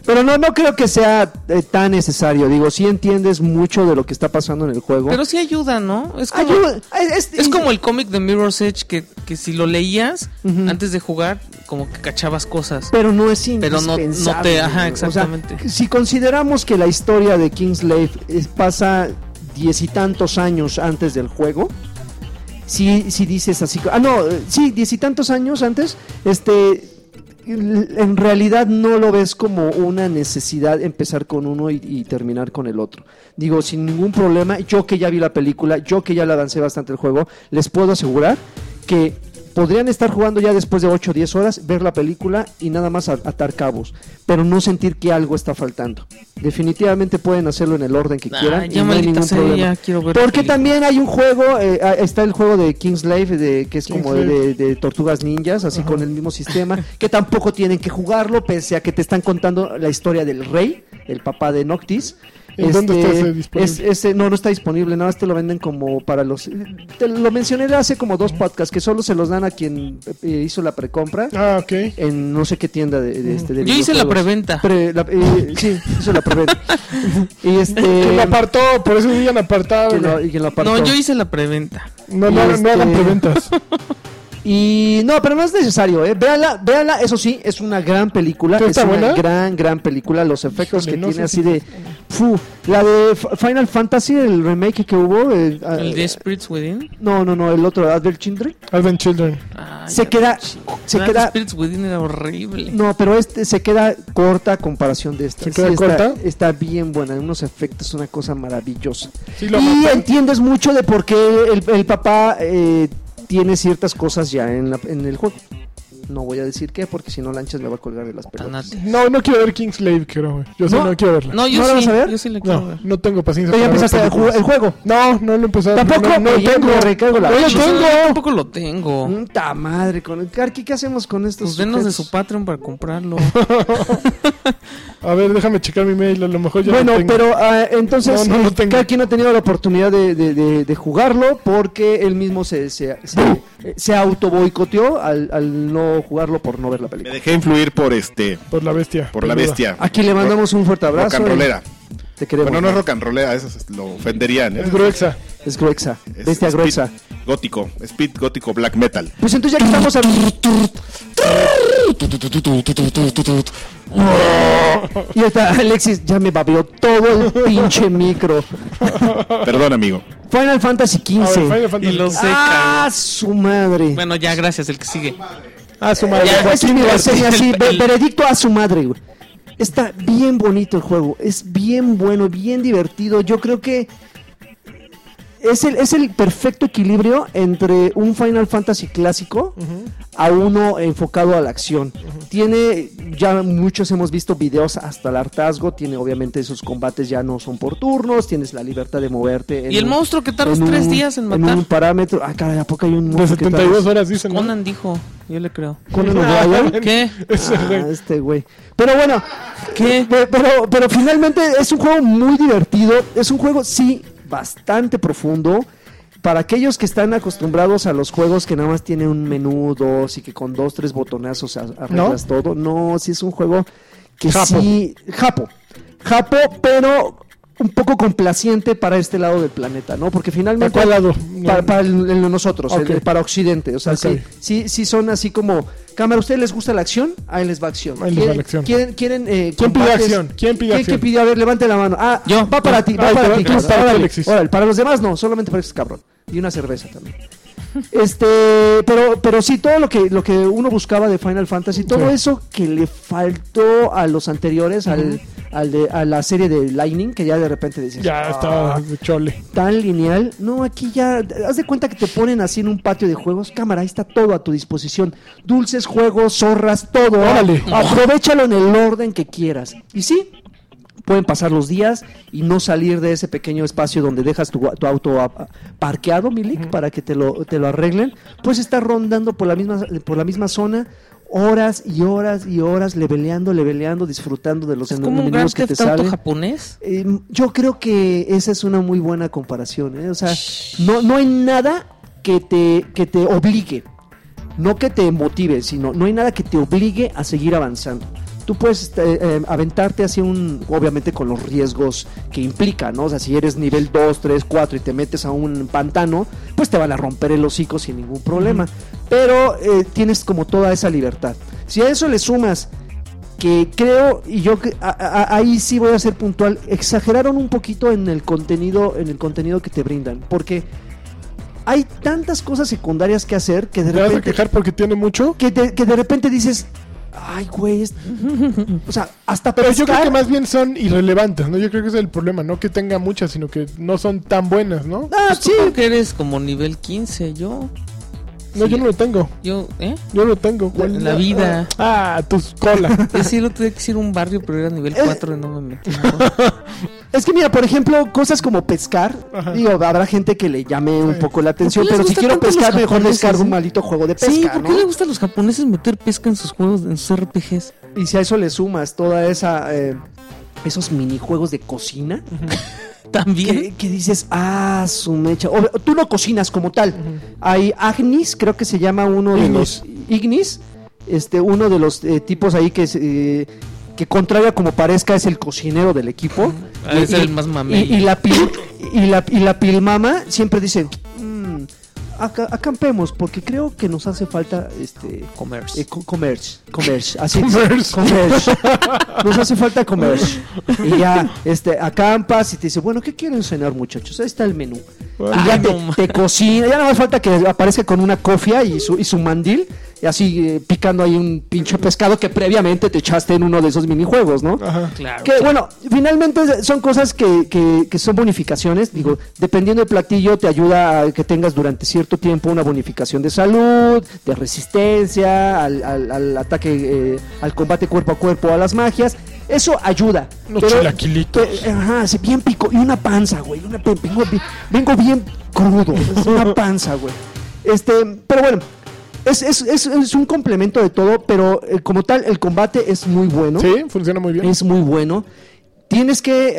Speaker 4: Pero no, no creo que sea eh, tan necesario. Digo, sí entiendes mucho de lo que está pasando en el juego.
Speaker 2: Pero sí ayuda, ¿no? Es como,
Speaker 4: Ayuda- es-
Speaker 2: es como el cómic de Mirror's Edge que, que si lo leías
Speaker 4: Ujú.
Speaker 2: antes de jugar, como que cachabas cosas.
Speaker 4: Pero no es
Speaker 2: Pero no- no te-
Speaker 4: indispensable,
Speaker 2: ajá,
Speaker 4: güey. O sea,
Speaker 2: exactamente.
Speaker 4: si consideramos que la historia de Kingslave es- pasa diez y tantos años antes del juego, si, si dices así, ah, no, eh, sí, diez y tantos años antes, este, l- en realidad no lo ves como una necesidad empezar con uno y, y terminar con el otro. Digo, sin ningún problema, yo que ya vi la película, yo que ya la avancé bastante el juego, les puedo asegurar que podrían estar jugando ya después de 8 o 10 horas, ver la película y nada más a- atar cabos, pero no sentir que algo está faltando. Definitivamente pueden hacerlo en el orden que
Speaker 2: Ay,
Speaker 4: quieran. y
Speaker 2: Ah, ya
Speaker 4: no hay
Speaker 2: maldita
Speaker 4: ningún
Speaker 2: sea,
Speaker 4: problema.
Speaker 2: ya quiero ver
Speaker 4: Porque
Speaker 2: película.
Speaker 4: también hay un juego, eh, ah, está el juego de Kingslave, de, que es como de,
Speaker 3: Kingslave.
Speaker 4: de tortugas ninjas, así con el mismo sistema, que tampoco tienen que jugarlo, pese a que te están contando la historia del rey, el papá de Noctis. Este,
Speaker 3: ¿En dónde está ese disponible?
Speaker 4: es- ese- no, no está disponible, nada más te lo venden como para los... Te lo mencioné hace como dos podcasts, que solo se los dan a quien eh, hizo la precompra
Speaker 3: Ah, ok.
Speaker 4: en no sé qué tienda de, de este de
Speaker 2: Yo hice la
Speaker 4: videojuegos.
Speaker 2: preventa.
Speaker 4: Pre- la- eh, sí, hizo la preventa. y este...
Speaker 3: Que lo apartó, por eso digan apartado.
Speaker 4: quien lo-
Speaker 3: güey.
Speaker 4: y quien lo apartó.
Speaker 2: No, yo hice la preventa.
Speaker 3: No,
Speaker 4: y
Speaker 3: no,
Speaker 4: este-
Speaker 3: no hagan preventas.
Speaker 4: Y no, pero no es necesario, ¿eh? Véala, véala, eso sí, es una gran película.
Speaker 3: ¿Pero
Speaker 4: Es
Speaker 3: está
Speaker 4: una
Speaker 3: buena?
Speaker 4: gran, gran película. Los efectos
Speaker 3: Híjole,
Speaker 4: que
Speaker 3: no
Speaker 4: tiene
Speaker 3: sé si-
Speaker 4: así de. Fu, la de F- Final Fantasy, el remake que hubo. eh, ah,
Speaker 2: El de Spirits Within.
Speaker 4: No, no, no, el otro, Advent Children.
Speaker 3: Advent Children.
Speaker 2: Ay,
Speaker 4: Se
Speaker 2: Ah, ya Ah,
Speaker 4: queda-
Speaker 2: la chingada.
Speaker 4: se queda-
Speaker 2: Spirits Within era horrible.
Speaker 4: No, pero este se queda corta a comparación de esta.
Speaker 3: ¿Se queda
Speaker 4: está-
Speaker 3: corta?
Speaker 4: Está, bien buena, unos efectos, una cosa maravillosa.
Speaker 3: Sí, lo
Speaker 4: Y
Speaker 3: mató.
Speaker 4: entiendes mucho de por qué el, el papá eh, tiene ciertas cosas ya en, la- en el juego. No voy a decir qué, porque si no, Lanchas me va a colgar de las pelotas.
Speaker 2: Tanate.
Speaker 3: No, no quiero ver Kingslave, creo, güey. Yo sé,
Speaker 4: No.
Speaker 3: no, quiero verla.
Speaker 2: No, yo
Speaker 4: ¿No la vas
Speaker 2: sí,
Speaker 4: a ver?
Speaker 2: yo sí la quiero
Speaker 3: No,
Speaker 2: ver.
Speaker 3: no tengo paciencia.
Speaker 4: Pero ya
Speaker 3: para ver
Speaker 4: empezaste a
Speaker 3: películas.
Speaker 4: jugar el juego.
Speaker 3: No, no lo he empezado.
Speaker 4: Tampoco,
Speaker 3: No, no
Speaker 4: oye, me recargo la
Speaker 3: No lo
Speaker 4: chingada.
Speaker 3: tengo.
Speaker 2: Yo tampoco lo tengo.
Speaker 4: Puta madre, con el Karki, ¿qué hacemos con estos?
Speaker 2: Pues denos de
Speaker 4: Mm, sujetos?
Speaker 2: su Patreon para comprarlo.
Speaker 3: A ver, déjame checar mi mail. A lo mejor ya
Speaker 4: Bueno,
Speaker 3: lo tengo.
Speaker 4: pero ah, entonces
Speaker 3: No, no lo
Speaker 4: eh,
Speaker 3: tengo.
Speaker 4: Karki no ha tenido la oportunidad de, de- de- de jugarlo porque él mismo se, se, se, se auto boicoteó al, al no jugarlo por no ver la
Speaker 1: Me
Speaker 4: película.
Speaker 1: dejé influir por este,
Speaker 3: Por la bestia.
Speaker 1: por la
Speaker 3: peluda.
Speaker 1: bestia.
Speaker 4: Aquí le mandamos un fuerte
Speaker 1: Rock
Speaker 4: abrazo.
Speaker 1: and rollera.
Speaker 4: y Te queremos.
Speaker 1: Bueno, no es rock and rollera, eso es- lo ofenderían. ¿eh?
Speaker 3: Es gruesa.
Speaker 4: Es gruesa,
Speaker 1: Es-
Speaker 4: bestia
Speaker 1: es
Speaker 4: gruesa.
Speaker 1: speed Gótico, speed gótico black metal.
Speaker 4: Pues entonces ya que estamos a... Y está Alexis, ya me babeó todo el pinche micro.
Speaker 1: Perdón, amigo.
Speaker 4: Final Fantasy
Speaker 3: A ver,
Speaker 4: XV.
Speaker 3: Final Fantasy.
Speaker 2: Y lo sé,
Speaker 4: Ah,
Speaker 2: cabrón.
Speaker 4: su madre.
Speaker 2: Bueno, ya, gracias, el que sigue.
Speaker 3: Ah, su madre.
Speaker 2: Ya.
Speaker 4: Esa es mi
Speaker 2: Joaquín
Speaker 4: reseña,
Speaker 2: García,
Speaker 4: sí,
Speaker 2: el-
Speaker 4: ve-
Speaker 2: el-
Speaker 4: veredicto a su madre, güey. Está bien bonito el juego, es bien bueno, bien divertido. Yo creo que es el, es el perfecto equilibrio entre un Final Fantasy clásico a uno enfocado a la acción. Tiene, ya muchos hemos visto videos hasta el hartazgo, tiene obviamente sus combates ya no son por turnos, tienes la libertad de moverte. en
Speaker 2: Y el
Speaker 4: un-
Speaker 2: monstruo que tardas
Speaker 4: en
Speaker 2: tres
Speaker 4: un-
Speaker 2: días en
Speaker 4: En
Speaker 2: matar.
Speaker 4: un parámetro, ah, caray, ¿a poco hay un
Speaker 3: De
Speaker 4: monstruo que
Speaker 3: 72
Speaker 4: tardas?
Speaker 3: horas, dicen. ¿no?
Speaker 2: Conan dijo, yo le creo.
Speaker 4: Conan O'Brien.
Speaker 2: ¿Qué?
Speaker 3: Ese
Speaker 4: Ah,
Speaker 3: güey.
Speaker 4: este güey. Pero bueno, que- pe- Pero, pero finalmente es un juego muy divertido. Es un juego, sí, bastante profundo. Para aquellos que están acostumbrados a los juegos que nada más tienen un menú, dos y que con dos, tres botonazos a- arreglas todo. No, sí es un juego que
Speaker 3: Japo.
Speaker 4: sí. Japo. Japo, pero un poco complaciente para este lado del planeta, ¿no? Porque finalmente...
Speaker 3: ¿Para cuál lado?
Speaker 4: Para, para el- el de nosotros, el-
Speaker 3: Ok.
Speaker 4: el- para Occidente. O sea,
Speaker 3: Ok.
Speaker 4: sí, sí, sí son así como... Cámara, ¿a ustedes les gusta la acción? Ahí les va acción.
Speaker 3: Ahí les va la acción.
Speaker 4: ¿Quieren, quieren, eh,
Speaker 3: ¿Quién pidió
Speaker 4: combates?
Speaker 3: acción? ¿Quién pidió acción?
Speaker 4: pidió? A ver, levante la mano. Ah,
Speaker 2: Yo.
Speaker 4: va para ti, va
Speaker 3: Ah,
Speaker 4: para
Speaker 3: va-
Speaker 4: ti.
Speaker 3: tú,
Speaker 4: cabrón.
Speaker 3: para ti,
Speaker 4: Órale,
Speaker 3: Alexis.
Speaker 4: órale, para los demás no, solamente para este cabrón. Y una cerveza también. Este, pero, pero sí, todo lo que, lo que uno buscaba de Final Fantasy, todo
Speaker 3: Sí.
Speaker 4: eso que le faltó a los anteriores, al, al de- a la serie de Lightning, que ya de repente dices,
Speaker 3: Ya
Speaker 4: "Ah,
Speaker 3: estaba de chole.
Speaker 4: tan lineal. No, aquí ya, haz de cuenta que te ponen así en un patio de juegos, cámara, ahí está todo a tu disposición. Dulces, juegos, zorras, todo. ¿eh?
Speaker 3: Órale.
Speaker 4: Aprovechalo en el orden que quieras. Y sí, pueden pasar los días y no salir de ese pequeño espacio donde dejas tu, tu auto a- parqueado, Milik, para que te lo, te lo arreglen, pues estar rondando por la misma, por la misma zona horas y horas y horas leveleando, leveleando, disfrutando de los
Speaker 2: Es como un Grand
Speaker 4: enemigos que te
Speaker 2: Theft Auto
Speaker 4: salen.
Speaker 2: japonés.
Speaker 4: Eh, yo creo que esa es una muy buena comparación. ¿eh? O sea, no, no hay nada que te, que te obligue. No que te motive, sino no hay nada que te obligue a seguir avanzando. Tú puedes este, eh, aventarte hacia un, obviamente con los riesgos que implica, ¿no? O sea, si eres nivel 2, 3, 4 y te metes a un pantano, pues te van a romper el hocico sin ningún problema. Pero eh, tienes como toda esa libertad. Si a eso le sumas que creo y yo que- a- a- ahí sí voy a ser puntual exageraron un poquito en el contenido en el contenido que te brindan porque hay tantas cosas secundarias que hacer que de
Speaker 3: ¿Te vas a
Speaker 4: repente
Speaker 3: quejar porque tiene mucho?
Speaker 4: que, de, que de repente dices ay güey es- o sea hasta
Speaker 3: Pero yo creo
Speaker 4: pescar-
Speaker 3: que más bien son irrelevantes, ¿no? Yo creo que es el problema, no que tenga muchas, sino que no son tan buenas, ¿no?
Speaker 4: ah
Speaker 2: Pues tú
Speaker 4: sí
Speaker 2: creo que eres como nivel 15, yo.
Speaker 3: No,
Speaker 2: Sí.
Speaker 3: yo no lo tengo.
Speaker 2: Yo, ¿eh?
Speaker 3: Yo no lo tengo.
Speaker 2: La, la vida.
Speaker 3: Ah, tus colas.
Speaker 2: Es decir, lo tuve que ir a un barrio, pero era nivel
Speaker 4: Eh.
Speaker 2: 4 y no me metí. ¿no?
Speaker 4: es que mira por ejemplo cosas como pescar
Speaker 3: Ajá.
Speaker 4: digo habrá gente que le llame un
Speaker 3: Sí.
Speaker 4: poco la atención
Speaker 2: ¿Por qué les
Speaker 4: pero si
Speaker 2: gusta
Speaker 4: quiero
Speaker 2: tanto los
Speaker 4: pescar mejor
Speaker 2: japoneses,
Speaker 4: descargo un
Speaker 2: eh?
Speaker 4: maldito juego de pesca
Speaker 2: Sí, ¿por qué
Speaker 4: ¿no?
Speaker 2: le gusta a los japoneses meter pesca en sus juegos, en sus RPGs?
Speaker 4: Y si a eso le sumas toda esa eh, esos minijuegos de cocina
Speaker 2: También.
Speaker 4: que, que dices, ah, su mecha. O- tú no cocinas como tal. Hay Agnis, creo que se llama uno de
Speaker 3: Ignis.
Speaker 4: los Ignis, este uno de los eh, tipos ahí que se- eh, que contrario a como parezca es el cocinero del equipo.
Speaker 2: Ha de ser Ah, el más mamey.
Speaker 4: y- y la pil- y la y la pilmama siempre dice, "Mm, aca- acampemos porque creo que nos hace falta este
Speaker 2: Commerce.
Speaker 4: eh, co- commerce, commerce, así es. Commerce. Nos hace falta commerce. Y ya, este, acampas y te dice, bueno, ¿qué quieren cenar, muchachos? Ahí está el menú. y ya
Speaker 2: Ay,
Speaker 4: te,
Speaker 2: no ma-
Speaker 4: te cocina, ya nada más falta que aparezca con una cofia y su, y su mandil, y así eh, picando ahí un pinche pescado que previamente te echaste en uno de esos minijuegos,
Speaker 2: Ah,
Speaker 4: ¿no?
Speaker 3: Ajá.
Speaker 2: Claro.
Speaker 4: Que bueno, finalmente son cosas que, que- que son bonificaciones. Digo, dependiendo del platillo, te ayuda a que tengas durante cierto tiempo una bonificación de salud, de resistencia, al, al- al ataque, eh, al combate cuerpo a cuerpo, a las magias. Eso ayuda.
Speaker 3: Unos
Speaker 4: pero-
Speaker 3: chilaquilitos.
Speaker 4: pe- ajá, sí, bien pico. Y una panza, güey. una pe- vengo, bi- vengo bien crudo. Es una panza, güey. Este, pero bueno. Es, es- es- es un complemento de todo, pero eh, como tal, el combate es muy bueno
Speaker 3: Sí, funciona muy bien.
Speaker 4: es muy bueno. Tienes que eh,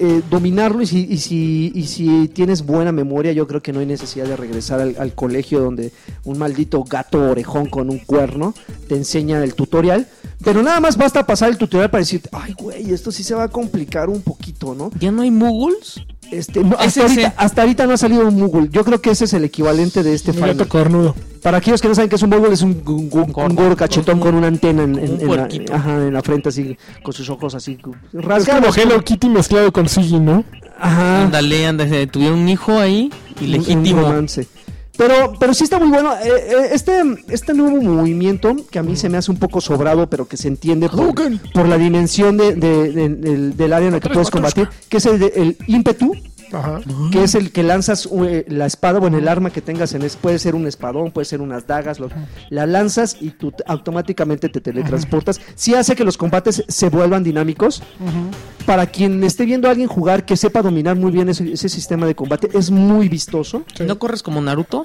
Speaker 4: eh, dominarlo y si, y, si, y si tienes buena memoria, yo creo que no hay necesidad de regresar al, al colegio donde un maldito gato orejón con un cuerno te enseña el tutorial. Pero nada más basta pasar el tutorial para decir, ay güey, esto sí se va a complicar un poquito, ¿no?
Speaker 2: ¿Ya no hay muggles?
Speaker 4: Este, no,
Speaker 2: Es
Speaker 4: hasta, ahorita,
Speaker 2: ese.
Speaker 4: hasta ahorita no ha salido un Moogle. Yo creo que ese es el equivalente de este
Speaker 3: Un
Speaker 4: Final.
Speaker 3: gato cornudo.
Speaker 4: Para aquellos que no saben que es un mogul, es un, un, un- un
Speaker 2: Gordo.
Speaker 4: gordo cachetón
Speaker 2: Un-
Speaker 4: con una antena en, en-
Speaker 2: un
Speaker 4: en la,
Speaker 2: puerquito.
Speaker 4: ajá, en la frente, así, con sus ojos así.
Speaker 3: Es como
Speaker 4: rasgados.
Speaker 3: Hello Kitty mezclado con Siggy, ¿no?
Speaker 4: Ajá.
Speaker 2: Ándale, ándale. Tuvieron un hijo ahí,
Speaker 4: Ah. un-
Speaker 2: ilegítimo.
Speaker 4: un romance. Pero, pero sí está muy bueno. Eh, eh, este, este nuevo movimiento, que a mí se me hace un poco sobrado, pero que se entiende por,
Speaker 3: Hadouken.
Speaker 4: por la dimensión de- de- de- del, del área en la que puedes combatir, que es el, de- el ímpetu,
Speaker 3: Ajá.
Speaker 4: que es el que lanzas eh, la espada, bueno, el arma que tengas en es, puede ser un espadón, puede ser unas dagas, lo- la lanzas y tú t- automáticamente te teletransportas. Sí hace que los combates se vuelvan dinámicos. Para quien esté viendo a alguien jugar que sepa dominar muy bien ese, ese sistema de combate, es muy vistoso.
Speaker 3: Sí.
Speaker 2: ¿No corres como Naruto?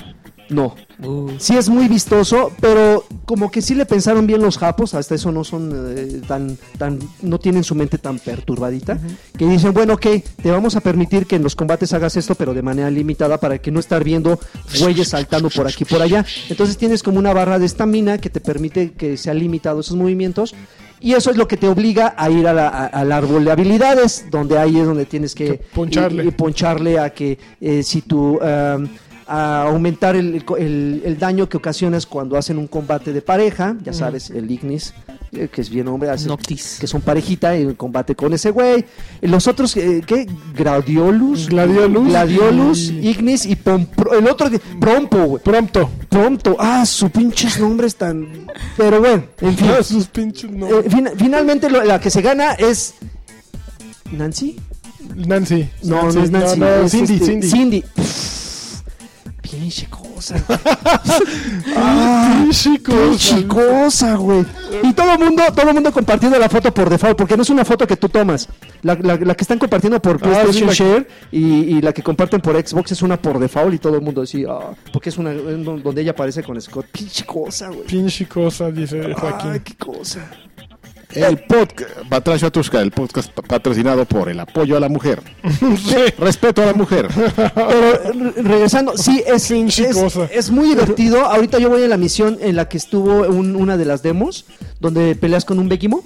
Speaker 4: No,
Speaker 2: Uh,
Speaker 4: sí es muy vistoso, pero como que sí le pensaron bien los japos, hasta eso no son eh, tan, tan, no tienen su mente tan perturbadita, que dicen, bueno, ok, te vamos a permitir que en los combates hagas esto, pero de manera limitada para que no estar viendo güeyes saltando por aquí y por allá. Entonces tienes como una barra de estamina que te permite que sea limitado esos movimientos. Y eso es lo que te obliga a ir a la- a- al árbol de habilidades, donde ahí es donde tienes que,
Speaker 3: Que poncharle.
Speaker 4: y- y poncharle a que eh, si tú... am, a aumentar el, el co- el- el daño que ocasionas cuando hacen un combate de pareja, ya sabes, el Ignis, eh, que es bien hombre, hace,
Speaker 2: Noctis.
Speaker 4: que son parejita en combate con ese güey. Y Los otros, eh, ¿qué? Gradiolus.
Speaker 3: Gladiolus.
Speaker 4: Gladiolus,
Speaker 3: Y-
Speaker 4: Ignis y Pompro. El otro, de- Prompo, güey.
Speaker 3: Pronto.
Speaker 4: Prompto. Ah, sus pinches nombres tan. Pero bueno, en fin.
Speaker 3: Ah, sus pinches no.
Speaker 4: Eh, fin- finalmente, lo- la que se gana es. ¿Nancy?
Speaker 3: Nancy.
Speaker 4: No, no es Nancy.
Speaker 3: no,
Speaker 4: es
Speaker 3: Cindy,
Speaker 4: este,
Speaker 3: Cindy.
Speaker 4: Cindy. Pff, Pinche cosa.
Speaker 3: Ah, chicos.
Speaker 4: Pinche cosa, güey. Y todo el mundo, todo mundo compartiendo la foto por default, porque no es una foto que tú tomas. La, la- la que están compartiendo por PlayStation
Speaker 3: sí, la-
Speaker 4: Share y, y la que comparten por Xbox es una por default y todo el mundo así, ah, porque es una es don- donde ella aparece con Scott. Pinche cosa, güey.
Speaker 3: Pinche cosa, dice
Speaker 4: Ah,
Speaker 3: Joaquín.
Speaker 4: qué cosa.
Speaker 1: El podcast, Batrash Atushka, el podcast pa- patrocinado por el apoyo a la mujer. Respeto a la mujer.
Speaker 4: Pero re- regresando, sí, es,
Speaker 3: Pinche
Speaker 4: es,
Speaker 3: cosa.
Speaker 4: es muy divertido. Ahorita yo voy en la misión en la que estuvo un- una de las demos, donde peleas con un Bekimo.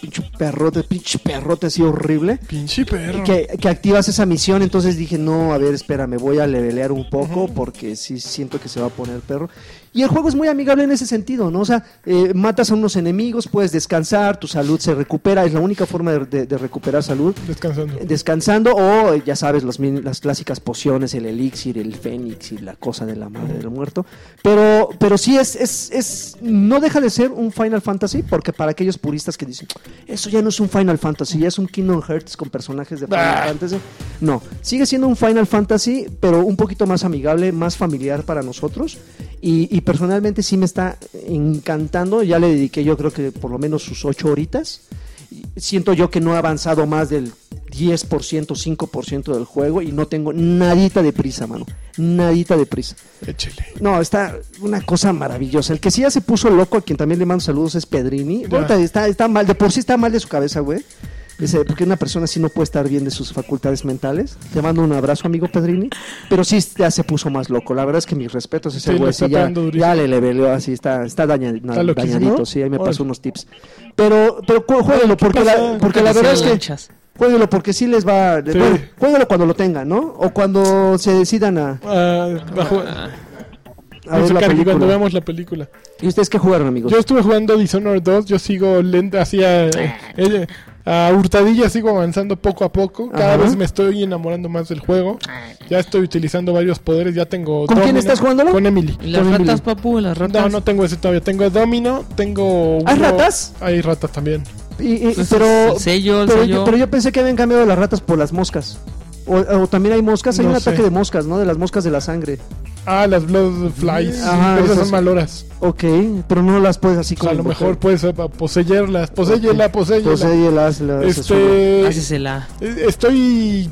Speaker 4: Pinche perrote, pinche perrote así horrible.
Speaker 3: Pinche perro.
Speaker 4: que, que activas esa misión, entonces dije, no, a ver, espera, me voy a levelear un poco porque sí siento que se va a poner perro. Y el juego es muy amigable en ese sentido, ¿no? O sea, eh, matas a unos enemigos, puedes descansar, tu salud se recupera, es la única forma de, de- de recuperar salud.
Speaker 3: Descansando.
Speaker 4: Eh, Descansando o, eh, ya sabes, las, min- las clásicas pociones, el elixir, el fénix y la cosa de la madre del muerto. Pero, pero sí es, es, es, no deja de ser un Final Fantasy, porque para aquellos puristas que dicen, eso ya no es un Final Fantasy, ya es un Kingdom Hearts con personajes de Final Fantasy. No, sigue siendo un Final Fantasy, pero un poquito más amigable, más familiar para nosotros. Y, y personalmente sí me está encantando, ya le dediqué yo creo que por lo menos sus ocho horitas siento yo que no he avanzado más del 10%, 5% del juego y no tengo nadita de prisa, mano. Nadita de prisa.
Speaker 3: Échele.
Speaker 4: No, está una cosa maravillosa. El que sí ya se puso loco, a quien también le mando saludos, es Pedrini. Ahorita Está, está mal, de por sí está mal de su cabeza, güey. Ese, porque una persona así no puede estar bien de sus facultades mentales. Te mando un abrazo, amigo Pedrini. Pero sí ya se puso más loco. La verdad es que mis respetos, ese
Speaker 3: Sí, le
Speaker 4: güey
Speaker 3: está
Speaker 4: sí ya,
Speaker 3: pegando durísimo.
Speaker 4: ya le leveleó así, está, está, daña-
Speaker 3: ¿Está loquísimo?
Speaker 4: dañadito. Sí, ahí me
Speaker 3: Órale.
Speaker 4: pasó unos tips. Pero, pero cu- juéguelo, porque la,
Speaker 3: pasa?
Speaker 4: porque la verdad es que
Speaker 2: Lanchas.
Speaker 4: juéguelo, porque sí les va.
Speaker 3: Sí.
Speaker 4: bueno, juéguelo cuando lo tengan, ¿no? O cuando se decidan a,
Speaker 3: Ah, bajo-
Speaker 4: a
Speaker 3: no
Speaker 4: ver
Speaker 3: sé,
Speaker 4: la
Speaker 3: Carly, cuando
Speaker 4: Ah, película.
Speaker 3: veamos la película.
Speaker 4: ¿Y ustedes qué jugaron, amigos?
Speaker 3: Yo estuve jugando Dishonored 2, yo sigo lenta, así a,
Speaker 4: Ah.
Speaker 3: eh, a hurtadilla, sigo avanzando poco a poco. Cada
Speaker 4: Ajá. Ah.
Speaker 3: vez me estoy enamorando más del juego. Ya estoy utilizando varios poderes, ya tengo...
Speaker 4: ¿Con quién
Speaker 3: Domino-
Speaker 4: estás jugándolo?
Speaker 3: Con Emily.
Speaker 2: Y las
Speaker 4: Con
Speaker 2: ratas,
Speaker 4: Emily.
Speaker 2: papu, las ratas.
Speaker 3: No, no tengo ese todavía. Tengo Domino, tengo...
Speaker 4: ¿Hay
Speaker 3: uno-
Speaker 4: ratas?
Speaker 3: Hay ratas también.
Speaker 4: Y- y-
Speaker 2: Entonces,
Speaker 4: pero,
Speaker 2: el sello, el
Speaker 4: pero,
Speaker 2: sello.
Speaker 4: Yo, pero yo pensé que habían cambiado las ratas por las moscas. O, o también hay moscas, hay
Speaker 3: No
Speaker 4: un
Speaker 3: sé.
Speaker 4: ataque de moscas, ¿no? De las moscas de la sangre.
Speaker 3: Ah, las Bloodflies.
Speaker 4: Ajá,
Speaker 3: Esas
Speaker 4: esas-
Speaker 3: son maloras.
Speaker 4: Ok, pero no las puedes así
Speaker 3: O sea,
Speaker 4: como. Pues
Speaker 3: a lo mejor puedes eh, poseerlas. Poseyela, poseyela.
Speaker 4: Poseyelas, las-
Speaker 3: Este...
Speaker 2: Hácesela.
Speaker 3: Eh, Estoy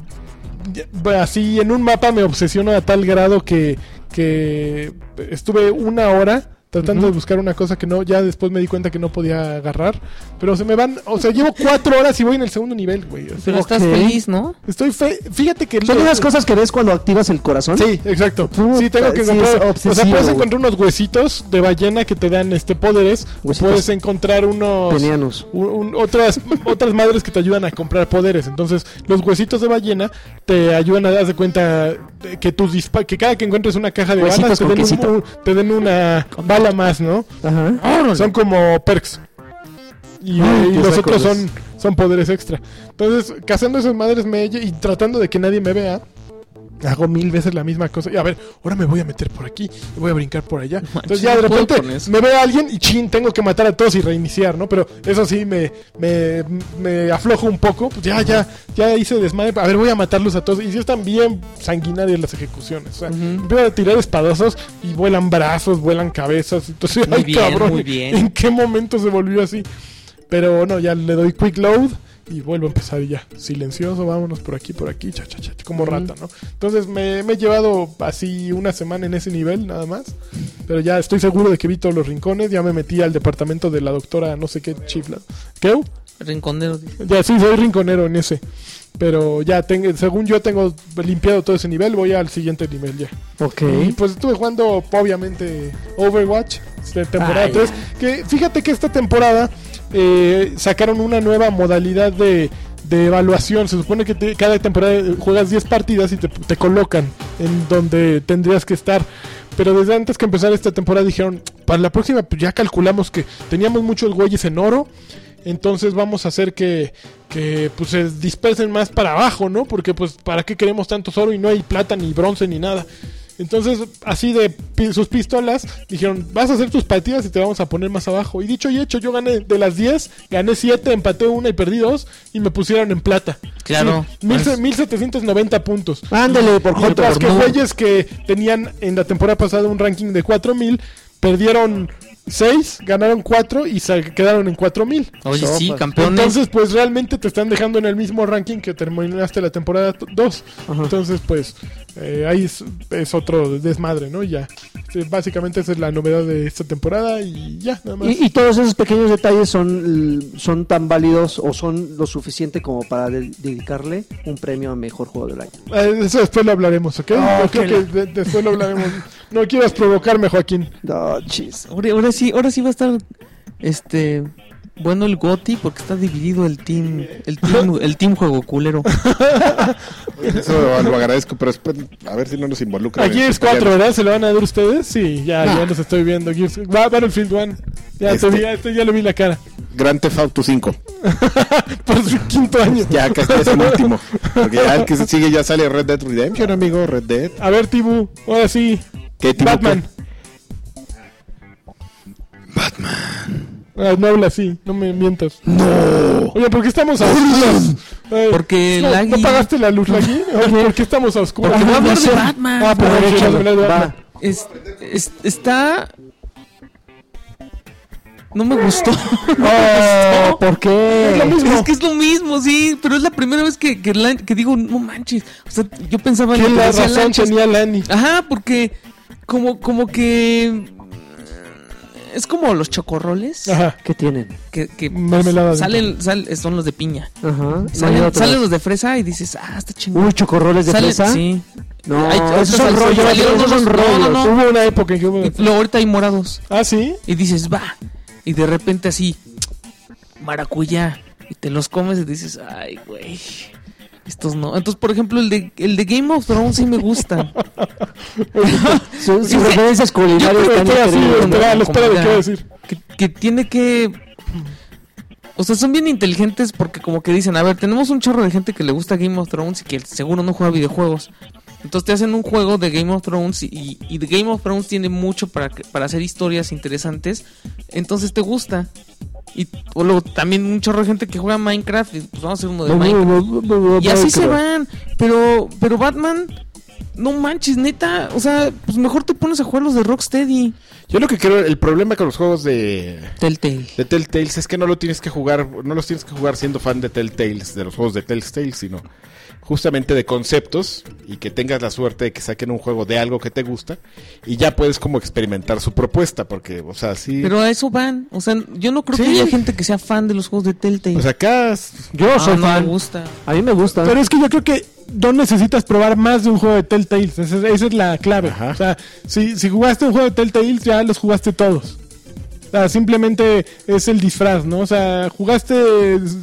Speaker 3: ya- así en un mapa me obsesiono a tal grado que, que estuve una hora tratando de buscar una cosa que no, ya después me di cuenta que no podía agarrar, pero se me van, o sea, llevo cuatro horas y voy en el segundo nivel, güey. o sea,
Speaker 2: Pero estás
Speaker 4: Ok.
Speaker 2: feliz, ¿no?
Speaker 3: estoy fe- fíjate que
Speaker 4: Son esas cosas que ves cuando activas el corazón.
Speaker 3: Sí, exacto.
Speaker 4: Puta,
Speaker 3: sí, tengo que
Speaker 4: sí, es
Speaker 3: encontrar. o sea,
Speaker 4: obsesivo,
Speaker 3: puedes
Speaker 4: güey.
Speaker 3: encontrar unos huesitos de ballena que te dan este poderes. o
Speaker 4: Huesitos.
Speaker 3: Puedes encontrar unos.
Speaker 4: Penianos.
Speaker 3: un- un- otras, otras madres que te ayudan a comprar poderes. Entonces, los huesitos de ballena te ayudan a dar de cuenta de que tus dispa- que cada que encuentres una caja de
Speaker 4: Huesitos
Speaker 3: balas te
Speaker 4: con
Speaker 3: den, un-
Speaker 4: quesito.
Speaker 3: un- te den una bala más, ¿no?
Speaker 4: Ajá.
Speaker 3: Son como perks. Y,
Speaker 4: Ay,
Speaker 3: y
Speaker 4: qué
Speaker 3: los
Speaker 4: sacos.
Speaker 3: otros son, son poderes extra. Entonces, cazando esas madres me, y tratando de que nadie me vea, hago mil veces la misma cosa. Y a ver, ahora me voy a meter por aquí, y voy a brincar por allá. Entonces, ya de
Speaker 2: no puedo
Speaker 3: repente
Speaker 2: con eso.
Speaker 3: me ve alguien y chin, tengo que matar a todos y reiniciar, ¿no? Pero eso sí, me, me, me aflojo un poco. Pues ya, ya, ya hice desmadre. A ver, voy a matarlos a todos. Y sí están bien sanguinarias las ejecuciones. O sea, empiezo a tirar espadazos y vuelan brazos, vuelan cabezas. Entonces,
Speaker 2: Muy
Speaker 3: ay,
Speaker 2: bien,
Speaker 3: cabrón.
Speaker 2: muy bien.
Speaker 3: ¿En qué momento se volvió así? Pero no, ya le doy quick load y vuelvo a empezar y ya. Silencioso, vámonos por aquí, por aquí, cha, cha, cha, cha, como rata, ¿no? Entonces me, me he llevado así una semana en ese nivel, nada más. Pero ya estoy seguro de que vi todos los rincones. Ya me metí al departamento de la doctora, no sé qué chifla. ¿Qué?
Speaker 2: Rinconero.
Speaker 3: Ya sí, soy rinconero en ese. Pero ya, tengo, según yo tengo limpiado todo ese nivel, voy al siguiente nivel ya.
Speaker 4: Ok.
Speaker 3: Y pues estuve jugando, obviamente, Overwatch, de temporada
Speaker 4: Ah, ya.
Speaker 3: 3. Que fíjate que esta temporada eh, sacaron una nueva modalidad de, de evaluación. Se supone que te- cada temporada eh, juegas 10 partidas y te, te colocan en donde tendrías que estar. Pero desde antes que empezara esta temporada dijeron, para la próxima pues ya calculamos que teníamos muchos güeyes en oro. Entonces vamos a hacer que, que pues se dispersen más para abajo, ¿no? Porque pues para qué queremos tantos oro y no hay plata ni bronce ni nada. Entonces, así de pi- sus pistolas, dijeron, vas a hacer tus partidas y te vamos a poner más abajo. Y dicho y hecho, yo gané de las 10, gané 7, empaté una y perdí dos y me pusieron en plata.
Speaker 2: Claro.
Speaker 3: Sí, mil se- 1790 puntos.
Speaker 4: Ándale, por Joto,
Speaker 3: Mientras
Speaker 4: por
Speaker 3: que
Speaker 4: no.
Speaker 3: güeyes que tenían en la temporada pasada un ranking de 4000, perdieron 6, ganaron 4 y se quedaron en 4000.
Speaker 2: Oye, sí,
Speaker 4: Sopas.
Speaker 2: campeones.
Speaker 3: Entonces, pues realmente te están dejando en el mismo ranking que terminaste la temporada 2.
Speaker 4: Ajá.
Speaker 3: Entonces, pues eh, ahí es, es otro desmadre, ¿no? Ya. Sí, Básicamente esa es la novedad de esta temporada y ya, nada más.
Speaker 4: Y, y todos esos pequeños detalles son, son tan válidos o son lo suficiente como para de- dedicarle un premio a mejor juego del año.
Speaker 3: Eh, Eso después lo hablaremos, ¿ok? Yo creo que de- después lo hablaremos. No quieras provocarme, Joaquín.
Speaker 4: No, chis.
Speaker 2: Ahora, ahora sí, ahora sí va a estar este bueno el Goti porque está dividido el team, el team, el team juego culero.
Speaker 1: Eso lo agradezco, pero es- a ver si no nos este involucra.
Speaker 3: A Gears 4, ¿verdad? ¿Se lo van a dar ustedes? Sí, ya, ya los estoy viendo. Gears... Va, Battlefield 1. Ya, te
Speaker 1: Este-
Speaker 3: vi, ya, este ya le vi la cara.
Speaker 1: Grand Theft Auto 5.
Speaker 3: Por su quinto año.
Speaker 1: Ya casi es el último. Porque ya el que se sigue ya sale Red Dead Redemption, amigo. Red Dead.
Speaker 3: A ver, Tibu, ahora sí.
Speaker 1: ¿Qué tipo
Speaker 3: Batman.
Speaker 1: que-
Speaker 3: Ah, no habla así, no me mientas. No. Oye, ¿por qué estamos a oscuras? Ay,
Speaker 2: Porque
Speaker 3: no,
Speaker 2: Lagui-
Speaker 3: ¿No pagaste la luz, Lagui? Oye, ¿Por qué estamos a oscuras?
Speaker 2: Porque voy a hablar de
Speaker 4: sé.
Speaker 2: Batman.
Speaker 3: Ah, pero
Speaker 4: Aprovechalo,
Speaker 3: sí, hablar de
Speaker 4: va.
Speaker 3: Batman.
Speaker 2: Es- es- está no me gustó. Pues,
Speaker 4: Oh, ¿Por
Speaker 3: Es lo
Speaker 4: qué?
Speaker 3: mismo.
Speaker 2: Es que es lo mismo, sí, pero es la primera vez que, que, la- que digo, no manches. O sea, yo pensaba en
Speaker 3: ¿Qué
Speaker 2: lo que
Speaker 3: la
Speaker 2: decía
Speaker 3: razón
Speaker 2: Lanchas.
Speaker 3: tenía Lani?
Speaker 2: Ajá, porque como, como que mm, es como los chocorroles
Speaker 3: Ajá.
Speaker 4: ¿Qué tienen?
Speaker 2: que, que
Speaker 3: Mermelada de
Speaker 2: salen, sal- son los de piña.
Speaker 4: Ajá.
Speaker 2: Salen,
Speaker 4: no hay otros.
Speaker 2: salen los de fresa y dices, ah, está chingón.
Speaker 4: Uy, chocorroles de
Speaker 2: Sale-
Speaker 4: fresa.
Speaker 2: Sí.
Speaker 4: No,
Speaker 2: Hay-
Speaker 4: esos
Speaker 2: sal-
Speaker 4: son rollos.
Speaker 2: salieron
Speaker 4: esos son
Speaker 2: unos-
Speaker 4: rollos.
Speaker 2: No, Este- no, no.
Speaker 3: Hubo una época en que hubo...
Speaker 2: Y luego ahorita hay morados.
Speaker 3: Ah, ¿sí?
Speaker 2: Y dices, va. Y de repente así, maracuyá. Y te los comes y dices, ay, güey. Estos no. Entonces, por ejemplo, el de, el de Game of Thrones sí me gusta. Este
Speaker 4: Sus
Speaker 2: Sí,
Speaker 4: sus
Speaker 2: sí.
Speaker 4: referencias
Speaker 3: Yo
Speaker 4: culinarias
Speaker 3: creo que
Speaker 4: están
Speaker 3: estoy así,
Speaker 4: increíbles.
Speaker 3: espera,
Speaker 2: Como
Speaker 3: lo espera de
Speaker 2: ya-
Speaker 3: qué va a decir.
Speaker 2: que, que tiene que. O sea, son bien inteligentes porque como que dicen, a ver, tenemos un chorro de gente que le gusta Game of Thrones y que seguro no juega videojuegos. Entonces te hacen un juego de Game of Thrones y, y de Game of Thrones tiene mucho para, que- para hacer historias interesantes. Entonces te gusta. Y o luego también un chorro de gente que juega Minecraft y pues vamos a hacer uno de Minecraft. Y así se van. Pero, pero Batman, no manches, neta. O sea, pues mejor te pones a jugar los de Rocksteady.
Speaker 1: Yo lo que creo, el problema con los juegos de,
Speaker 2: Telltale.
Speaker 1: de Telltales es que no lo tienes que jugar, no los tienes que jugar siendo fan de Telltales, de los juegos de Telltales, sino justamente de conceptos y que tengas la suerte de que saquen un juego de algo que te gusta y ya puedes como experimentar su propuesta, porque, o sea, sí.
Speaker 2: Pero a eso van. O sea, yo no creo que
Speaker 1: Sí.
Speaker 2: haya gente que sea fan de los juegos de Telltale.
Speaker 1: Pues acá es-
Speaker 4: Yo
Speaker 2: Ah,
Speaker 4: soy
Speaker 2: no me
Speaker 4: fan.
Speaker 2: gusta.
Speaker 1: Pues
Speaker 4: A mí me gusta.
Speaker 3: Pero es que yo creo que no necesitas probar más de un juego de Telltales. Esa, es- esa es la clave.
Speaker 1: Ajá.
Speaker 3: O sea, si, si jugaste un juego de Telltales, ya los jugaste todos. O sea, simplemente es el disfraz, ¿no? O sea, jugaste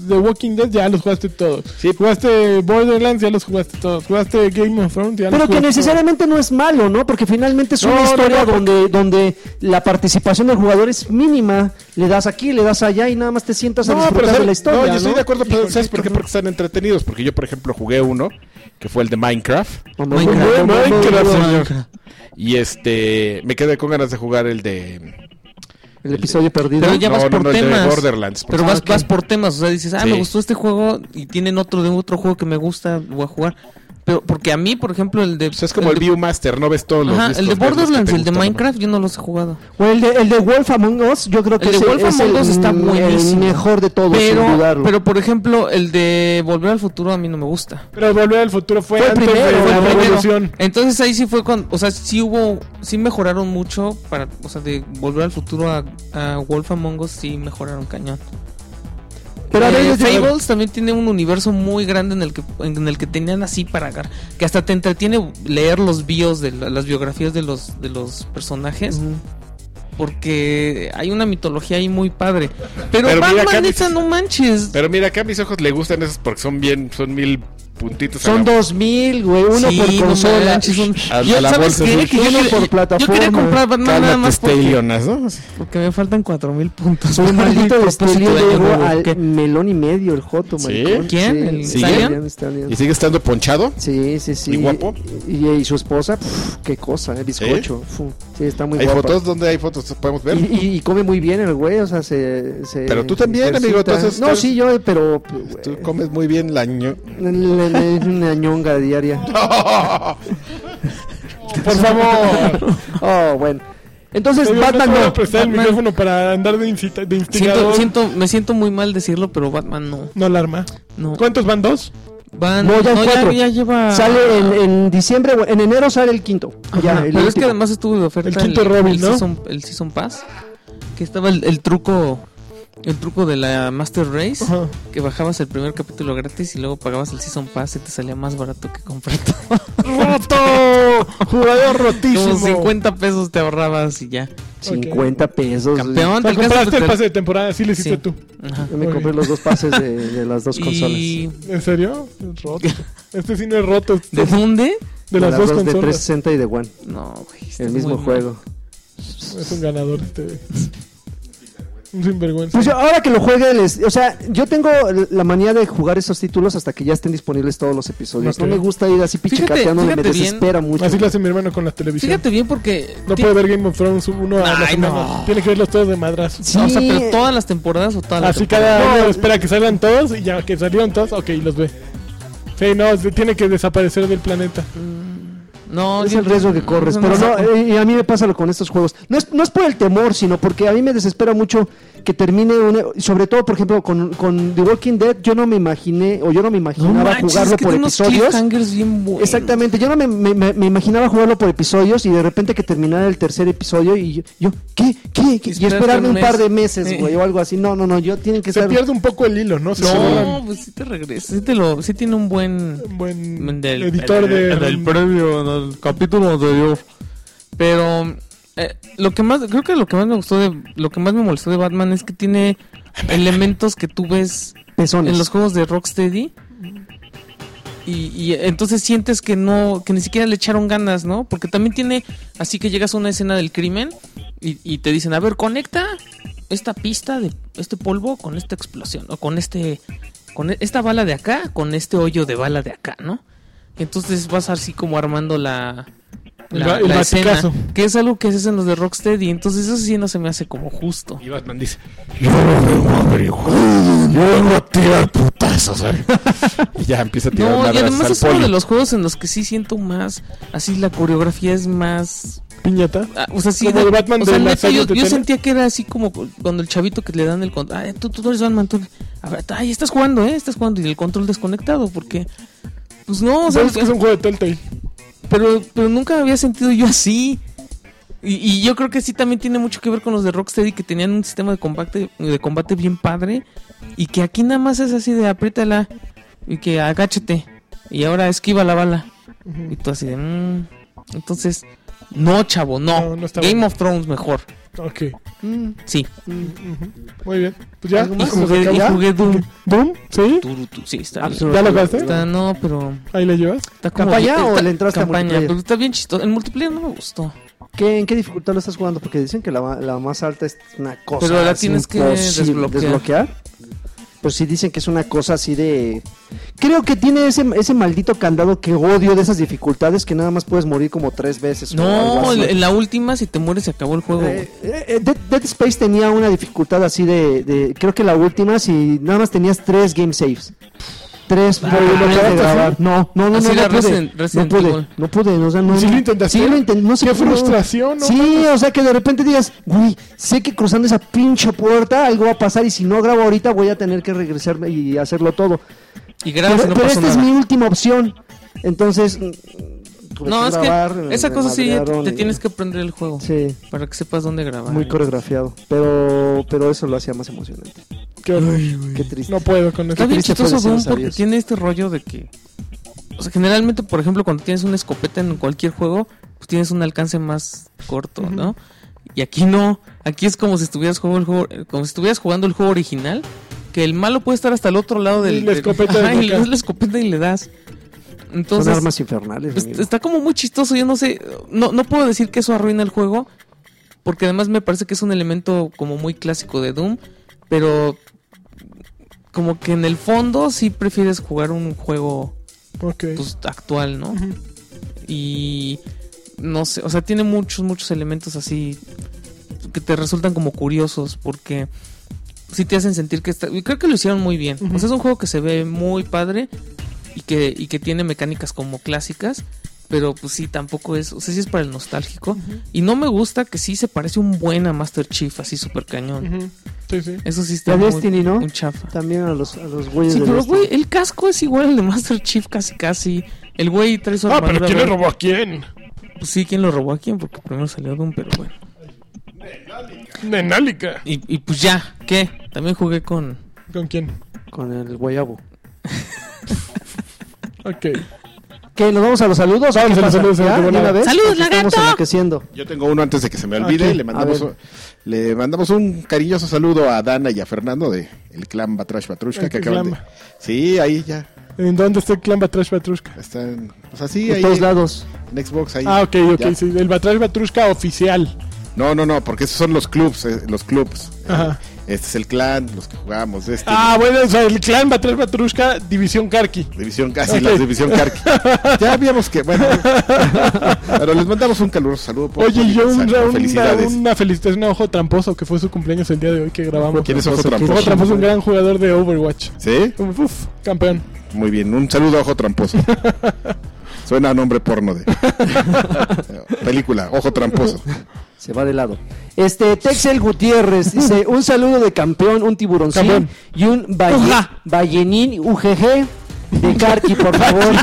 Speaker 3: The Walking Dead, ya los jugaste todos.
Speaker 1: Sí.
Speaker 3: Jugaste Borderlands, ya los jugaste todos. Jugaste Game of Thrones, ya los
Speaker 4: Pero que
Speaker 3: jugaste
Speaker 4: necesariamente no es malo, ¿no? Porque finalmente es una
Speaker 3: No, no,
Speaker 4: historia
Speaker 3: no, pero-
Speaker 4: donde, donde la participación del jugador es mínima. Le das aquí, le das allá y nada más te sientas a disfrutar
Speaker 1: ¿sabes?
Speaker 4: de la historia.
Speaker 1: no, yo
Speaker 4: ¿no?
Speaker 1: estoy de acuerdo, pero ¿sabes por qué? Porque están entretenidos. Porque yo, por ejemplo, jugué uno que fue el de Minecraft.
Speaker 4: Como-
Speaker 2: Minecraft.
Speaker 4: como- como-
Speaker 3: Minecraft,
Speaker 4: como-
Speaker 3: señor.
Speaker 1: Y este, me quedé con ganas de jugar el de.
Speaker 4: El episodio perdido.
Speaker 2: Pero ya
Speaker 1: No,
Speaker 2: vas
Speaker 1: no,
Speaker 2: por
Speaker 1: no, el de
Speaker 2: temas.
Speaker 1: Borderlands, por
Speaker 2: pero
Speaker 1: favor.
Speaker 2: vas, vas por temas. O sea, dices, ah,
Speaker 1: Sí.
Speaker 2: me gustó este juego y tienen otro de otro juego que me gusta, voy a jugar. Pero porque a mí, por ejemplo, el de.
Speaker 1: O sea, Pues es como el,
Speaker 2: de-
Speaker 1: Viewmaster, no ves todos los.
Speaker 2: Ajá,
Speaker 1: discos,
Speaker 2: el de
Speaker 1: ves los que
Speaker 2: Borderlands,
Speaker 1: te
Speaker 2: el de
Speaker 1: gustan, ¿no?
Speaker 2: Minecraft, yo no los he jugado.
Speaker 4: O el de, el de Wolf Among Us, yo creo que
Speaker 2: El de
Speaker 4: ese
Speaker 2: Wolf
Speaker 4: es
Speaker 2: Among
Speaker 4: el-
Speaker 2: Us está
Speaker 4: El
Speaker 2: buenísimo.
Speaker 4: mejor de todos, sin
Speaker 2: Pero,
Speaker 4: dudarlo.
Speaker 2: pero, por ejemplo, el de Volver al Futuro a mí no me gusta.
Speaker 3: Pero Volver al Futuro fue,
Speaker 4: Fue el
Speaker 3: antes
Speaker 4: primero,
Speaker 3: de
Speaker 4: fue
Speaker 3: la
Speaker 4: el primero.
Speaker 3: revolución.
Speaker 2: Entonces ahí sí fue cuando, o sea, sí hubo, sí mejoraron mucho para, o sea, de volver al futuro a, a Wolf Among Us, sí mejoraron cañón.
Speaker 4: Pero a
Speaker 2: Eh,
Speaker 4: ver, yo- yo-
Speaker 2: Fables también tiene un universo muy grande en el que en el que tenían así para agar, que hasta te entretiene leer los bios de la- las biografías de los de los personajes. porque hay una mitología ahí muy padre. Pero,
Speaker 1: Pero mira, acá
Speaker 2: Batman, neta,
Speaker 1: dices-
Speaker 2: no manches.
Speaker 1: Pero mira, acá a mis ojos le gustan esos porque son bien, son mil puntitos. a
Speaker 4: Son
Speaker 1: la-
Speaker 4: 2000, güey, uno
Speaker 2: Sí,
Speaker 4: por
Speaker 2: no
Speaker 4: consola.
Speaker 2: manches, son-
Speaker 1: A-
Speaker 2: Yo,
Speaker 1: a la
Speaker 2: ¿sabes
Speaker 1: bolsa,
Speaker 2: qué?
Speaker 1: sí.
Speaker 2: Que yo,
Speaker 4: Uno
Speaker 2: quería-
Speaker 4: por
Speaker 2: yo quería
Speaker 4: plataforma. este.
Speaker 2: comprar Batman nada
Speaker 1: Cálmate,
Speaker 2: más porque,
Speaker 1: Stalionas, ¿no? Sí.
Speaker 2: porque me faltan cuatro mil puntos.
Speaker 4: Soy un maldito
Speaker 2: Propósito
Speaker 4: destilio
Speaker 2: de
Speaker 4: de
Speaker 2: año nuevo,
Speaker 4: al
Speaker 2: Pues, ¿qué?
Speaker 4: melón y medio el Joto,
Speaker 1: ¿Sí?
Speaker 4: maricón.
Speaker 2: ¿Quién? ¿El
Speaker 4: Sí,
Speaker 1: Stallion?
Speaker 4: Stallion, Stallion.
Speaker 1: ¿Y sigue estando ponchado?
Speaker 4: Sí, sí, sí.
Speaker 1: ¿Y guapo?
Speaker 4: Y, y su esposa, pf, qué cosa, el bizcocho. fu. Sí, está muy
Speaker 1: ¿Hay
Speaker 4: guapa.
Speaker 1: fotos? ¿Dónde hay fotos? ¿Podemos ver?
Speaker 4: Y, y- y come muy bien el güey, o sea, se... se-
Speaker 1: Pero tú también,
Speaker 4: se
Speaker 1: amigo,
Speaker 4: excita.
Speaker 1: entonces,
Speaker 4: No,
Speaker 1: tú-
Speaker 4: sí, yo, pero...
Speaker 1: Tú comes muy bien la ño-
Speaker 4: Es una ñonga diaria.
Speaker 3: Por favor.
Speaker 4: Oh, bueno. Entonces,
Speaker 3: Oye,
Speaker 4: Batman
Speaker 3: no. te voy
Speaker 4: no.
Speaker 3: a prestar el
Speaker 2: Batman.
Speaker 3: micrófono para andar de, incita-
Speaker 2: Siento,
Speaker 3: de instigador.
Speaker 2: siento, me siento muy mal decirlo, pero Batman no.
Speaker 3: No alarma.
Speaker 2: no.
Speaker 3: ¿Cuántos van dos?
Speaker 2: Van,
Speaker 4: No, ya hay cuatro.
Speaker 2: ya lleva.
Speaker 4: Sale en, en diciembre, bueno, en enero sale el quinto. Ya,
Speaker 2: Ajá,
Speaker 4: el
Speaker 2: pero es que
Speaker 4: último.
Speaker 2: además estuvo de oferta
Speaker 3: El quinto Robin,
Speaker 2: el
Speaker 3: ¿no?
Speaker 2: Season, el Season Pass. Que estaba el, el truco. El truco de la Master Race.
Speaker 3: Ajá.
Speaker 2: Que bajabas el primer capítulo gratis y luego pagabas el Season Pass y te salía más barato que comprar todo.
Speaker 3: ¡Roto!
Speaker 4: Oh,
Speaker 3: Jugador rotísimo.
Speaker 2: Como 50 pesos te ahorrabas y ya.
Speaker 4: 50 pesos.
Speaker 2: Campeón,
Speaker 3: O sea,
Speaker 2: te alcanzas
Speaker 3: compraste el
Speaker 2: a-
Speaker 3: este pase de temporada, sí lo hiciste
Speaker 2: Sí.
Speaker 3: tú.
Speaker 2: Ajá.
Speaker 4: Yo me compré los dos pases de, de las dos consolas.
Speaker 2: ¿Y
Speaker 3: ¿En serio? Es roto. Este sí no es roto. este
Speaker 2: de
Speaker 3: es de,
Speaker 2: dónde?
Speaker 3: las, dos
Speaker 4: de
Speaker 3: consolas.
Speaker 4: 360 y de One.
Speaker 2: No, güey. estás
Speaker 4: El mismo
Speaker 2: muy mal.
Speaker 4: juego.
Speaker 3: Es un ganador este. güey. Un sinvergüenza.
Speaker 4: Pues yo, ahora que lo juegue, les- o sea, yo tengo la manía de jugar esos títulos hasta que ya estén disponibles todos los episodios.
Speaker 3: Ok.
Speaker 4: No me gusta ir así
Speaker 2: Fíjate,
Speaker 4: pichicateándole, me
Speaker 2: fíjate bien.
Speaker 4: desespera mucho.
Speaker 3: Así lo hace mi hermano con la televisión.
Speaker 2: Fíjate bien porque.
Speaker 3: No
Speaker 2: ti-
Speaker 3: puede ver Game of Thrones uno a la
Speaker 2: Ay,
Speaker 3: semana.
Speaker 2: no.
Speaker 3: Tiene que verlos todos de madrazo.
Speaker 4: Sí,
Speaker 2: o sea, pero todas las temporadas o todas las
Speaker 3: Así cada uno espera que salgan todos y ya que salieron todos, ok, los ve. Sí, no, se tiene que desaparecer del planeta.
Speaker 2: No,
Speaker 4: es
Speaker 2: yo-
Speaker 4: el riesgo que corres,
Speaker 2: no,
Speaker 4: pero
Speaker 2: no,
Speaker 4: no, eh, y a mí me pasa lo con estos juegos. No es, no es por el temor, sino porque a mí me desespera mucho que termine una, sobre todo, por ejemplo, con, con The Walking Dead, yo no me imaginé, o yo no me
Speaker 2: No
Speaker 4: imaginaba
Speaker 2: manches,
Speaker 4: jugarlo
Speaker 2: es que
Speaker 4: por
Speaker 2: tiene unos
Speaker 4: episodios.
Speaker 2: cliffhangers bien buenos.
Speaker 4: Exactamente, yo no me, me- me- me imaginaba jugarlo por episodios y de repente que terminara el tercer episodio y yo, yo, ¿qué? ¿Qué? ¿Qué? Y
Speaker 2: Esperaste
Speaker 4: esperarme
Speaker 2: un
Speaker 4: un par
Speaker 2: mes.
Speaker 4: de meses, güey, o algo así. No, no, no, yo tienen que
Speaker 3: Se
Speaker 4: estar...
Speaker 3: pierde un poco el hilo, ¿no? Se
Speaker 2: No,
Speaker 3: vuelve
Speaker 2: pues sí te regresa. Sí, te lo, sí tiene un buen.
Speaker 3: un buen
Speaker 2: Del-
Speaker 3: editor
Speaker 2: del-
Speaker 3: de.
Speaker 2: del previo, del capítulo anterior. Pero. eh, lo que más. Creo que lo que más me gustó de. Lo que más me molestó de Batman es que tiene elementos que tú ves
Speaker 4: pezones.
Speaker 2: en los juegos de Rocksteady. Y, y entonces sientes que no, que ni siquiera le echaron ganas, ¿no? Porque también tiene, así que llegas a una escena del crimen y, y te dicen, a ver, conecta esta pista de este polvo con esta explosión, o con este, con e- esta bala de acá, con este hoyo de bala de acá, ¿no? Y entonces vas así como armando la,
Speaker 3: El ba- el baticazo.
Speaker 2: que es algo que haces en los de Rocksteady, entonces eso sí no se me hace como justo.
Speaker 1: Y Batman dice: Yo no vengo a averiguar, yo vengo a tirar putazos. ¿eh?" y ya empieza a tirar
Speaker 2: No, y
Speaker 1: madrazos
Speaker 2: además
Speaker 1: al
Speaker 2: es uno
Speaker 1: poli.
Speaker 2: de los juegos en los que sí siento más. Así la coreografía es más.
Speaker 3: Piñata.
Speaker 2: ah, o sea, sí.
Speaker 3: Como
Speaker 2: de-
Speaker 3: de Batman
Speaker 2: o sea,
Speaker 3: de las
Speaker 2: neta,
Speaker 3: series
Speaker 2: yo,
Speaker 3: de
Speaker 2: yo
Speaker 3: tele.
Speaker 2: sentía que era así como cuando el chavito que le dan el control. Ah, tú, tú no eres Batman, tú. A ver, ay, estás jugando, ¿eh? Estás jugando. Y el control desconectado, porque. Pues no, o sea,
Speaker 3: Sabes que es un juego de Telltale.
Speaker 2: pero, pero nunca me había sentido yo así. Y, y yo creo que sí también tiene mucho que ver con los de Rocksteady que tenían un sistema de combate, de combate bien padre. Y que aquí nada más es así de apriétala y que agáchate. Y ahora esquiva la bala. Y tú así de... "Mm". Entonces, no, chavo, no.
Speaker 3: No, no está
Speaker 2: Game
Speaker 3: bueno.
Speaker 2: of Thrones mejor.
Speaker 3: Ok.
Speaker 2: Sí.
Speaker 3: Muy bien. Pues ya.
Speaker 4: ¿Algo
Speaker 2: Y
Speaker 4: más?
Speaker 3: ¿Nos
Speaker 2: jugué, y
Speaker 3: acabamos?
Speaker 2: jugué Doom.
Speaker 3: ¿Doom? ¿Sí?
Speaker 2: Turu, tu- sí, está bien.
Speaker 4: Absolutamente.
Speaker 3: ¿Ya lo jugaste?
Speaker 2: Está- no, pero...
Speaker 3: Ahí la llevas.
Speaker 2: Está como-
Speaker 4: ¿Campaña o
Speaker 2: está-
Speaker 4: le entraste a
Speaker 2: campaña,
Speaker 4: multiplayer?
Speaker 2: pero está bien chistoso. El multiplayer no me gustó.
Speaker 4: ¿Qué, ¿En qué dificultad lo estás jugando? Porque dicen que la, ma- la más alta es una cosa.
Speaker 2: Pero la
Speaker 4: así
Speaker 2: tienes que
Speaker 4: imposible.
Speaker 2: desbloquear.
Speaker 4: Pues sí dicen que es una cosa así de... Creo que tiene ese, ese maldito candado que odio de esas dificultades que nada más puedes morir Pues, como tres veces. o algo
Speaker 2: No,
Speaker 4: así.
Speaker 2: en en la última si te mueres se acabó el juego. güey.
Speaker 4: Eh, eh, Dead, Dead Space tenía una dificultad así de, de- Creo que la última, si nada más tenías tres game saves. Tres
Speaker 2: Ah,
Speaker 4: por uno antes de
Speaker 3: ¿acabaste así?
Speaker 4: grabar. No, no, no,
Speaker 2: Así
Speaker 4: no,
Speaker 2: era
Speaker 4: no pude.
Speaker 2: Resident-
Speaker 4: No
Speaker 2: Resident
Speaker 4: pude,
Speaker 2: Evil.
Speaker 4: no pude, o sea, no.
Speaker 3: ¿Sí
Speaker 4: no.
Speaker 3: lo intentaste?
Speaker 4: Sí, lo intenté, no sé
Speaker 3: Qué
Speaker 4: por no.
Speaker 3: frustración, ¿no?
Speaker 4: Sí, o sea que de repente digas, güey, sé que cruzando esa pinche puerta algo va a pasar y si no grabo ahorita voy a tener que regresarme y hacerlo todo.
Speaker 2: Y grabas
Speaker 4: pero
Speaker 2: y no
Speaker 4: pero
Speaker 2: pasó
Speaker 4: esta es
Speaker 2: nada.
Speaker 4: mi última opción. Entonces, mm, tuve
Speaker 2: No, es
Speaker 4: grabar,
Speaker 2: que
Speaker 4: me-
Speaker 2: esa
Speaker 4: me
Speaker 2: cosa sí te,
Speaker 4: madrearon
Speaker 2: te
Speaker 4: y-
Speaker 2: tienes que aprender el juego
Speaker 4: Sí.
Speaker 2: para que sepas dónde grabar. ¿eh?
Speaker 4: Muy coreografiado, pero, pero eso lo hacía más emocionante.
Speaker 3: Qué horror.
Speaker 4: Qué triste.
Speaker 3: No puedo con
Speaker 2: Está
Speaker 3: esto.
Speaker 4: Qué
Speaker 2: bien
Speaker 4: triste fue
Speaker 2: chistoso
Speaker 4: decirnos
Speaker 2: Doom porque
Speaker 4: adiós.
Speaker 2: tiene este rollo de que o sea, generalmente, por ejemplo, cuando tienes una escopeta en cualquier juego, pues tienes un alcance más corto, ¿no? Y aquí no. Aquí es como si estuvieras jugando el juego, como si estuvieras jugando el juego original. Que el malo puede estar hasta el otro lado del.
Speaker 3: Y la
Speaker 2: del-
Speaker 3: escopeta de
Speaker 2: Ajá, y le
Speaker 3: boca.
Speaker 2: das la escopeta y le das.
Speaker 4: Son
Speaker 2: Entonces.
Speaker 4: armas infernales.
Speaker 2: pues,
Speaker 4: amigo.
Speaker 2: está como muy chistoso. Yo no sé. No, no puedo decir que eso arruina el juego. Porque además me parece que es un elemento como muy clásico de Doom. Pero. Como que en el fondo sí prefieres jugar un juego
Speaker 3: Ok.
Speaker 2: pues, actual, ¿no? Y no sé, o sea, tiene muchos, muchos elementos así que te resultan como curiosos porque sí te hacen sentir que está... Y creo que lo hicieron muy bien. O sea, es un juego que se ve muy padre y que, y que tiene mecánicas como clásicas. Pero pues sí, tampoco es, o sea, sí es para el nostálgico. Y no me gusta que sí se parece un buen a Master Chief, así súper cañón.
Speaker 3: Ujú. Sí, sí.
Speaker 2: Eso sí está
Speaker 4: Y a
Speaker 2: muy-
Speaker 4: Destiny, ¿no?
Speaker 2: un chafa.
Speaker 4: También a los, a los güeyes
Speaker 2: Sí,
Speaker 4: de este,
Speaker 2: pero
Speaker 4: los-
Speaker 2: güey, el casco es igual al de Master Chief casi casi. El güey trae su
Speaker 5: Ah, pero
Speaker 2: armadura
Speaker 5: ¿quién le
Speaker 2: verde.
Speaker 5: robó a quién?
Speaker 2: Pues sí, ¿quién lo robó a quién? Porque primero salió Doom, pero bueno.
Speaker 5: Nenálica.
Speaker 2: Y, y pues ya, ¿qué? También jugué con...
Speaker 3: ¿Con quién?
Speaker 4: con el guayabo.
Speaker 3: Ok.
Speaker 4: ¿Qué? ¿Nos vamos a Ah, los
Speaker 3: Vamos
Speaker 4: saludos? ¿Qué
Speaker 3: a los
Speaker 4: pasa?
Speaker 3: saludos,
Speaker 4: ¿Ya?
Speaker 3: de
Speaker 4: ¿De
Speaker 3: volada.
Speaker 4: una vez?
Speaker 2: ¡Saludos,
Speaker 4: Porque estamos
Speaker 2: lagarto!
Speaker 4: enloqueciendo.
Speaker 1: Yo tengo uno antes de que se me olvide.
Speaker 3: Ok,
Speaker 1: Le, mandamos,
Speaker 4: a
Speaker 1: un- le mandamos un cariñoso saludo a Dana y a Fernando de el clan Batrash Batrushka
Speaker 3: El
Speaker 1: que acaban de...
Speaker 3: clan.
Speaker 1: Sí, ahí ya.
Speaker 3: ¿En dónde está el clan Batrash Batrushka?
Speaker 1: Están... O sea, sí,
Speaker 4: De
Speaker 1: ahí
Speaker 4: todos lados.
Speaker 1: en Xbox. Ahí,
Speaker 3: Ah, ok, ok,
Speaker 1: ya.
Speaker 3: sí. El Batrash Batrushka oficial.
Speaker 1: No, no, no, porque esos son los clubs, eh, los clubs.
Speaker 3: Ajá.
Speaker 1: Este es el clan, los que jugamos, este...
Speaker 3: Ah, bueno, o sea, el clan Batrash Batrushka, División Karki.
Speaker 1: División casi, la
Speaker 3: Ok.
Speaker 1: división Karki. Ya habíamos que, bueno, pero les mandamos un caluroso saludo. por-
Speaker 3: Oye,
Speaker 1: por
Speaker 3: yo un-
Speaker 1: aniversario.
Speaker 3: una,
Speaker 1: felicidades.
Speaker 3: una felicitación a Ojo Tramposo, que fue su cumpleaños el día de hoy que grabamos.
Speaker 1: ¿Quién es Ojo
Speaker 3: Ojo
Speaker 1: Tramposo?
Speaker 3: Tramposo, un gran jugador de Overwatch.
Speaker 1: ¿Sí?
Speaker 3: Uf, campeón.
Speaker 1: Muy bien, un saludo a Ojo Tramposo. Suena a nombre porno de película, Ojo Tramposo.
Speaker 4: Se va de lado. Este, Texel Gutiérrez dice: Un saludo de campeón, un tiburoncín
Speaker 3: Campeón.
Speaker 4: y un valle-
Speaker 2: Uja.
Speaker 4: ballenín UGG de Karki, por favor.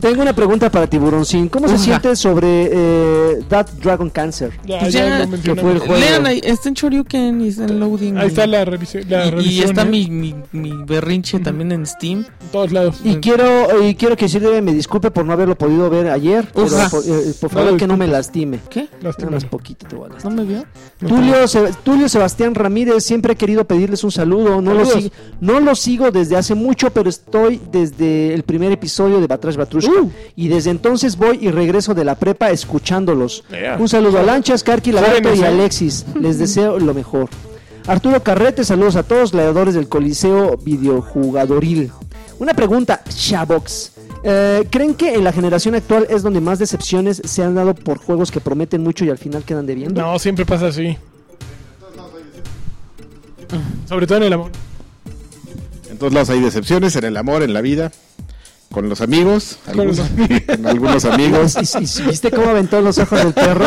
Speaker 4: Tengo una pregunta para tiburoncín. ¿Cómo se
Speaker 2: Uja.
Speaker 4: siente sobre eh, That Dragon Cancer?
Speaker 3: Ya,
Speaker 2: Pues
Speaker 3: ya,
Speaker 2: ya,
Speaker 3: lo mencionamos.
Speaker 4: que fue el juego.
Speaker 2: Lean, ahí está en Shoryuken y está en Loading.
Speaker 3: Ahí está
Speaker 2: y-
Speaker 3: la, revisión.
Speaker 2: y-
Speaker 3: la
Speaker 2: y,
Speaker 3: revisión.
Speaker 2: está
Speaker 3: ¿eh?
Speaker 2: mi, mi, mi berrinche también en Steam.
Speaker 3: En todos lados.
Speaker 2: eh.
Speaker 4: Y quiero, y quiero que Silvia me disculpe por no haberlo podido ver ayer. pero
Speaker 2: Uja.
Speaker 4: por, eh, por
Speaker 3: No,
Speaker 4: favor, que no me lastime.
Speaker 2: ¿Qué?
Speaker 4: Nada
Speaker 3: Lástima.
Speaker 4: más poquito te voy a lastimar.
Speaker 2: ¿No me vio?
Speaker 4: Tulio, Seb- Tulio Sebastián Ramírez, siempre he querido pedirles un saludo. No lo,
Speaker 3: Saludos.
Speaker 4: sig- no lo sigo desde hace mucho, pero estoy desde el primer episodio de Batrash Batrushka.
Speaker 2: Uh.
Speaker 4: Y desde entonces voy y regreso de la prepa escuchándolos. Un saludo a Lanchas, Karki, Lagarto
Speaker 3: Jóvenes,
Speaker 4: y
Speaker 3: ¿eh?
Speaker 4: Alexis. Les deseo lo mejor. Arturo Carrete, saludos a todos, gladiadores del Coliseo Videojugadoril. Una pregunta, Shabox. Eh, ¿Creen que en la generación actual es donde más decepciones se han dado por juegos que prometen mucho y al final quedan debiendo?
Speaker 3: No, siempre pasa así. Sobre todo en el amor.
Speaker 1: En todos lados hay decepciones, en el amor, en la vida, con los amigos, algunos, con algunos amigos.
Speaker 4: Y- y- y- ¿Viste cómo aventó los ojos del perro?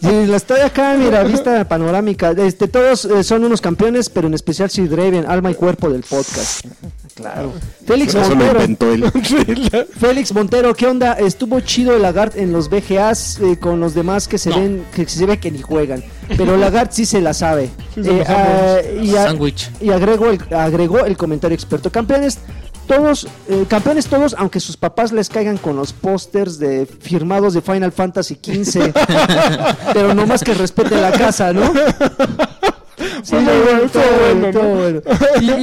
Speaker 4: Sí, la estoy acá, mira, vista panorámica. Este, todos eh, son unos campeones, pero en especial si Draven, alma y cuerpo del podcast. Claro. Félix
Speaker 1: Eso, eso lo
Speaker 4: Montero,
Speaker 1: inventó él.
Speaker 4: Félix Montero, ¿qué onda? Estuvo chido el Lagart en los BGAs eh, con los demás que se ven, que se ve que ni juegan. Pero Lagart sí se la sabe.
Speaker 3: se la
Speaker 4: Eh,
Speaker 3: sabe.
Speaker 4: ah, y a-
Speaker 2: Sándwich.
Speaker 4: y agregó el, agregó el comentario experto. Campeones todos, eh, campeones todos, aunque sus papás les caigan con los pósters de firmados de Final Fantasy XV. pero no más que respete la casa, ¿no? Sí,
Speaker 3: Muy bueno,
Speaker 4: todo
Speaker 3: todo
Speaker 4: bueno,
Speaker 3: bueno,
Speaker 4: todo bueno.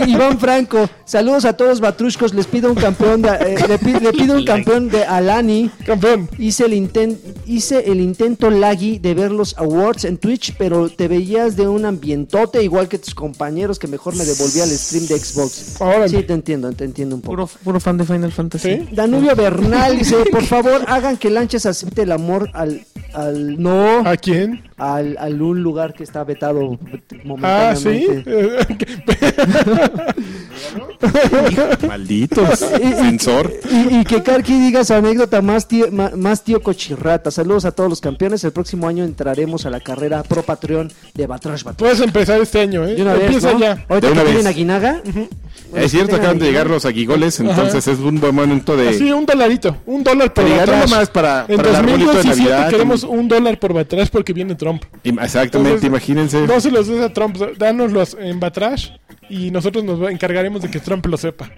Speaker 4: Y- y- Iván Franco, saludos a todos batruscos, les pido un campeón de, eh, le, pi- le pido un campeón de Alani.
Speaker 3: Campeón.
Speaker 4: Hice el, inten- hice el intento laggy de ver los awards en Twitch, pero te veías de un ambientote igual que tus compañeros que mejor me devolvía al stream de Xbox.
Speaker 3: Órale.
Speaker 4: Sí, te entiendo, te entiendo un poco.
Speaker 2: Puro, puro fan de Final Fantasy.
Speaker 3: ¿Sí?
Speaker 4: Danubio Bernal dice, por favor, hagan que Lanchas acepte el amor al, al no,
Speaker 3: ¿A quién?
Speaker 4: al, al un lugar que está vetado
Speaker 3: Ah, sí.
Speaker 4: momentáneamente.
Speaker 1: Malditos. Censor.
Speaker 4: Y, y que Karki diga su anécdota más tío, ma- más tío cochirrata. Saludos a todos los campeones. El próximo año entraremos a la carrera pro Patreon de Batrash Batrush.
Speaker 3: Puedes empezar este año, ¿eh?
Speaker 4: De una vez,
Speaker 3: Empieza
Speaker 4: ¿no?
Speaker 3: ya.
Speaker 4: Ahorita
Speaker 1: De una vez.
Speaker 4: que tienen Aguinaga.
Speaker 1: Es cierto, acaban de llegar los aguigoles, entonces es un buen momento de...
Speaker 3: Así, un dolarito. Un dólar por
Speaker 1: Pero ya
Speaker 3: Batrash.
Speaker 1: nada más para-
Speaker 3: en
Speaker 1: para el arbolito de
Speaker 3: 2017
Speaker 1: Navidad,
Speaker 3: queremos
Speaker 1: también.
Speaker 3: un dólar por Batrash porque viene Trump.
Speaker 1: Im- Exactamente,
Speaker 3: Entonces,
Speaker 1: imagínense.
Speaker 3: No se los des a Trump, dánoslos en Batrash y nosotros nos encargaremos de que Trump lo sepa.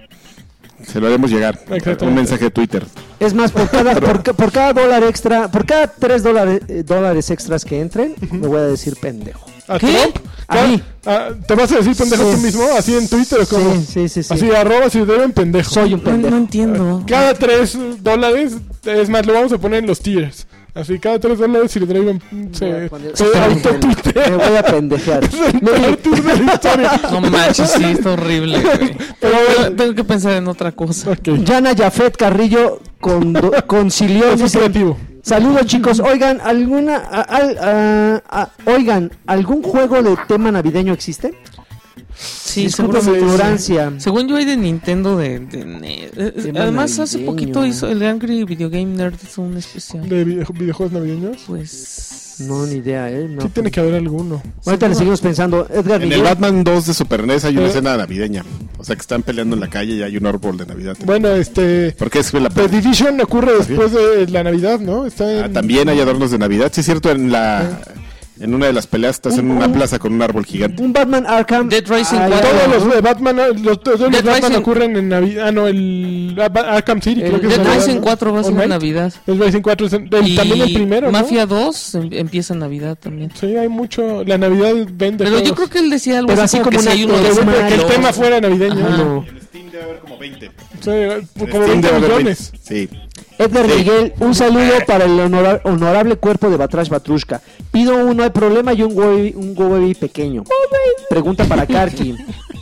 Speaker 1: Se lo haremos llegar.
Speaker 3: Exactamente.
Speaker 1: Un mensaje de Twitter.
Speaker 4: Es más, por cada, por, ca- por cada dólar extra, por cada tres dólares, eh, dólares extras que entren, me voy a decir pendejo.
Speaker 3: ¿A
Speaker 2: ¿Qué?
Speaker 3: Trump?
Speaker 4: A
Speaker 3: ¿Cuál?
Speaker 4: mí.
Speaker 3: Ah, ¿Te vas a decir pendejo
Speaker 4: Sí.
Speaker 3: tú mismo? ¿Así en Twitter o cómo?
Speaker 4: Sí, sí, sí, sí.
Speaker 3: Así, arroba si deben pendejo.
Speaker 4: Soy un
Speaker 2: No,
Speaker 4: pendejo.
Speaker 2: no entiendo.
Speaker 3: Cada 3 dólares, es más, lo vamos a poner en los tiers. Así, cada 3 dólares si le traigo
Speaker 4: Me
Speaker 3: se,
Speaker 4: voy a
Speaker 3: se
Speaker 4: poner- Me
Speaker 3: autotuitea.
Speaker 4: voy a pendejear.
Speaker 3: El tweet de la historia.
Speaker 2: No manches, sí, está horrible, güey. Pero tengo que pensar en otra cosa.
Speaker 3: Ok.
Speaker 4: Jana Jafet Carrillo con concilió.
Speaker 3: Es muy
Speaker 4: dice,
Speaker 3: creativo.
Speaker 4: Saludos chicos, oigan, alguna, a- al- a- a- oigan, ¿algún juego de tema navideño existe?
Speaker 2: Sí,
Speaker 4: Disculpen mi
Speaker 2: seguramente.
Speaker 4: ignorancia.
Speaker 2: Según yo hay de Nintendo de... de ne- eh, eh,
Speaker 4: Tema
Speaker 2: además hace
Speaker 4: navideño.
Speaker 2: poquito hizo el Angry Video Game Nerd hizo un especial.
Speaker 3: ¿De video- videojuegos navideños?
Speaker 2: Pues...
Speaker 4: No, ni idea, ¿eh? No.
Speaker 3: Sí, tiene que haber alguno.
Speaker 4: Ahorita le seguimos pensando. Edgar
Speaker 1: En el
Speaker 4: Guillén,
Speaker 1: Batman 2 de Super NES hay una
Speaker 3: Eh.
Speaker 1: escena navideña. O sea, que están peleando en la calle y hay un árbol de Navidad.
Speaker 3: Bueno, este.
Speaker 1: Porque es la
Speaker 3: The Division ocurre después de la Navidad, ¿no? Está
Speaker 1: Pues, Ah,
Speaker 3: en-
Speaker 1: también hay adornos de Navidad. Sí, es cierto, en la en una de las peleas estás en una plaza con un árbol gigante.
Speaker 4: un Batman Arkham.
Speaker 2: Dead Rising
Speaker 4: Ay,
Speaker 2: cuatro.
Speaker 4: todo
Speaker 3: Todos
Speaker 4: lo-
Speaker 3: los de Batman, los, todos los
Speaker 2: Dead
Speaker 3: Batman
Speaker 2: Rising-
Speaker 3: ocurren en Navidad. Ah, no, el ah, Ba- Arkham City. creo
Speaker 2: El
Speaker 3: que es
Speaker 2: Dead
Speaker 3: Navidad,
Speaker 2: Rising
Speaker 3: ¿no?
Speaker 2: 4 va a
Speaker 3: All
Speaker 2: ser en
Speaker 3: Night.
Speaker 2: Navidad.
Speaker 3: Dead Rising 4 es en- el- también el primero, ¿no?
Speaker 2: Mafia 2 em- empieza en Navidad también.
Speaker 3: Sí, hay mucho. La Navidad vende.
Speaker 2: Pero yo
Speaker 3: juegos.
Speaker 2: creo que él decía algo
Speaker 4: Pero
Speaker 2: así
Speaker 4: así
Speaker 2: como que
Speaker 4: como
Speaker 2: si
Speaker 4: un
Speaker 2: hay uno de
Speaker 4: acto de
Speaker 2: esos
Speaker 4: que el
Speaker 3: que el
Speaker 2: malos.
Speaker 3: tema fuera navideño.
Speaker 2: Ajá.
Speaker 3: ¿no?
Speaker 1: En Steam debe haber como 20.
Speaker 3: Sí,
Speaker 4: Este,
Speaker 3: como 20 millones.
Speaker 1: Sí.
Speaker 4: Edgar
Speaker 1: Sí.
Speaker 4: Miguel, un saludo para el honora- honorable cuerpo de Batrash Batrushka. Pido un no hay problema y un Gobi un Go Baby pequeño.
Speaker 2: Oh,
Speaker 4: Pregunta para Karki.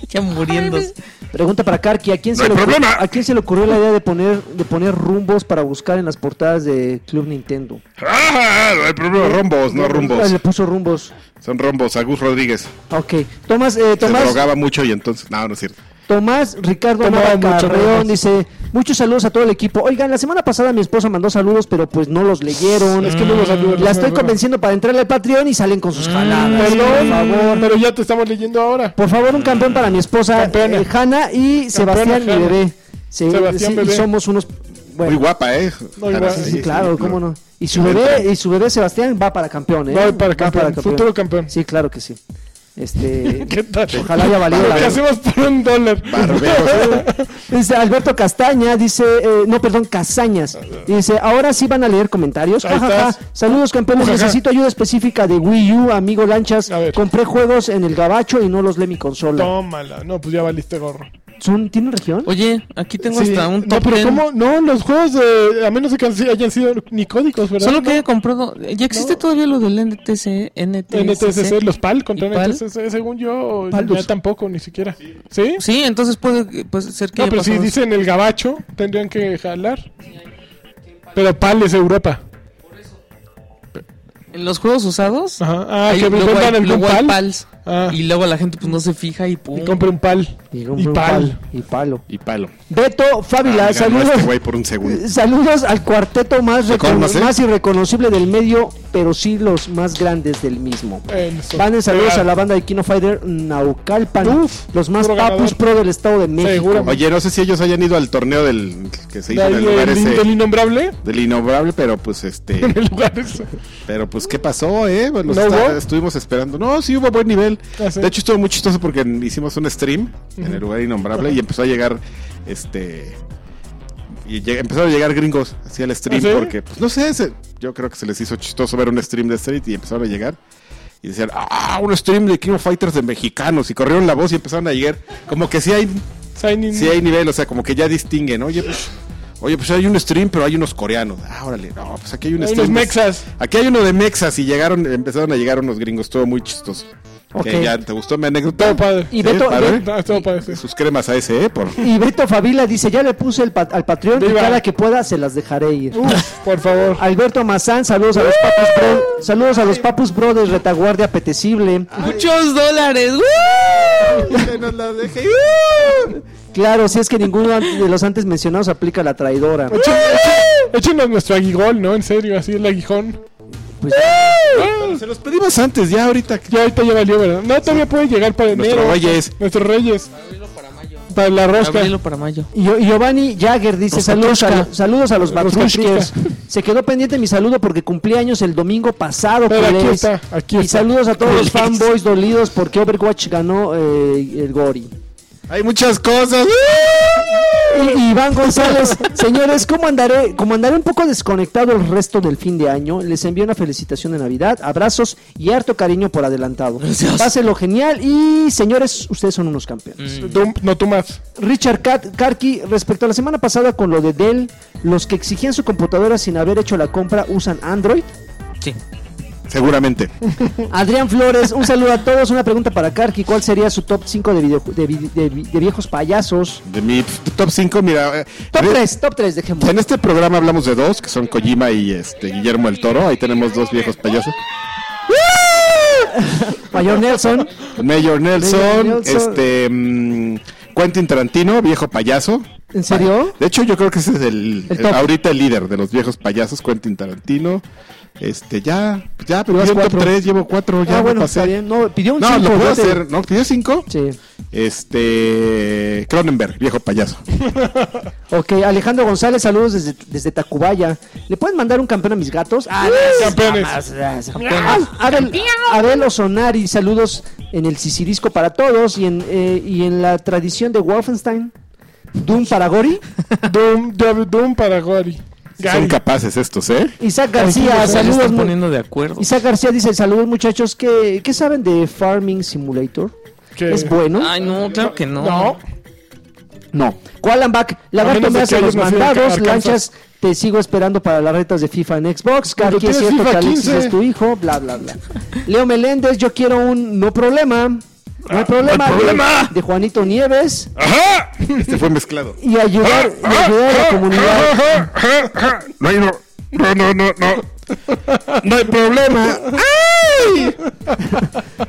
Speaker 2: Ya muriéndose.
Speaker 4: Pregunta para Karki, ¿a quién,
Speaker 1: hay
Speaker 4: se le ocurrió,
Speaker 1: problema.
Speaker 4: ¿a quién se le ocurrió la idea de poner, de poner rumbos para buscar en las portadas de Club Nintendo?
Speaker 1: Ah, no hay problema. Rombos, no
Speaker 4: Ah, Le
Speaker 1: rumbos.
Speaker 4: puso rumbos.
Speaker 1: Son rombos. Agus Rodríguez.
Speaker 4: Ok. Tomás, eh,
Speaker 1: Se
Speaker 4: Tomás,
Speaker 1: drogaba mucho y entonces. No, no es cierto.
Speaker 4: Tomás Ricardo
Speaker 3: Tomaba
Speaker 4: Mora
Speaker 3: mucho,
Speaker 4: Carreón
Speaker 3: gracias.
Speaker 4: dice, muchos saludos a todo el equipo. Oigan, la semana pasada mi esposa mandó saludos, pero pues no los leyeron.
Speaker 3: Es que no los saludos, Mm. no,
Speaker 4: La estoy
Speaker 3: no.
Speaker 4: convenciendo para entrarle al Patreon y salen con sus jaladas.
Speaker 3: Perdón,
Speaker 4: Por favor.
Speaker 3: pero ya te estamos leyendo ahora.
Speaker 4: Por favor, un campeón para mi esposa,
Speaker 3: Campeona.
Speaker 4: eh, Hanna, y Sebastián, mi
Speaker 3: Hanna.
Speaker 4: bebé. Sí,
Speaker 3: Sebastián,
Speaker 4: sí,
Speaker 3: bebé.
Speaker 4: y somos unos...
Speaker 1: Muy
Speaker 4: Bueno,
Speaker 1: guapa, ¿eh?
Speaker 3: Muy
Speaker 1: Jara,
Speaker 3: guapa.
Speaker 4: sí,
Speaker 3: Sí,
Speaker 4: sí, claro, cómo no. Y su
Speaker 1: Excelente.
Speaker 4: bebé, y su bebé Sebastián va para campeón, ¿eh?
Speaker 3: Va para campeón, futuro campeón.
Speaker 4: Sí, claro que sí. Este,
Speaker 3: ¿Qué tal?
Speaker 4: ojalá haya valido
Speaker 3: Lo
Speaker 4: la
Speaker 3: que
Speaker 1: Barbero.
Speaker 3: hacemos por un dólar.
Speaker 1: Barbero.
Speaker 4: Dice Alberto Castaña, dice, eh, no, perdón, Castañas. Dice, ahora sí van a leer comentarios.
Speaker 3: Ahí
Speaker 4: Ja, ja, ja.
Speaker 3: estás.
Speaker 4: Saludos campeones,
Speaker 3: Ja, ja.
Speaker 4: necesito ayuda específica de Wii U, amigo Lanchas.
Speaker 3: A ver.
Speaker 4: Compré juegos en el gabacho y no los lee mi consola.
Speaker 3: Tómala. No, pues ya valiste gorro.
Speaker 4: ¿Son- ¿Tienen región?
Speaker 2: Oye, aquí tengo
Speaker 3: Sí.
Speaker 2: hasta un
Speaker 3: no,
Speaker 2: top
Speaker 3: pero
Speaker 2: 10.
Speaker 3: ¿cómo? No, los juegos, de- a menos de que han si- hayan sido ni códigos, ¿verdad?
Speaker 2: Solo
Speaker 3: No.
Speaker 2: que he comprado. Ya existe todavía lo del NTC, NTSC.
Speaker 3: NTSC, los PAL contra
Speaker 2: ¿Y PAL?
Speaker 3: NTSC, según yo,
Speaker 4: Paldos.
Speaker 3: ya tampoco, ni siquiera. ¿Sí?
Speaker 2: Sí, entonces puede, puede ser que.
Speaker 3: No,
Speaker 2: haya
Speaker 3: pero si
Speaker 2: pasado
Speaker 3: dicen el gabacho, tendrían que jalar. Pero PAL es Europa.
Speaker 2: eso. En los juegos usados.
Speaker 3: Ajá. Ah,
Speaker 2: hay-
Speaker 3: que
Speaker 2: luego
Speaker 3: vendan
Speaker 2: hay-
Speaker 3: algún
Speaker 2: luego hay
Speaker 3: PAL.
Speaker 2: pals.
Speaker 3: Ah.
Speaker 2: Y luego la gente pues no se fija y pum.
Speaker 3: Y compre un PAL. Y,
Speaker 4: compré un
Speaker 3: PAL.
Speaker 4: pal- Y palo.
Speaker 1: Y palo.
Speaker 4: Beto Fábila,
Speaker 1: Ah, me ganó
Speaker 4: saludos.
Speaker 1: este güey por un segundo.
Speaker 4: Eh, Saludos al cuarteto más,
Speaker 1: ¿Se
Speaker 4: recono-
Speaker 1: conoce?
Speaker 4: más irreconocible del medio, pero sí los más grandes del mismo.
Speaker 3: Eso.
Speaker 4: Van saludos
Speaker 3: Pero-
Speaker 4: a la banda de Kino Fighter Naucalpan,
Speaker 3: Uf,
Speaker 4: los más
Speaker 3: puro
Speaker 4: papus
Speaker 3: ganador.
Speaker 4: pro del Estado de México.
Speaker 3: Seguramente.
Speaker 1: Oye, no sé si ellos hayan ido al torneo del que se hizo en
Speaker 3: Del,
Speaker 1: el lugar
Speaker 3: del-
Speaker 1: ese
Speaker 3: del innombrable.
Speaker 1: del innombrable, pero pues este,
Speaker 3: En el lugar ese.
Speaker 1: pero pues qué pasó, eh, Pues, los
Speaker 3: ¿No
Speaker 1: está-
Speaker 3: hubo?
Speaker 1: estuvimos esperando. No, sí hubo buen nivel.
Speaker 3: Ah, sí.
Speaker 1: De hecho estuvo muy chistoso porque hicimos un stream en el lugar innombrable y empezó a llegar este y lleg- empezaron a llegar gringos hacia el stream
Speaker 3: ¿Ah, sí?
Speaker 1: porque pues no sé, se- yo creo que se les hizo chistoso ver un stream de Street y empezaron a llegar y decían, "Ah, un stream de King of Fighters de mexicanos" y corrieron la voz y empezaron a llegar como que sí hay
Speaker 3: Signing.
Speaker 1: Sí hay nivel, o sea, como que ya distinguen, oye, pues, oye, pues hay un stream, pero hay unos coreanos. Ah, órale, no, pues aquí hay un
Speaker 3: Hay
Speaker 1: stream.
Speaker 3: unos mexas.
Speaker 1: Aquí hay uno de mexas y llegaron, empezaron a llegar unos gringos, todo muy chistoso.
Speaker 4: Ok.
Speaker 1: Que ya te gustó mi anécdota.
Speaker 3: Todo padre.
Speaker 4: Y
Speaker 1: Sí,
Speaker 4: Beto,
Speaker 1: padre.
Speaker 4: Be-
Speaker 3: No, todo padre, sí.
Speaker 1: Sus cremas a ese, ¿eh? Por...
Speaker 4: y Beto Fabila dice, ya le puse el pa- al Patreon y
Speaker 3: Viva.
Speaker 4: cada que pueda se las dejaré ir.
Speaker 3: Uf, por favor.
Speaker 4: Alberto Mazán, saludos
Speaker 3: Uh.
Speaker 4: a los Papus Bro, saludos a los Papus Bro de Retaguardia Apetecible.
Speaker 2: Muchos dólares. ¡Woo!
Speaker 4: Claro, si es que ninguno an- de los antes mencionados aplica la traidora.
Speaker 3: Echen- echen- Échenos nuestro aguijón, ¿no? En serio, así el aguijón.
Speaker 4: Pues,
Speaker 1: Se los pedimos antes, ya ahorita. que-
Speaker 3: Ah. Ya ahorita ya valió, ¿verdad? No, todavía puede llegar para enero.
Speaker 1: Nuestros reyes.
Speaker 3: Nuestros reyes. Para la rosca.
Speaker 2: Abrirlo para mayo.
Speaker 4: y Gio- y Giovanni Jagger dice, saludos a, lo- saludos a los
Speaker 3: Los
Speaker 4: Batrushkers. Se quedó pendiente mi saludo porque cumplí años el domingo pasado.
Speaker 3: Pero aquí
Speaker 4: culés.
Speaker 3: está, aquí
Speaker 4: y
Speaker 3: está.
Speaker 4: saludos a todos los
Speaker 2: Culés.
Speaker 4: fanboys dolidos porque Overwatch ganó eh, el Gori.
Speaker 1: Hay muchas cosas.
Speaker 4: Y- Iván González, señores, ¿cómo andaré? Como andaré un poco desconectado el resto del fin de año, les envío una felicitación de Navidad, abrazos y harto cariño por adelantado.
Speaker 2: Gracias.
Speaker 4: Pásenlo genial y señores, ustedes son unos campeones.
Speaker 2: Mm.
Speaker 3: Tú- no tú más.
Speaker 4: Richard Kat- Karki, respecto a la semana pasada con lo de Dell, los que exigían su computadora sin haber hecho la compra usan Android.
Speaker 2: Sí.
Speaker 1: Seguramente.
Speaker 4: Adrián Flores, un saludo a todos. Una pregunta para Karki: ¿Cuál sería su top 5 de, video- de vi- de vi- de viejos payasos?
Speaker 1: De mi top 5, mira. eh,
Speaker 4: Top
Speaker 1: re-
Speaker 4: 3, top 3, dejemos.
Speaker 1: En este programa hablamos de dos, que son Kojima y este Guillermo el Toro. Ahí tenemos dos viejos payasos.
Speaker 4: Mayor Nelson.
Speaker 1: Mayor Nelson,
Speaker 4: Mayor Nelson.
Speaker 1: este mm, Quentin Tarantino, viejo payaso.
Speaker 4: ¿En serio?
Speaker 1: De hecho, yo creo que ese es el,
Speaker 4: El
Speaker 1: el-
Speaker 4: top.
Speaker 1: ahorita el líder de los viejos payasos, Quentin Tarantino. Este, ya, ya, pero
Speaker 4: Llevas
Speaker 1: llevo
Speaker 4: cuatro.
Speaker 1: top 3, llevo 4, pues ya
Speaker 4: ah,
Speaker 1: me
Speaker 4: bueno,
Speaker 1: pasé.
Speaker 4: está bien. No, pidió un
Speaker 1: No,
Speaker 4: cinco,
Speaker 1: lo puedo
Speaker 4: yo te-
Speaker 1: hacer, ¿no? ¿Pidió 5?
Speaker 4: Sí.
Speaker 1: Este, Cronenberg, viejo payaso.
Speaker 4: Ok, Alejandro González, saludos desde, desde Tacubaya. ¿Le pueden mandar un campeón a mis gatos? ¡Ah,
Speaker 3: Campeones.
Speaker 4: Ah, Abel, Abel Osonari, saludos en el Sicirisco para todos y en, eh, y en la tradición de Wolfenstein. Doom para Gori.
Speaker 3: Doom, Doom, Doom para Gori.
Speaker 1: Son
Speaker 3: Gary.
Speaker 1: capaces estos, ¿eh?
Speaker 4: Isaac
Speaker 2: Ya
Speaker 4: García,
Speaker 2: Pues, se
Speaker 4: saludos.
Speaker 2: están
Speaker 4: mu-
Speaker 2: poniendo de acuerdo.
Speaker 4: Isaac García dice, saludos muchachos, ¿qué, qué saben de Farming Simulator?
Speaker 3: que-
Speaker 4: ¿Es bueno?
Speaker 2: Ay, no, claro que no.
Speaker 3: No.
Speaker 4: No. Kualambac, lagarto
Speaker 3: menos
Speaker 4: me
Speaker 3: de
Speaker 4: hace
Speaker 3: que
Speaker 4: los
Speaker 3: hayas nacido en
Speaker 4: mandados,
Speaker 3: Arkansas.
Speaker 4: lanchas, te sigo esperando para las retas de FIFA en Xbox,
Speaker 3: Pero
Speaker 4: Karki
Speaker 3: tienes
Speaker 4: es cierto que
Speaker 3: FIFA
Speaker 4: Alexis
Speaker 3: 15.
Speaker 4: es tu hijo, bla, bla, bla. Leo Meléndez, yo quiero un no problema, no hay problema, de-
Speaker 1: Ah, problema.
Speaker 4: de Juanito Nieves
Speaker 1: ¡Ajá! Este fue mezclado.
Speaker 4: y ayudar, y ayudar a la comunidad.
Speaker 1: No hay no. No, no, no, no. No hay problema. ¡Ay!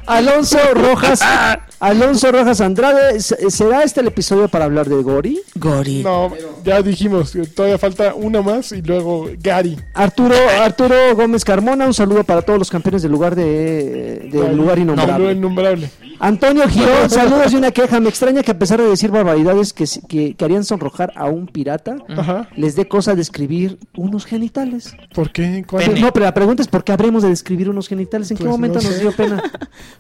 Speaker 4: Alonso Rojas,
Speaker 1: Ah.
Speaker 4: Alonso Rojas Andrade, ¿se- ¿será este el episodio para hablar de Gori?
Speaker 2: Gori.
Speaker 3: No, ya dijimos, que todavía falta una más y luego Gary.
Speaker 4: Arturo, Arturo Gómez Carmona, un saludo para todos los campeones del lugar de, del lugar innombrable.
Speaker 3: No, innombrable.
Speaker 4: Antonio Girón, saludos y una queja. Me extraña que a pesar de decir barbaridades que, que, que harían sonrojar a un pirata,
Speaker 3: Ajá.
Speaker 4: les dé cosa describir unos genitales.
Speaker 3: ¿Por qué? ¿Cuándo?
Speaker 2: Pene.
Speaker 4: No, pero la pregunta es por qué habremos de describir unos genitales. ¿En qué
Speaker 3: Pues no
Speaker 4: momento nos
Speaker 3: sé.
Speaker 4: dio pena?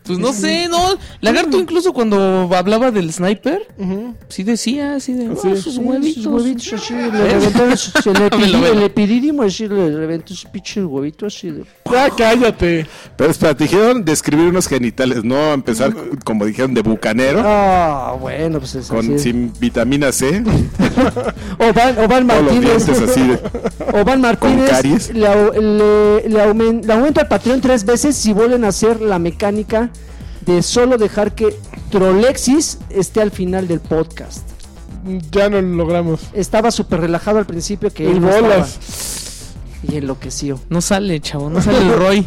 Speaker 2: Pues no sé, no. Lagarto incluso cuando hablaba del sniper,
Speaker 3: Ujú.
Speaker 2: sí decía así de...
Speaker 3: Así
Speaker 2: "Ah,
Speaker 3: es.
Speaker 2: sus
Speaker 4: Sí,
Speaker 2: huevitos.
Speaker 4: sus huevitos así, le
Speaker 2: ¿Eh?
Speaker 4: reventó el- se le
Speaker 2: Me lo
Speaker 4: pidi-
Speaker 2: veo.
Speaker 4: el epididimo, así, le reventó ese pinche huevito así de...
Speaker 3: Ya cállate.
Speaker 1: Pero espérate, dijeron describir unos genitales, no empezar c- como dijeron de bucanero,
Speaker 4: Ah, bueno, pues es
Speaker 1: con
Speaker 4: así.
Speaker 1: sin vitamina C,
Speaker 4: Oban, Oban
Speaker 1: o los
Speaker 4: Martínez,
Speaker 1: dientes así de.
Speaker 4: Oban Martínez
Speaker 1: caries.
Speaker 4: le, au- le- le aumen- le aumento al Patreon tres veces si vuelven a hacer la mecánica de solo dejar que Trolexis esté al final del podcast.
Speaker 3: Ya no lo logramos.
Speaker 4: Estaba súper relajado al principio que
Speaker 3: Y
Speaker 4: él no
Speaker 3: bolas.
Speaker 4: estaba, y enloqueció.
Speaker 2: No sale, chavo, no sale el Roy.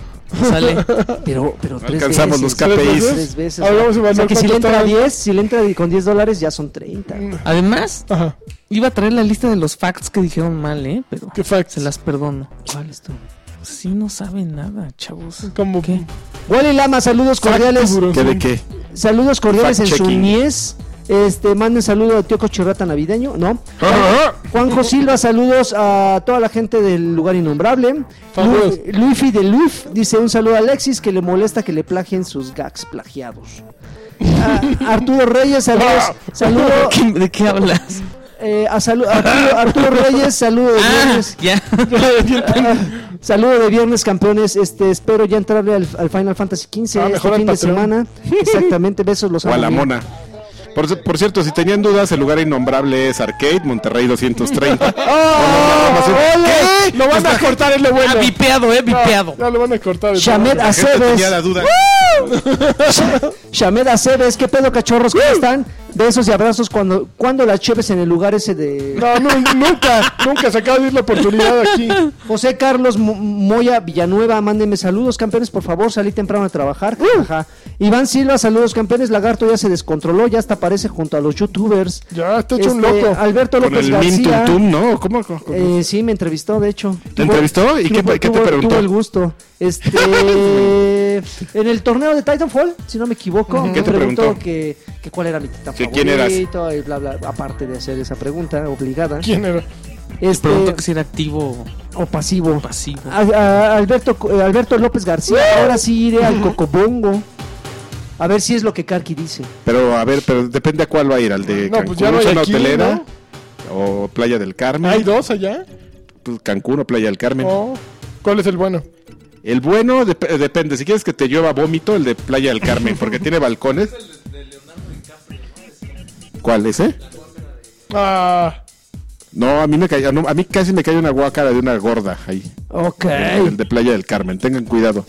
Speaker 2: Sale.
Speaker 4: Pero, pero tres
Speaker 1: alcanzamos los
Speaker 4: veces.
Speaker 1: KPIs.
Speaker 4: Tres veces.
Speaker 3: Hablamos,
Speaker 4: o sea
Speaker 3: Emanuel,
Speaker 4: que si le
Speaker 3: ¿cuánto
Speaker 4: entra
Speaker 3: estabas?
Speaker 4: 10, si le entra con 10 dólares ya son 30.
Speaker 3: Mm.
Speaker 2: Además,
Speaker 3: Ajá.
Speaker 2: iba a traer la lista de los facts que dijeron mal, ¿eh? Pero
Speaker 3: ¿Qué facts?
Speaker 2: se las perdono.
Speaker 4: ¿Cuál es tu?
Speaker 2: Sí, no saben nada, chavos.
Speaker 3: Como
Speaker 2: ¿Qué?
Speaker 4: Wally Lama, saludos cordiales.
Speaker 3: Fact,
Speaker 1: ¿Qué de
Speaker 3: tiburón.
Speaker 1: qué?
Speaker 4: Saludos cordiales en su
Speaker 1: Fact-checking.
Speaker 4: niez. Este, manden saludo a Tío Cochirrata Navideño, ¿no? Juanjo Silva, saludos a toda la gente del lugar innombrable.
Speaker 3: Saludos.
Speaker 4: Lu- Luffy de Luf dice un saludo a Alexis que le molesta que le plagien sus gags plagiados. Ah, Arturo Reyes, saludos.
Speaker 3: Ah.
Speaker 4: Saludo,
Speaker 2: ¿De qué- ¿De qué hablas?
Speaker 4: eh, a salu- Arturo, Arturo Reyes, saludo de
Speaker 2: Ah,
Speaker 4: viernes. ah,
Speaker 2: ya.
Speaker 4: Saludo de viernes, campeones. Este, espero ya entrarle al, al Final Fantasy XV
Speaker 3: Ah,
Speaker 4: este
Speaker 3: mejor al
Speaker 4: fin de
Speaker 3: Patreon.
Speaker 4: semana. Exactamente, besos los
Speaker 1: O a
Speaker 4: amo,
Speaker 1: la
Speaker 4: bien.
Speaker 1: mona. Por, c- por cierto, si tenían dudas, el lugar innombrable es Arcade, Monterrey 230.
Speaker 4: ¡Oh!
Speaker 3: Oh, Lo van a cortar, es lo bueno.
Speaker 2: Ah, vipeado, eh, vipeado.
Speaker 3: Ya lo van a cortar. es lo
Speaker 4: Shamed
Speaker 3: bueno.
Speaker 1: Gente tenía
Speaker 4: Aceves.
Speaker 1: la duda.
Speaker 3: Uh,
Speaker 4: Shamed Aceves, ¿qué pedo, cachorros? ¿Cómo están? Besos y abrazos cuando, cuando las cheves en el lugar ese de.
Speaker 3: No, nu- nunca, nunca se acaba de ir la oportunidad aquí.
Speaker 4: José Carlos Mo- Moya Villanueva, mándenme saludos, campeones, por favor, salí temprano a trabajar. jajaja. Iván Silva, saludos, campeones. Lagarto ya se descontroló, ya hasta aparece junto a los youtubers.
Speaker 3: Ya, está hecho un
Speaker 4: Este,
Speaker 3: loco.
Speaker 4: Alberto
Speaker 1: Con
Speaker 4: López
Speaker 1: el Min
Speaker 4: García.
Speaker 1: Tum Tum, ¿no? ¿Cómo? cómo- cómo?
Speaker 4: eh, sí, me entrevistó, de hecho.
Speaker 1: ¿Te entrevistó? ¿Y qué,
Speaker 4: Tuvo-
Speaker 1: qué te
Speaker 4: tuvo- Tuvo el
Speaker 1: preguntó?
Speaker 4: gusto. Este, en el torneo de Titanfall, si no me equivoco,
Speaker 1: ¿Qué te
Speaker 4: me preguntó,
Speaker 1: preguntó?
Speaker 4: Que, que cuál era mi Titan
Speaker 1: Que
Speaker 4: favorito
Speaker 1: quién eras.
Speaker 4: y bla bla. Aparte de hacer esa pregunta obligada,
Speaker 3: ¿Quién era?
Speaker 4: este Ah.
Speaker 2: Pregunto que si era activo
Speaker 4: o pasivo.
Speaker 2: o pasivo.
Speaker 4: A- a- Alberto eh, Alberto López García. Ahora sí iré al Cocobongo. A ver si es lo que Karki dice.
Speaker 1: Pero a ver, pero depende a cuál va a ir, al de
Speaker 3: No, pues
Speaker 1: Cancún,
Speaker 3: ya no hay
Speaker 1: zona
Speaker 3: aquí,
Speaker 1: hotelera.
Speaker 3: ¿no?
Speaker 1: o Playa del Carmen.
Speaker 3: ¿Hay dos allá?
Speaker 1: pues, Cancún o Playa del Carmen.
Speaker 3: Oh, ¿Cuál es el bueno?
Speaker 1: El bueno dep- eh, depende. Si quieres que te llueva vómito, el de Playa del Carmen, porque tiene balcones. ¿Cuál ese?
Speaker 3: Ah,
Speaker 1: No, a mí me cayó- no, a mí casi me cae una guácara de una gorda ahí.
Speaker 4: Ok.
Speaker 1: El de Playa del Carmen, tengan cuidado.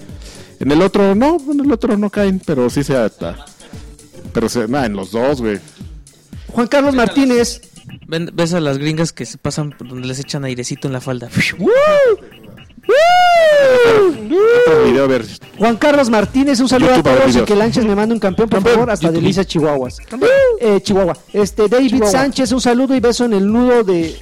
Speaker 1: En el otro no, en el otro no caen, pero sí se ata. Pero se, nada, en los dos, güey.
Speaker 4: Juan Carlos Martínez.
Speaker 2: Ven- ¿Ves a las gringas que se pasan por donde les echan airecito en la falda?
Speaker 4: ¡Woo! ¡Woo!
Speaker 1: Otro video, a ver.
Speaker 4: Juan Carlos Martínez, un saludo
Speaker 1: YouTube, a
Speaker 4: a
Speaker 1: ver,
Speaker 4: todos y
Speaker 1: videos.
Speaker 4: que Lanches me mande un campeón, por favor, hasta delicias Chihuahuas. Eh, Chihuahua. Este, David Sánchez, un saludo y beso en el nudo de.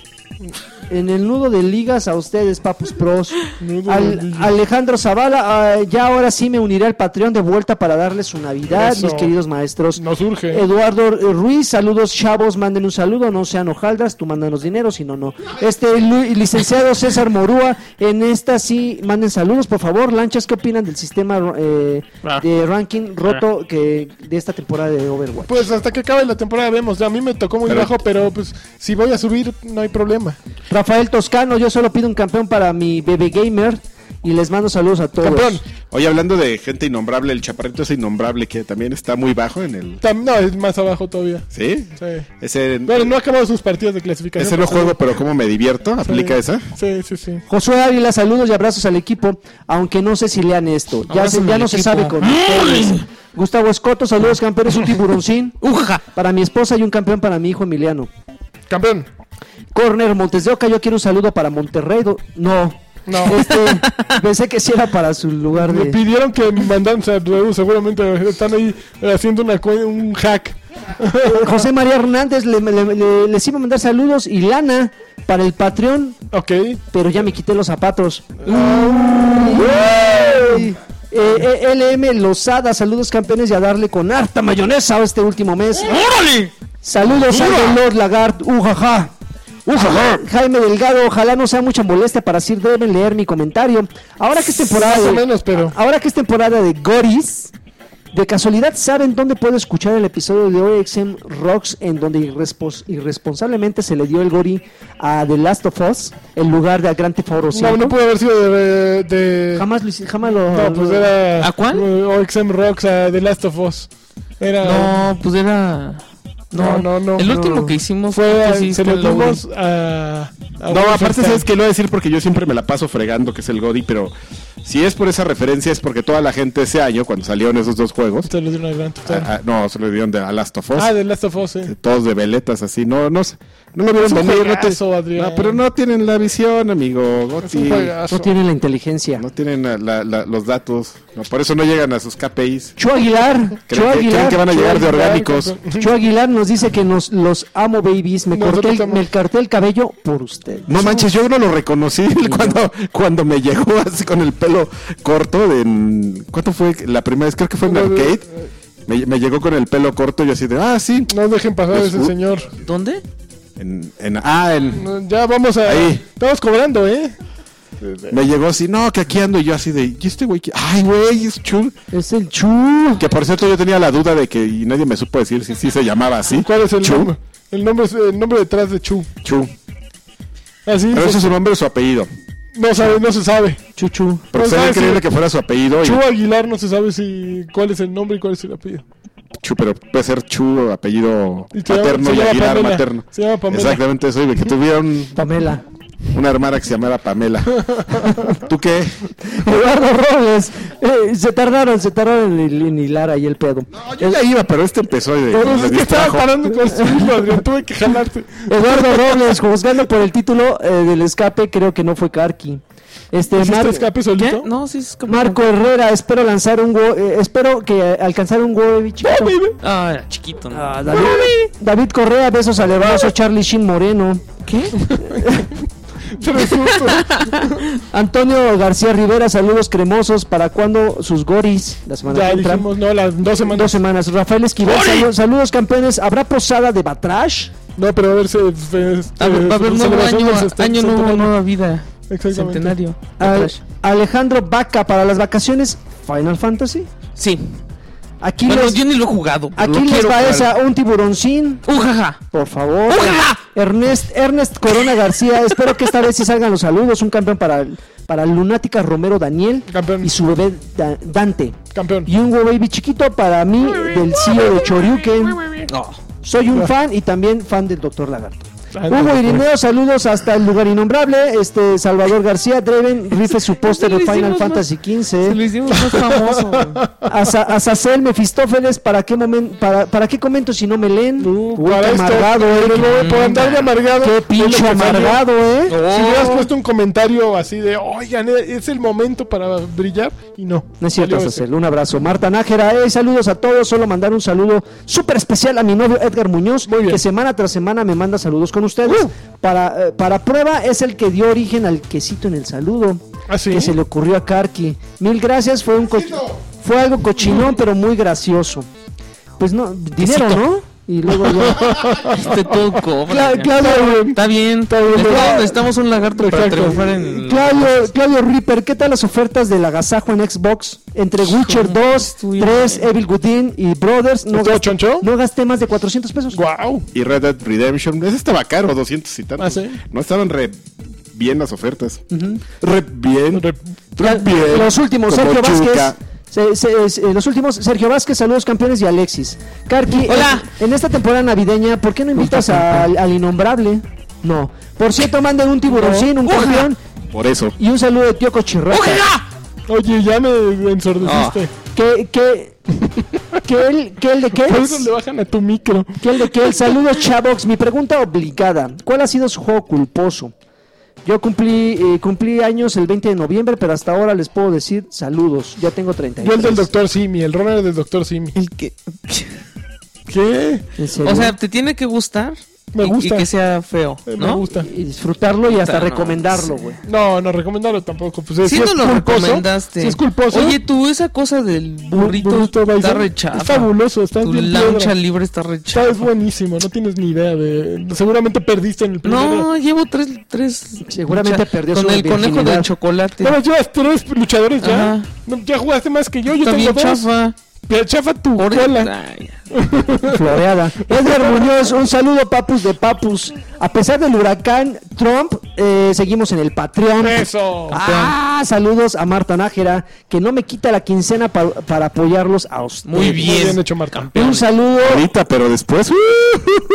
Speaker 4: En el nudo de ligas a ustedes, Papus Pros.
Speaker 3: Nudo
Speaker 4: Al-
Speaker 3: de ligas.
Speaker 4: Alejandro Zavala, ah, ya ahora sí me uniré al Patreon de vuelta para darles su Navidad,
Speaker 3: Eso.
Speaker 4: mis queridos maestros. Eh,
Speaker 3: no surge.
Speaker 4: Eduardo Ruiz, saludos chavos, manden un saludo, no sean hojaldras, tú mándanos dinero, si no, no. Este, Lu- licenciado César Morúa, en esta sí, manden saludos, por favor. Lanchas, ¿qué opinan del sistema eh, de ranking roto que de esta temporada de Overwatch?
Speaker 3: Pues hasta que acabe la temporada vemos. A mí me tocó muy
Speaker 1: Pero-
Speaker 3: bajo, pero pues si voy a subir no hay problema.
Speaker 4: Rafael Toscano, yo solo pido un campeón para mi bebé gamer y les mando saludos a todos.
Speaker 3: Campeón.
Speaker 1: Oye, hablando de gente innombrable, el chaparrito ese innombrable que también está muy bajo en el.
Speaker 3: Tam- no, es más abajo todavía.
Speaker 1: ¿Sí?
Speaker 3: Sí.
Speaker 1: Ese,
Speaker 3: Bueno, no ha acabado sus partidos de clasificación.
Speaker 1: ese no
Speaker 3: pero-
Speaker 1: juego, pero ¿cómo me divierto? ¿Aplica
Speaker 3: sí.
Speaker 1: esa?
Speaker 3: Sí, sí, sí.
Speaker 4: Josué Ávila, saludos y abrazos al equipo, aunque no sé si lean esto, ya, se-
Speaker 2: Abrázame
Speaker 4: ya
Speaker 2: al
Speaker 4: no se
Speaker 2: equipo.
Speaker 4: sabe con ustedes. Gustavo Escoto, saludos campeones, un tiburoncín.
Speaker 2: ¡Uja!
Speaker 4: Para mi esposa y un campeón para mi hijo Emiliano.
Speaker 3: Campeón.
Speaker 4: Corner Montes de Oca, yo quiero un saludo para Monterrey. do- No.
Speaker 3: No.
Speaker 4: Este, pensé que sí era para su lugar
Speaker 3: Me
Speaker 4: de.
Speaker 3: pidieron que mandaran saludos, seguramente están ahí haciendo una cu- un hack.
Speaker 4: Eh, José María Hernández, le- le- le- les iba a mandar saludos y lana para el Patreon,
Speaker 3: Ok.
Speaker 4: pero ya me quité los zapatos.
Speaker 3: Ah.
Speaker 4: Uy. Eh, eh, LM Lozada, saludos campeones y a darle con harta mayonesa este último mes.
Speaker 3: Eh.
Speaker 2: ¡Órale!
Speaker 4: Saludos a Lord Lagart, ujaja. Ujaja. Jaime Delgado, ojalá no sea mucha molestia para Sir deben leer mi comentario. Ahora que es temporada
Speaker 3: Más
Speaker 4: de,
Speaker 3: o menos, pero-
Speaker 4: Ahora que es temporada de Goris, de casualidad saben dónde puedo escuchar el episodio de OXM Rocks en donde irrespons- irresponsablemente se le dio el Gori a The Last of Us, en lugar de a Grand Theft Auto
Speaker 3: No,
Speaker 4: 5?
Speaker 3: no pudo haber sido de... de-
Speaker 4: Jamás lo hice- jamás lo
Speaker 3: No, pues era...
Speaker 2: ¿A cuál?
Speaker 3: eh, OXM Rocks, a The Last of Us. Era...
Speaker 2: No, pues era.
Speaker 3: No, no, no,
Speaker 2: El
Speaker 3: no.
Speaker 2: último que hicimos
Speaker 3: Fue...
Speaker 2: fue.
Speaker 3: a-
Speaker 2: que sí
Speaker 3: se
Speaker 2: fue
Speaker 3: lo
Speaker 2: el Lowry.
Speaker 3: dimos a... a
Speaker 1: No, aparte
Speaker 3: Wolfenstein.
Speaker 1: sabes que lo voy a decir porque yo siempre me la paso fregando que es el Godi, pero si es por esa referencia es porque toda la gente ese año cuando salieron esos dos juegos,
Speaker 3: Se lo dieron a Grand Theft Auto.
Speaker 1: a- a- no, se lo dieron de a Last of Us,
Speaker 3: Ah, The Last of Us, sí.
Speaker 1: todos de veletas así, no, no, sé, no lo vieron
Speaker 3: Es un
Speaker 1: venir, no,
Speaker 3: juegazo,
Speaker 1: te-
Speaker 3: Adrián.
Speaker 1: no, pero no tienen la visión, amigo,
Speaker 3: Es un
Speaker 1: Goti,
Speaker 3: juegazo.
Speaker 4: No tiene la inteligencia.
Speaker 1: no tienen la- la- la- los datos, no, por eso no llegan a sus KPIs,
Speaker 4: Chu Aguilar,
Speaker 1: creen, que,
Speaker 4: Chu
Speaker 1: creen
Speaker 4: Aguilar.
Speaker 1: que van a
Speaker 3: Chu
Speaker 1: llegar de
Speaker 3: Aguilar,
Speaker 1: orgánicos,
Speaker 3: campeón.
Speaker 4: Chu Aguilar nos dice que nos los amo babies, me
Speaker 3: Nosotros
Speaker 4: corté, el,
Speaker 3: también.
Speaker 4: me corté el cabello por usted.
Speaker 1: no manches, yo no lo reconocí cuando, cuando me llegó así con el pelo corto. de en- ¿Cuánto fue la primera vez? Creo que fue en
Speaker 3: No, no,
Speaker 1: Arcade. Me, me llegó con el pelo corto y yo así de, ah, sí.
Speaker 3: No dejen pasar a
Speaker 1: Los
Speaker 3: ese
Speaker 1: Wu-
Speaker 3: señor.
Speaker 2: ¿Dónde?
Speaker 1: En, en- ah, en-
Speaker 3: No, Ya vamos a...
Speaker 1: Ahí.
Speaker 3: Estamos cobrando, ¿eh?
Speaker 1: me llegó así, no, que aquí ando. Y yo así de, ¿y este güey? qué? Ay, güey, es chul.
Speaker 4: Es el Chu.
Speaker 1: Que por cierto, yo tenía la duda de que, y nadie me supo decir si sí se llamaba así.
Speaker 3: ¿Cuál es el
Speaker 1: Chu,
Speaker 3: nombre? El nombre, es- el nombre detrás de Chu.
Speaker 1: Chu.
Speaker 3: Así
Speaker 1: Pero ese es su nombre o su apellido.
Speaker 3: No sabe, no se sabe.
Speaker 4: Chuchu.
Speaker 1: Porque
Speaker 3: Pues,
Speaker 1: sería
Speaker 3: ah, sí.
Speaker 1: increíble que fuera su apellido. y-
Speaker 3: Chu Aguilar no se sabe si cuál es el nombre y cuál es el apellido.
Speaker 1: Chu, pero puede ser Chu, apellido
Speaker 3: Y se llama-
Speaker 1: paterno
Speaker 3: se
Speaker 1: y
Speaker 3: llama
Speaker 1: Aguilar
Speaker 3: Pamela.
Speaker 1: materno.
Speaker 3: Se llama Pamela.
Speaker 1: Exactamente eso, y que tuviera un,
Speaker 4: Pamela.
Speaker 1: Una hermana que se llamara Pamela. ¿Tú qué?
Speaker 4: Eduardo Robles. Eh, se tardaron, se tardaron en, en hilar ahí el pedo.
Speaker 1: Yo ya iba, pero este empezó y de,
Speaker 3: Pero
Speaker 1: me
Speaker 3: es que estaba
Speaker 1: distrajo.
Speaker 3: parando con su hijo, Adrián. Tuve que jalarte.
Speaker 2: Eh,
Speaker 4: Eduardo Robles, juzgando por el título eh, del escape, creo que no fue Karki. Este,
Speaker 3: ¿Hiciste
Speaker 4: Mar-
Speaker 3: escape
Speaker 2: ¿Qué?
Speaker 3: solito?
Speaker 2: No, sí es como.
Speaker 4: Marco Herrera, espero lanzar un wo- eh, espero que eh, alcanzar un huevo chiquito.
Speaker 2: Ah, era chiquito. ¿no?
Speaker 4: Ah, David, David Correa, besos al hermoso Charlie Sheen Moreno.
Speaker 2: ¿Qué?
Speaker 3: Tres sustos.
Speaker 4: Antonio García Rivera, saludos cremosos. ¿Para cuándo sus goris? La semana
Speaker 3: ya
Speaker 4: que entra.
Speaker 3: dijimos, no, las dos
Speaker 4: Dos
Speaker 3: semanas.
Speaker 4: semanas. Rafael Esquivel, salu- saludos campeones. ¿Habrá posada de Batrash?
Speaker 3: No, pero a ver si. este,
Speaker 2: A ver, va a haber nuevo
Speaker 3: celebración
Speaker 2: año,
Speaker 3: del
Speaker 4: este
Speaker 3: sexto-
Speaker 2: año nuevo,
Speaker 3: centenario.
Speaker 2: nueva vida.
Speaker 3: Exactamente.
Speaker 2: Centenario.
Speaker 4: Ah, Al- Alejandro Vaca, para las vacaciones, Final Fantasy.
Speaker 2: Sí.
Speaker 4: Aquí
Speaker 2: Bueno,
Speaker 4: les,
Speaker 2: yo ni lo he jugado. pero lo
Speaker 4: aquí les
Speaker 2: quiero
Speaker 4: va
Speaker 2: jugar.
Speaker 4: esa, un tiburoncín.
Speaker 2: Ujaja.
Speaker 4: Por favor.
Speaker 2: ¡Ojalá!
Speaker 4: Ernest, Ernest Corona García, espero que esta vez sí salgan los saludos. Un campeón para, para Lunática Romero Daniel
Speaker 3: Campeón.
Speaker 4: y su bebé Da- Dante.
Speaker 3: Campeón.
Speaker 4: Y un baby chiquito para mí del CEO de Choriuken. Soy un fan y también fan del Doctor Lagarto. Hugo Irineo, saludos hasta el lugar innombrable. Este Salvador García Dreven rife su póster
Speaker 2: Se lo
Speaker 4: de
Speaker 2: Este hicimos
Speaker 4: Final
Speaker 2: más-
Speaker 4: Fantasy
Speaker 2: Se lo
Speaker 4: XV.
Speaker 2: hicimos más famoso. güey.
Speaker 4: Aza- Azazel Mefistófeles, ¿para qué momen- para, para qué comento si no me leen? Uy,
Speaker 3: para
Speaker 4: qué
Speaker 3: esto,
Speaker 4: amargado, eh.
Speaker 3: Por- por andar de amargado.
Speaker 4: Qué
Speaker 3: es
Speaker 4: pinche
Speaker 3: lo que salió.
Speaker 4: amargado, eh.
Speaker 3: Si hubieras
Speaker 2: Oh.
Speaker 3: puesto un comentario así de, oigan, eh, es el momento para brillar, y no.
Speaker 4: No es cierto,
Speaker 3: Salió ese.
Speaker 4: Azazel. Un abrazo. Marta Nájera, eh, saludos a todos. Solo mandar un saludo súper especial a mi novio Edgar Muñoz,
Speaker 3: Muy bien. Uh.
Speaker 4: que semana tras semana me manda saludos con ustedes. Para, eh, para prueba, es el que dio origen al quesito en el saludo.
Speaker 3: ¿Ah, sí?
Speaker 4: Que se le ocurrió a Karki. Mil gracias, fue un co- fue algo cochinón, pero muy gracioso. Pues no, dinero, ¿no? Y luego ya.
Speaker 2: Este todo cobra,
Speaker 4: Cla-
Speaker 2: ya.
Speaker 4: Claudio,
Speaker 2: Está bien, está bien.
Speaker 4: Claro.
Speaker 2: Necesitamos un lagarto para
Speaker 3: Exacto.
Speaker 2: triunfar en.
Speaker 4: Claudio, Claudio Reaper, ¿qué tal las ofertas del agasajo en Xbox? Entre Witcher 2, 3, Evil Within y Brothers. No
Speaker 3: ¿Estuvo
Speaker 4: gasté,
Speaker 3: choncho?
Speaker 4: no gasté más de 400 pesos.
Speaker 3: Guau.
Speaker 1: Y Red Dead Redemption, ese estaba caro, 200 y tantos.
Speaker 3: Ah, ¿sí?
Speaker 1: No estaban re bien las ofertas.
Speaker 4: Ujú.
Speaker 1: Re bien.
Speaker 3: Re-
Speaker 1: re bien.
Speaker 4: Los últimos,
Speaker 1: eh, Como
Speaker 4: Sergio
Speaker 1: chuca.
Speaker 4: Vázquez. Se- se- se- los últimos, Sergio Vázquez, saludos campeones y Alexis. Karki,
Speaker 2: Hola.
Speaker 4: En, en esta temporada navideña, ¿por qué no invitas al, al innombrable? No. Por cierto, manden un tiburoncín, un campeón
Speaker 1: Por eso.
Speaker 4: y un saludo de tío Cochirroca.
Speaker 3: Oye, ya me
Speaker 2: Ah.
Speaker 3: ensordeciste.
Speaker 4: Que, que, que él, que él de qué
Speaker 3: Por
Speaker 4: es?
Speaker 3: eso le bajan a tu micro.
Speaker 4: Que el de que el saludo Chavox, mi pregunta obligada, ¿cuál ha sido su juego culposo? Yo cumplí eh, cumplí años el 20 de noviembre, pero hasta ahora les puedo decir saludos. Ya tengo 30.
Speaker 3: Yo el del Doctor Simi, el runner del Doctor Simi.
Speaker 2: El que.
Speaker 3: ¿Qué?
Speaker 2: O sea, te tiene que gustar.
Speaker 3: Me
Speaker 2: y-
Speaker 3: gusta.
Speaker 2: Y que sea feo.
Speaker 3: Eh, Me
Speaker 2: ¿no?
Speaker 3: gusta.
Speaker 4: y disfrutarlo y hasta
Speaker 2: Puta, no,
Speaker 4: recomendarlo, güey.
Speaker 3: No, no recomendarlo tampoco. Pues es,
Speaker 2: Si
Speaker 3: no
Speaker 2: no
Speaker 3: es
Speaker 2: lo
Speaker 3: culposo,
Speaker 2: recomendaste.
Speaker 3: si es culposo.
Speaker 2: Oye, tú, esa cosa del burrito, está
Speaker 3: Bison,
Speaker 2: rechada.
Speaker 3: Es fabuloso, está
Speaker 2: Tu
Speaker 3: bien
Speaker 2: lancha
Speaker 3: piedra.
Speaker 2: libre está rechada.
Speaker 3: Sabes buenísimo, no tienes ni idea de. Seguramente perdiste en el primer.
Speaker 2: No, llevo tres. tres
Speaker 4: Seguramente
Speaker 2: lucha-
Speaker 4: perdió
Speaker 2: Con
Speaker 4: su
Speaker 2: el conejo
Speaker 4: virginidad.
Speaker 2: de chocolate.
Speaker 3: No, llevas tres luchadores ya.
Speaker 2: este. Ajá.
Speaker 3: No, ya jugaste más que yo, yo
Speaker 2: Está
Speaker 3: tengo
Speaker 2: bien
Speaker 3: dos.
Speaker 2: chafa.
Speaker 3: Pero Chafa tu
Speaker 2: Pobre-
Speaker 3: cola.
Speaker 2: Ay,
Speaker 4: Floreada. Edgar Muñoz, un saludo papus de papus. A pesar del huracán Trump, eh, seguimos en el Patreon.
Speaker 3: Eso.
Speaker 4: Ah, saludos a Marta Nájera, que no me quita la quincena pa- para apoyarlos a ustedes.
Speaker 2: Muy bien.
Speaker 3: Muy bien hecho, Marta.
Speaker 4: Un saludo
Speaker 1: Ahorita, pero después. ¡uh!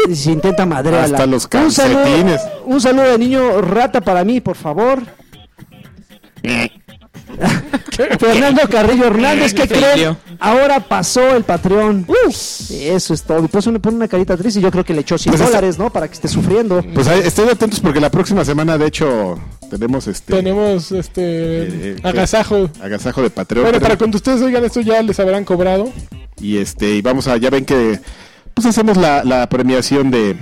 Speaker 4: Y se intenta madrearla.
Speaker 1: Hasta los
Speaker 4: un saludo,
Speaker 1: calcetines.
Speaker 4: un saludo de niño rata para mí, por favor. Fernando Carrillo Hernández, ¿qué
Speaker 2: Qué
Speaker 4: creen?
Speaker 2: feo.
Speaker 4: Ahora pasó el Patreon. Eso es todo. Y pues uno pone una carita triste y yo creo que le echó 100
Speaker 1: Pues es-
Speaker 4: dólares, ¿no? Para que esté sufriendo.
Speaker 1: Pues ahí, estén atentos porque la próxima semana, de hecho, tenemos este.
Speaker 3: Tenemos este.
Speaker 1: eh, eh,
Speaker 3: agasajo.
Speaker 1: Agasajo de Patreon.
Speaker 3: Bueno,
Speaker 1: pero-
Speaker 3: para cuando ustedes oigan esto ya les habrán cobrado.
Speaker 1: Y este, y vamos a, ya ven que pues hacemos la, la premiación de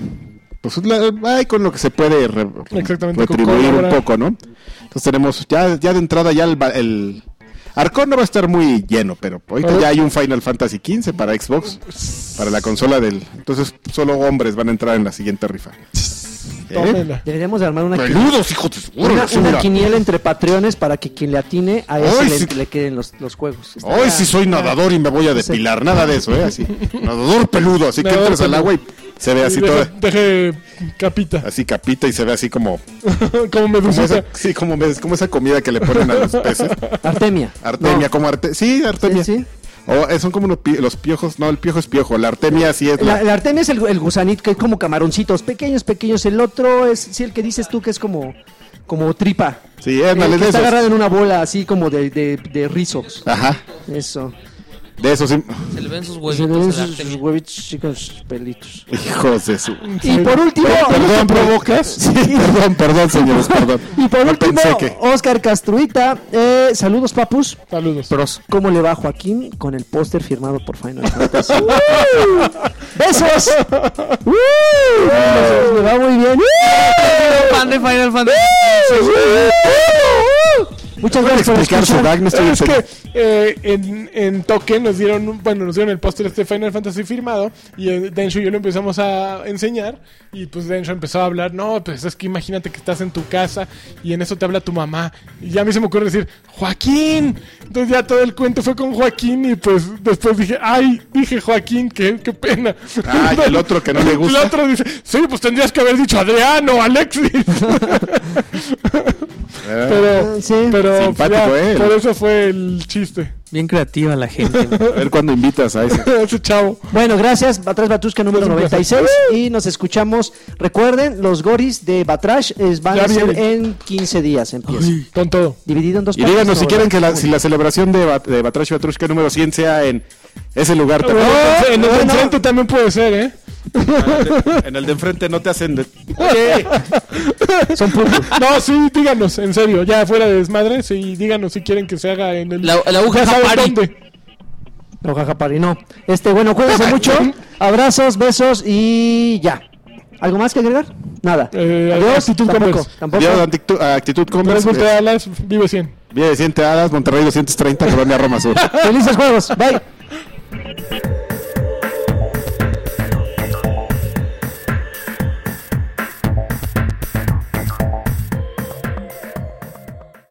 Speaker 1: pues la- ay, con lo que se puede re-
Speaker 3: Exactamente, con
Speaker 1: retribuir un
Speaker 3: colaborar.
Speaker 1: poco, ¿no? Entonces tenemos ya, ya de entrada ya el, ba- el Arcón no va a estar muy lleno, pero ahorita
Speaker 3: Ajá.
Speaker 1: ya hay un Final Fantasy XV para Xbox, para la consola del. Entonces solo hombres van a entrar en la siguiente rifa. ¿Eh?
Speaker 3: Tómela.
Speaker 4: Deberíamos de armar una, quini-
Speaker 1: Peludos, hijos de su
Speaker 4: una,
Speaker 1: basura.
Speaker 4: una quiniela entre Patreones para que quien le atine a ese
Speaker 1: Ay,
Speaker 4: le,
Speaker 1: sí. Oh.
Speaker 4: le queden los, los juegos. Está-
Speaker 1: Hoy sí soy nadador y me voy a depilar, nada de eso, ¿eh? Así. Nadador peludo, así que
Speaker 3: Nadador
Speaker 1: entras al
Speaker 3: peludo.
Speaker 1: agua y se ve así
Speaker 3: Y deje-
Speaker 1: toda,
Speaker 3: deje capita.
Speaker 1: así capita y se ve así como
Speaker 4: Pues
Speaker 3: como
Speaker 1: Como
Speaker 3: medusita.
Speaker 1: esa, sí, como, ves- como esa comida que le ponen a los peces.
Speaker 4: Artemia.
Speaker 1: Artemia,
Speaker 4: No.
Speaker 1: como arte, sí, artemia.
Speaker 4: Sí, sí.
Speaker 1: O, eh, son como los, pi- los piojos, no, el piojo es piojo, la artemia sí es.
Speaker 4: La,
Speaker 1: La,
Speaker 4: la artemia es el, el gusanito que es como camaroncitos, pequeños, pequeños. El otro es, sí, el que dices tú que es como, como tripa.
Speaker 1: sí,
Speaker 4: El
Speaker 1: ándale,
Speaker 4: que
Speaker 1: de
Speaker 4: está
Speaker 1: esos.
Speaker 4: agarrado en una bola así como de, de, de rizos.
Speaker 1: Ajá,
Speaker 4: Eso.
Speaker 1: de esos sí.
Speaker 2: se le ven sus
Speaker 4: Se le ven
Speaker 2: huevitos. a la
Speaker 4: sus- sus
Speaker 2: tele.
Speaker 4: huevitos, chicos, pelitos.
Speaker 1: Hijos de su.
Speaker 4: Y por último,
Speaker 1: Perdón, provocas. Sí, perdón, perdón, señores, perdón.
Speaker 4: y por
Speaker 1: No
Speaker 4: último, eh,
Speaker 1: pensé que.
Speaker 4: Oscar Castruita. eh, saludos, papus.
Speaker 3: Saludos.
Speaker 4: ¿Cómo le va Joaquín con el póster firmado por Final Fantasy? ¡Uh! ¡Besos! ¡Uh! Besos, ¡Me va muy bien! ¡Uh!
Speaker 3: ¡Eh!
Speaker 2: Fan de Final Fantasy.
Speaker 4: Muchas muchas
Speaker 1: Puede
Speaker 4: gracias por
Speaker 1: explicar su
Speaker 4: escuchar.
Speaker 1: gag, me estoy
Speaker 3: es que
Speaker 1: enterando.
Speaker 3: eh, en, en Token nos dieron, un- bueno, nos dieron el póster este Final Fantasy firmado y eh, Densho y yo lo empezamos a enseñar y pues Densho empezó a hablar, no, pues es que imagínate que estás en tu casa y en eso te habla tu mamá y ya a mí se me ocurre decir, Joaquín, entonces ya todo el cuento fue con Joaquín y pues después dije, ay, dije Joaquín, qué, qué pena.
Speaker 1: Ah, y el otro que no le gusta.
Speaker 3: El otro dice, sí, pues tendrías que haber dicho Adrián o Alexis.
Speaker 1: Ah,
Speaker 3: Pero,
Speaker 4: Ah, sí.
Speaker 3: pero
Speaker 1: Simpático,
Speaker 3: ya,
Speaker 1: ¿eh?
Speaker 3: por eso fue el chiste.
Speaker 2: Bien creativa la gente. güey.
Speaker 1: A ver cuándo invitas a ese.
Speaker 3: Ese chavo.
Speaker 4: Bueno, gracias, Batrash Batusca número
Speaker 3: Es un placer.
Speaker 4: 96. Y nos escuchamos. Recuerden, los goris de Batrash es- van
Speaker 3: Ya
Speaker 4: a ser
Speaker 3: vienen.
Speaker 4: en 15 días. Empieza.
Speaker 3: Con todo.
Speaker 4: Dividido en dos
Speaker 1: Y díganos
Speaker 4: partes,
Speaker 1: si
Speaker 4: ¿no?
Speaker 1: quieren que la, si la celebración de, Bat- de Batrash Batrushka número 100 sea en ese lugar.
Speaker 3: En
Speaker 1: también.
Speaker 3: el de- en el de
Speaker 4: no, no.
Speaker 3: enfrente también puede ser, ¿eh?
Speaker 1: En el de enfrente no te hacen de...
Speaker 4: Son públicos.
Speaker 3: No, sí, díganos, en serio, ya fuera de desmadre, sí, díganos si quieren que se haga en el.
Speaker 2: La- la aguja
Speaker 3: Ya saben
Speaker 2: Japari.
Speaker 3: dónde.
Speaker 4: No, jaja, pari, no. Este, bueno, cuídense mucho. Abrazos, besos y ya. ¿Algo más que agregar? Nada.
Speaker 3: Eh, actitud
Speaker 4: tampoco,
Speaker 3: Converse.
Speaker 4: tampoco.
Speaker 1: Yo, actitud, actitud
Speaker 3: Tres
Speaker 1: Converse, eh,
Speaker 3: volteadas, vive 100.
Speaker 1: Vía de Hadas, Monterrey 230, Colonia Roma Sur.
Speaker 4: Felices juegos. Bye.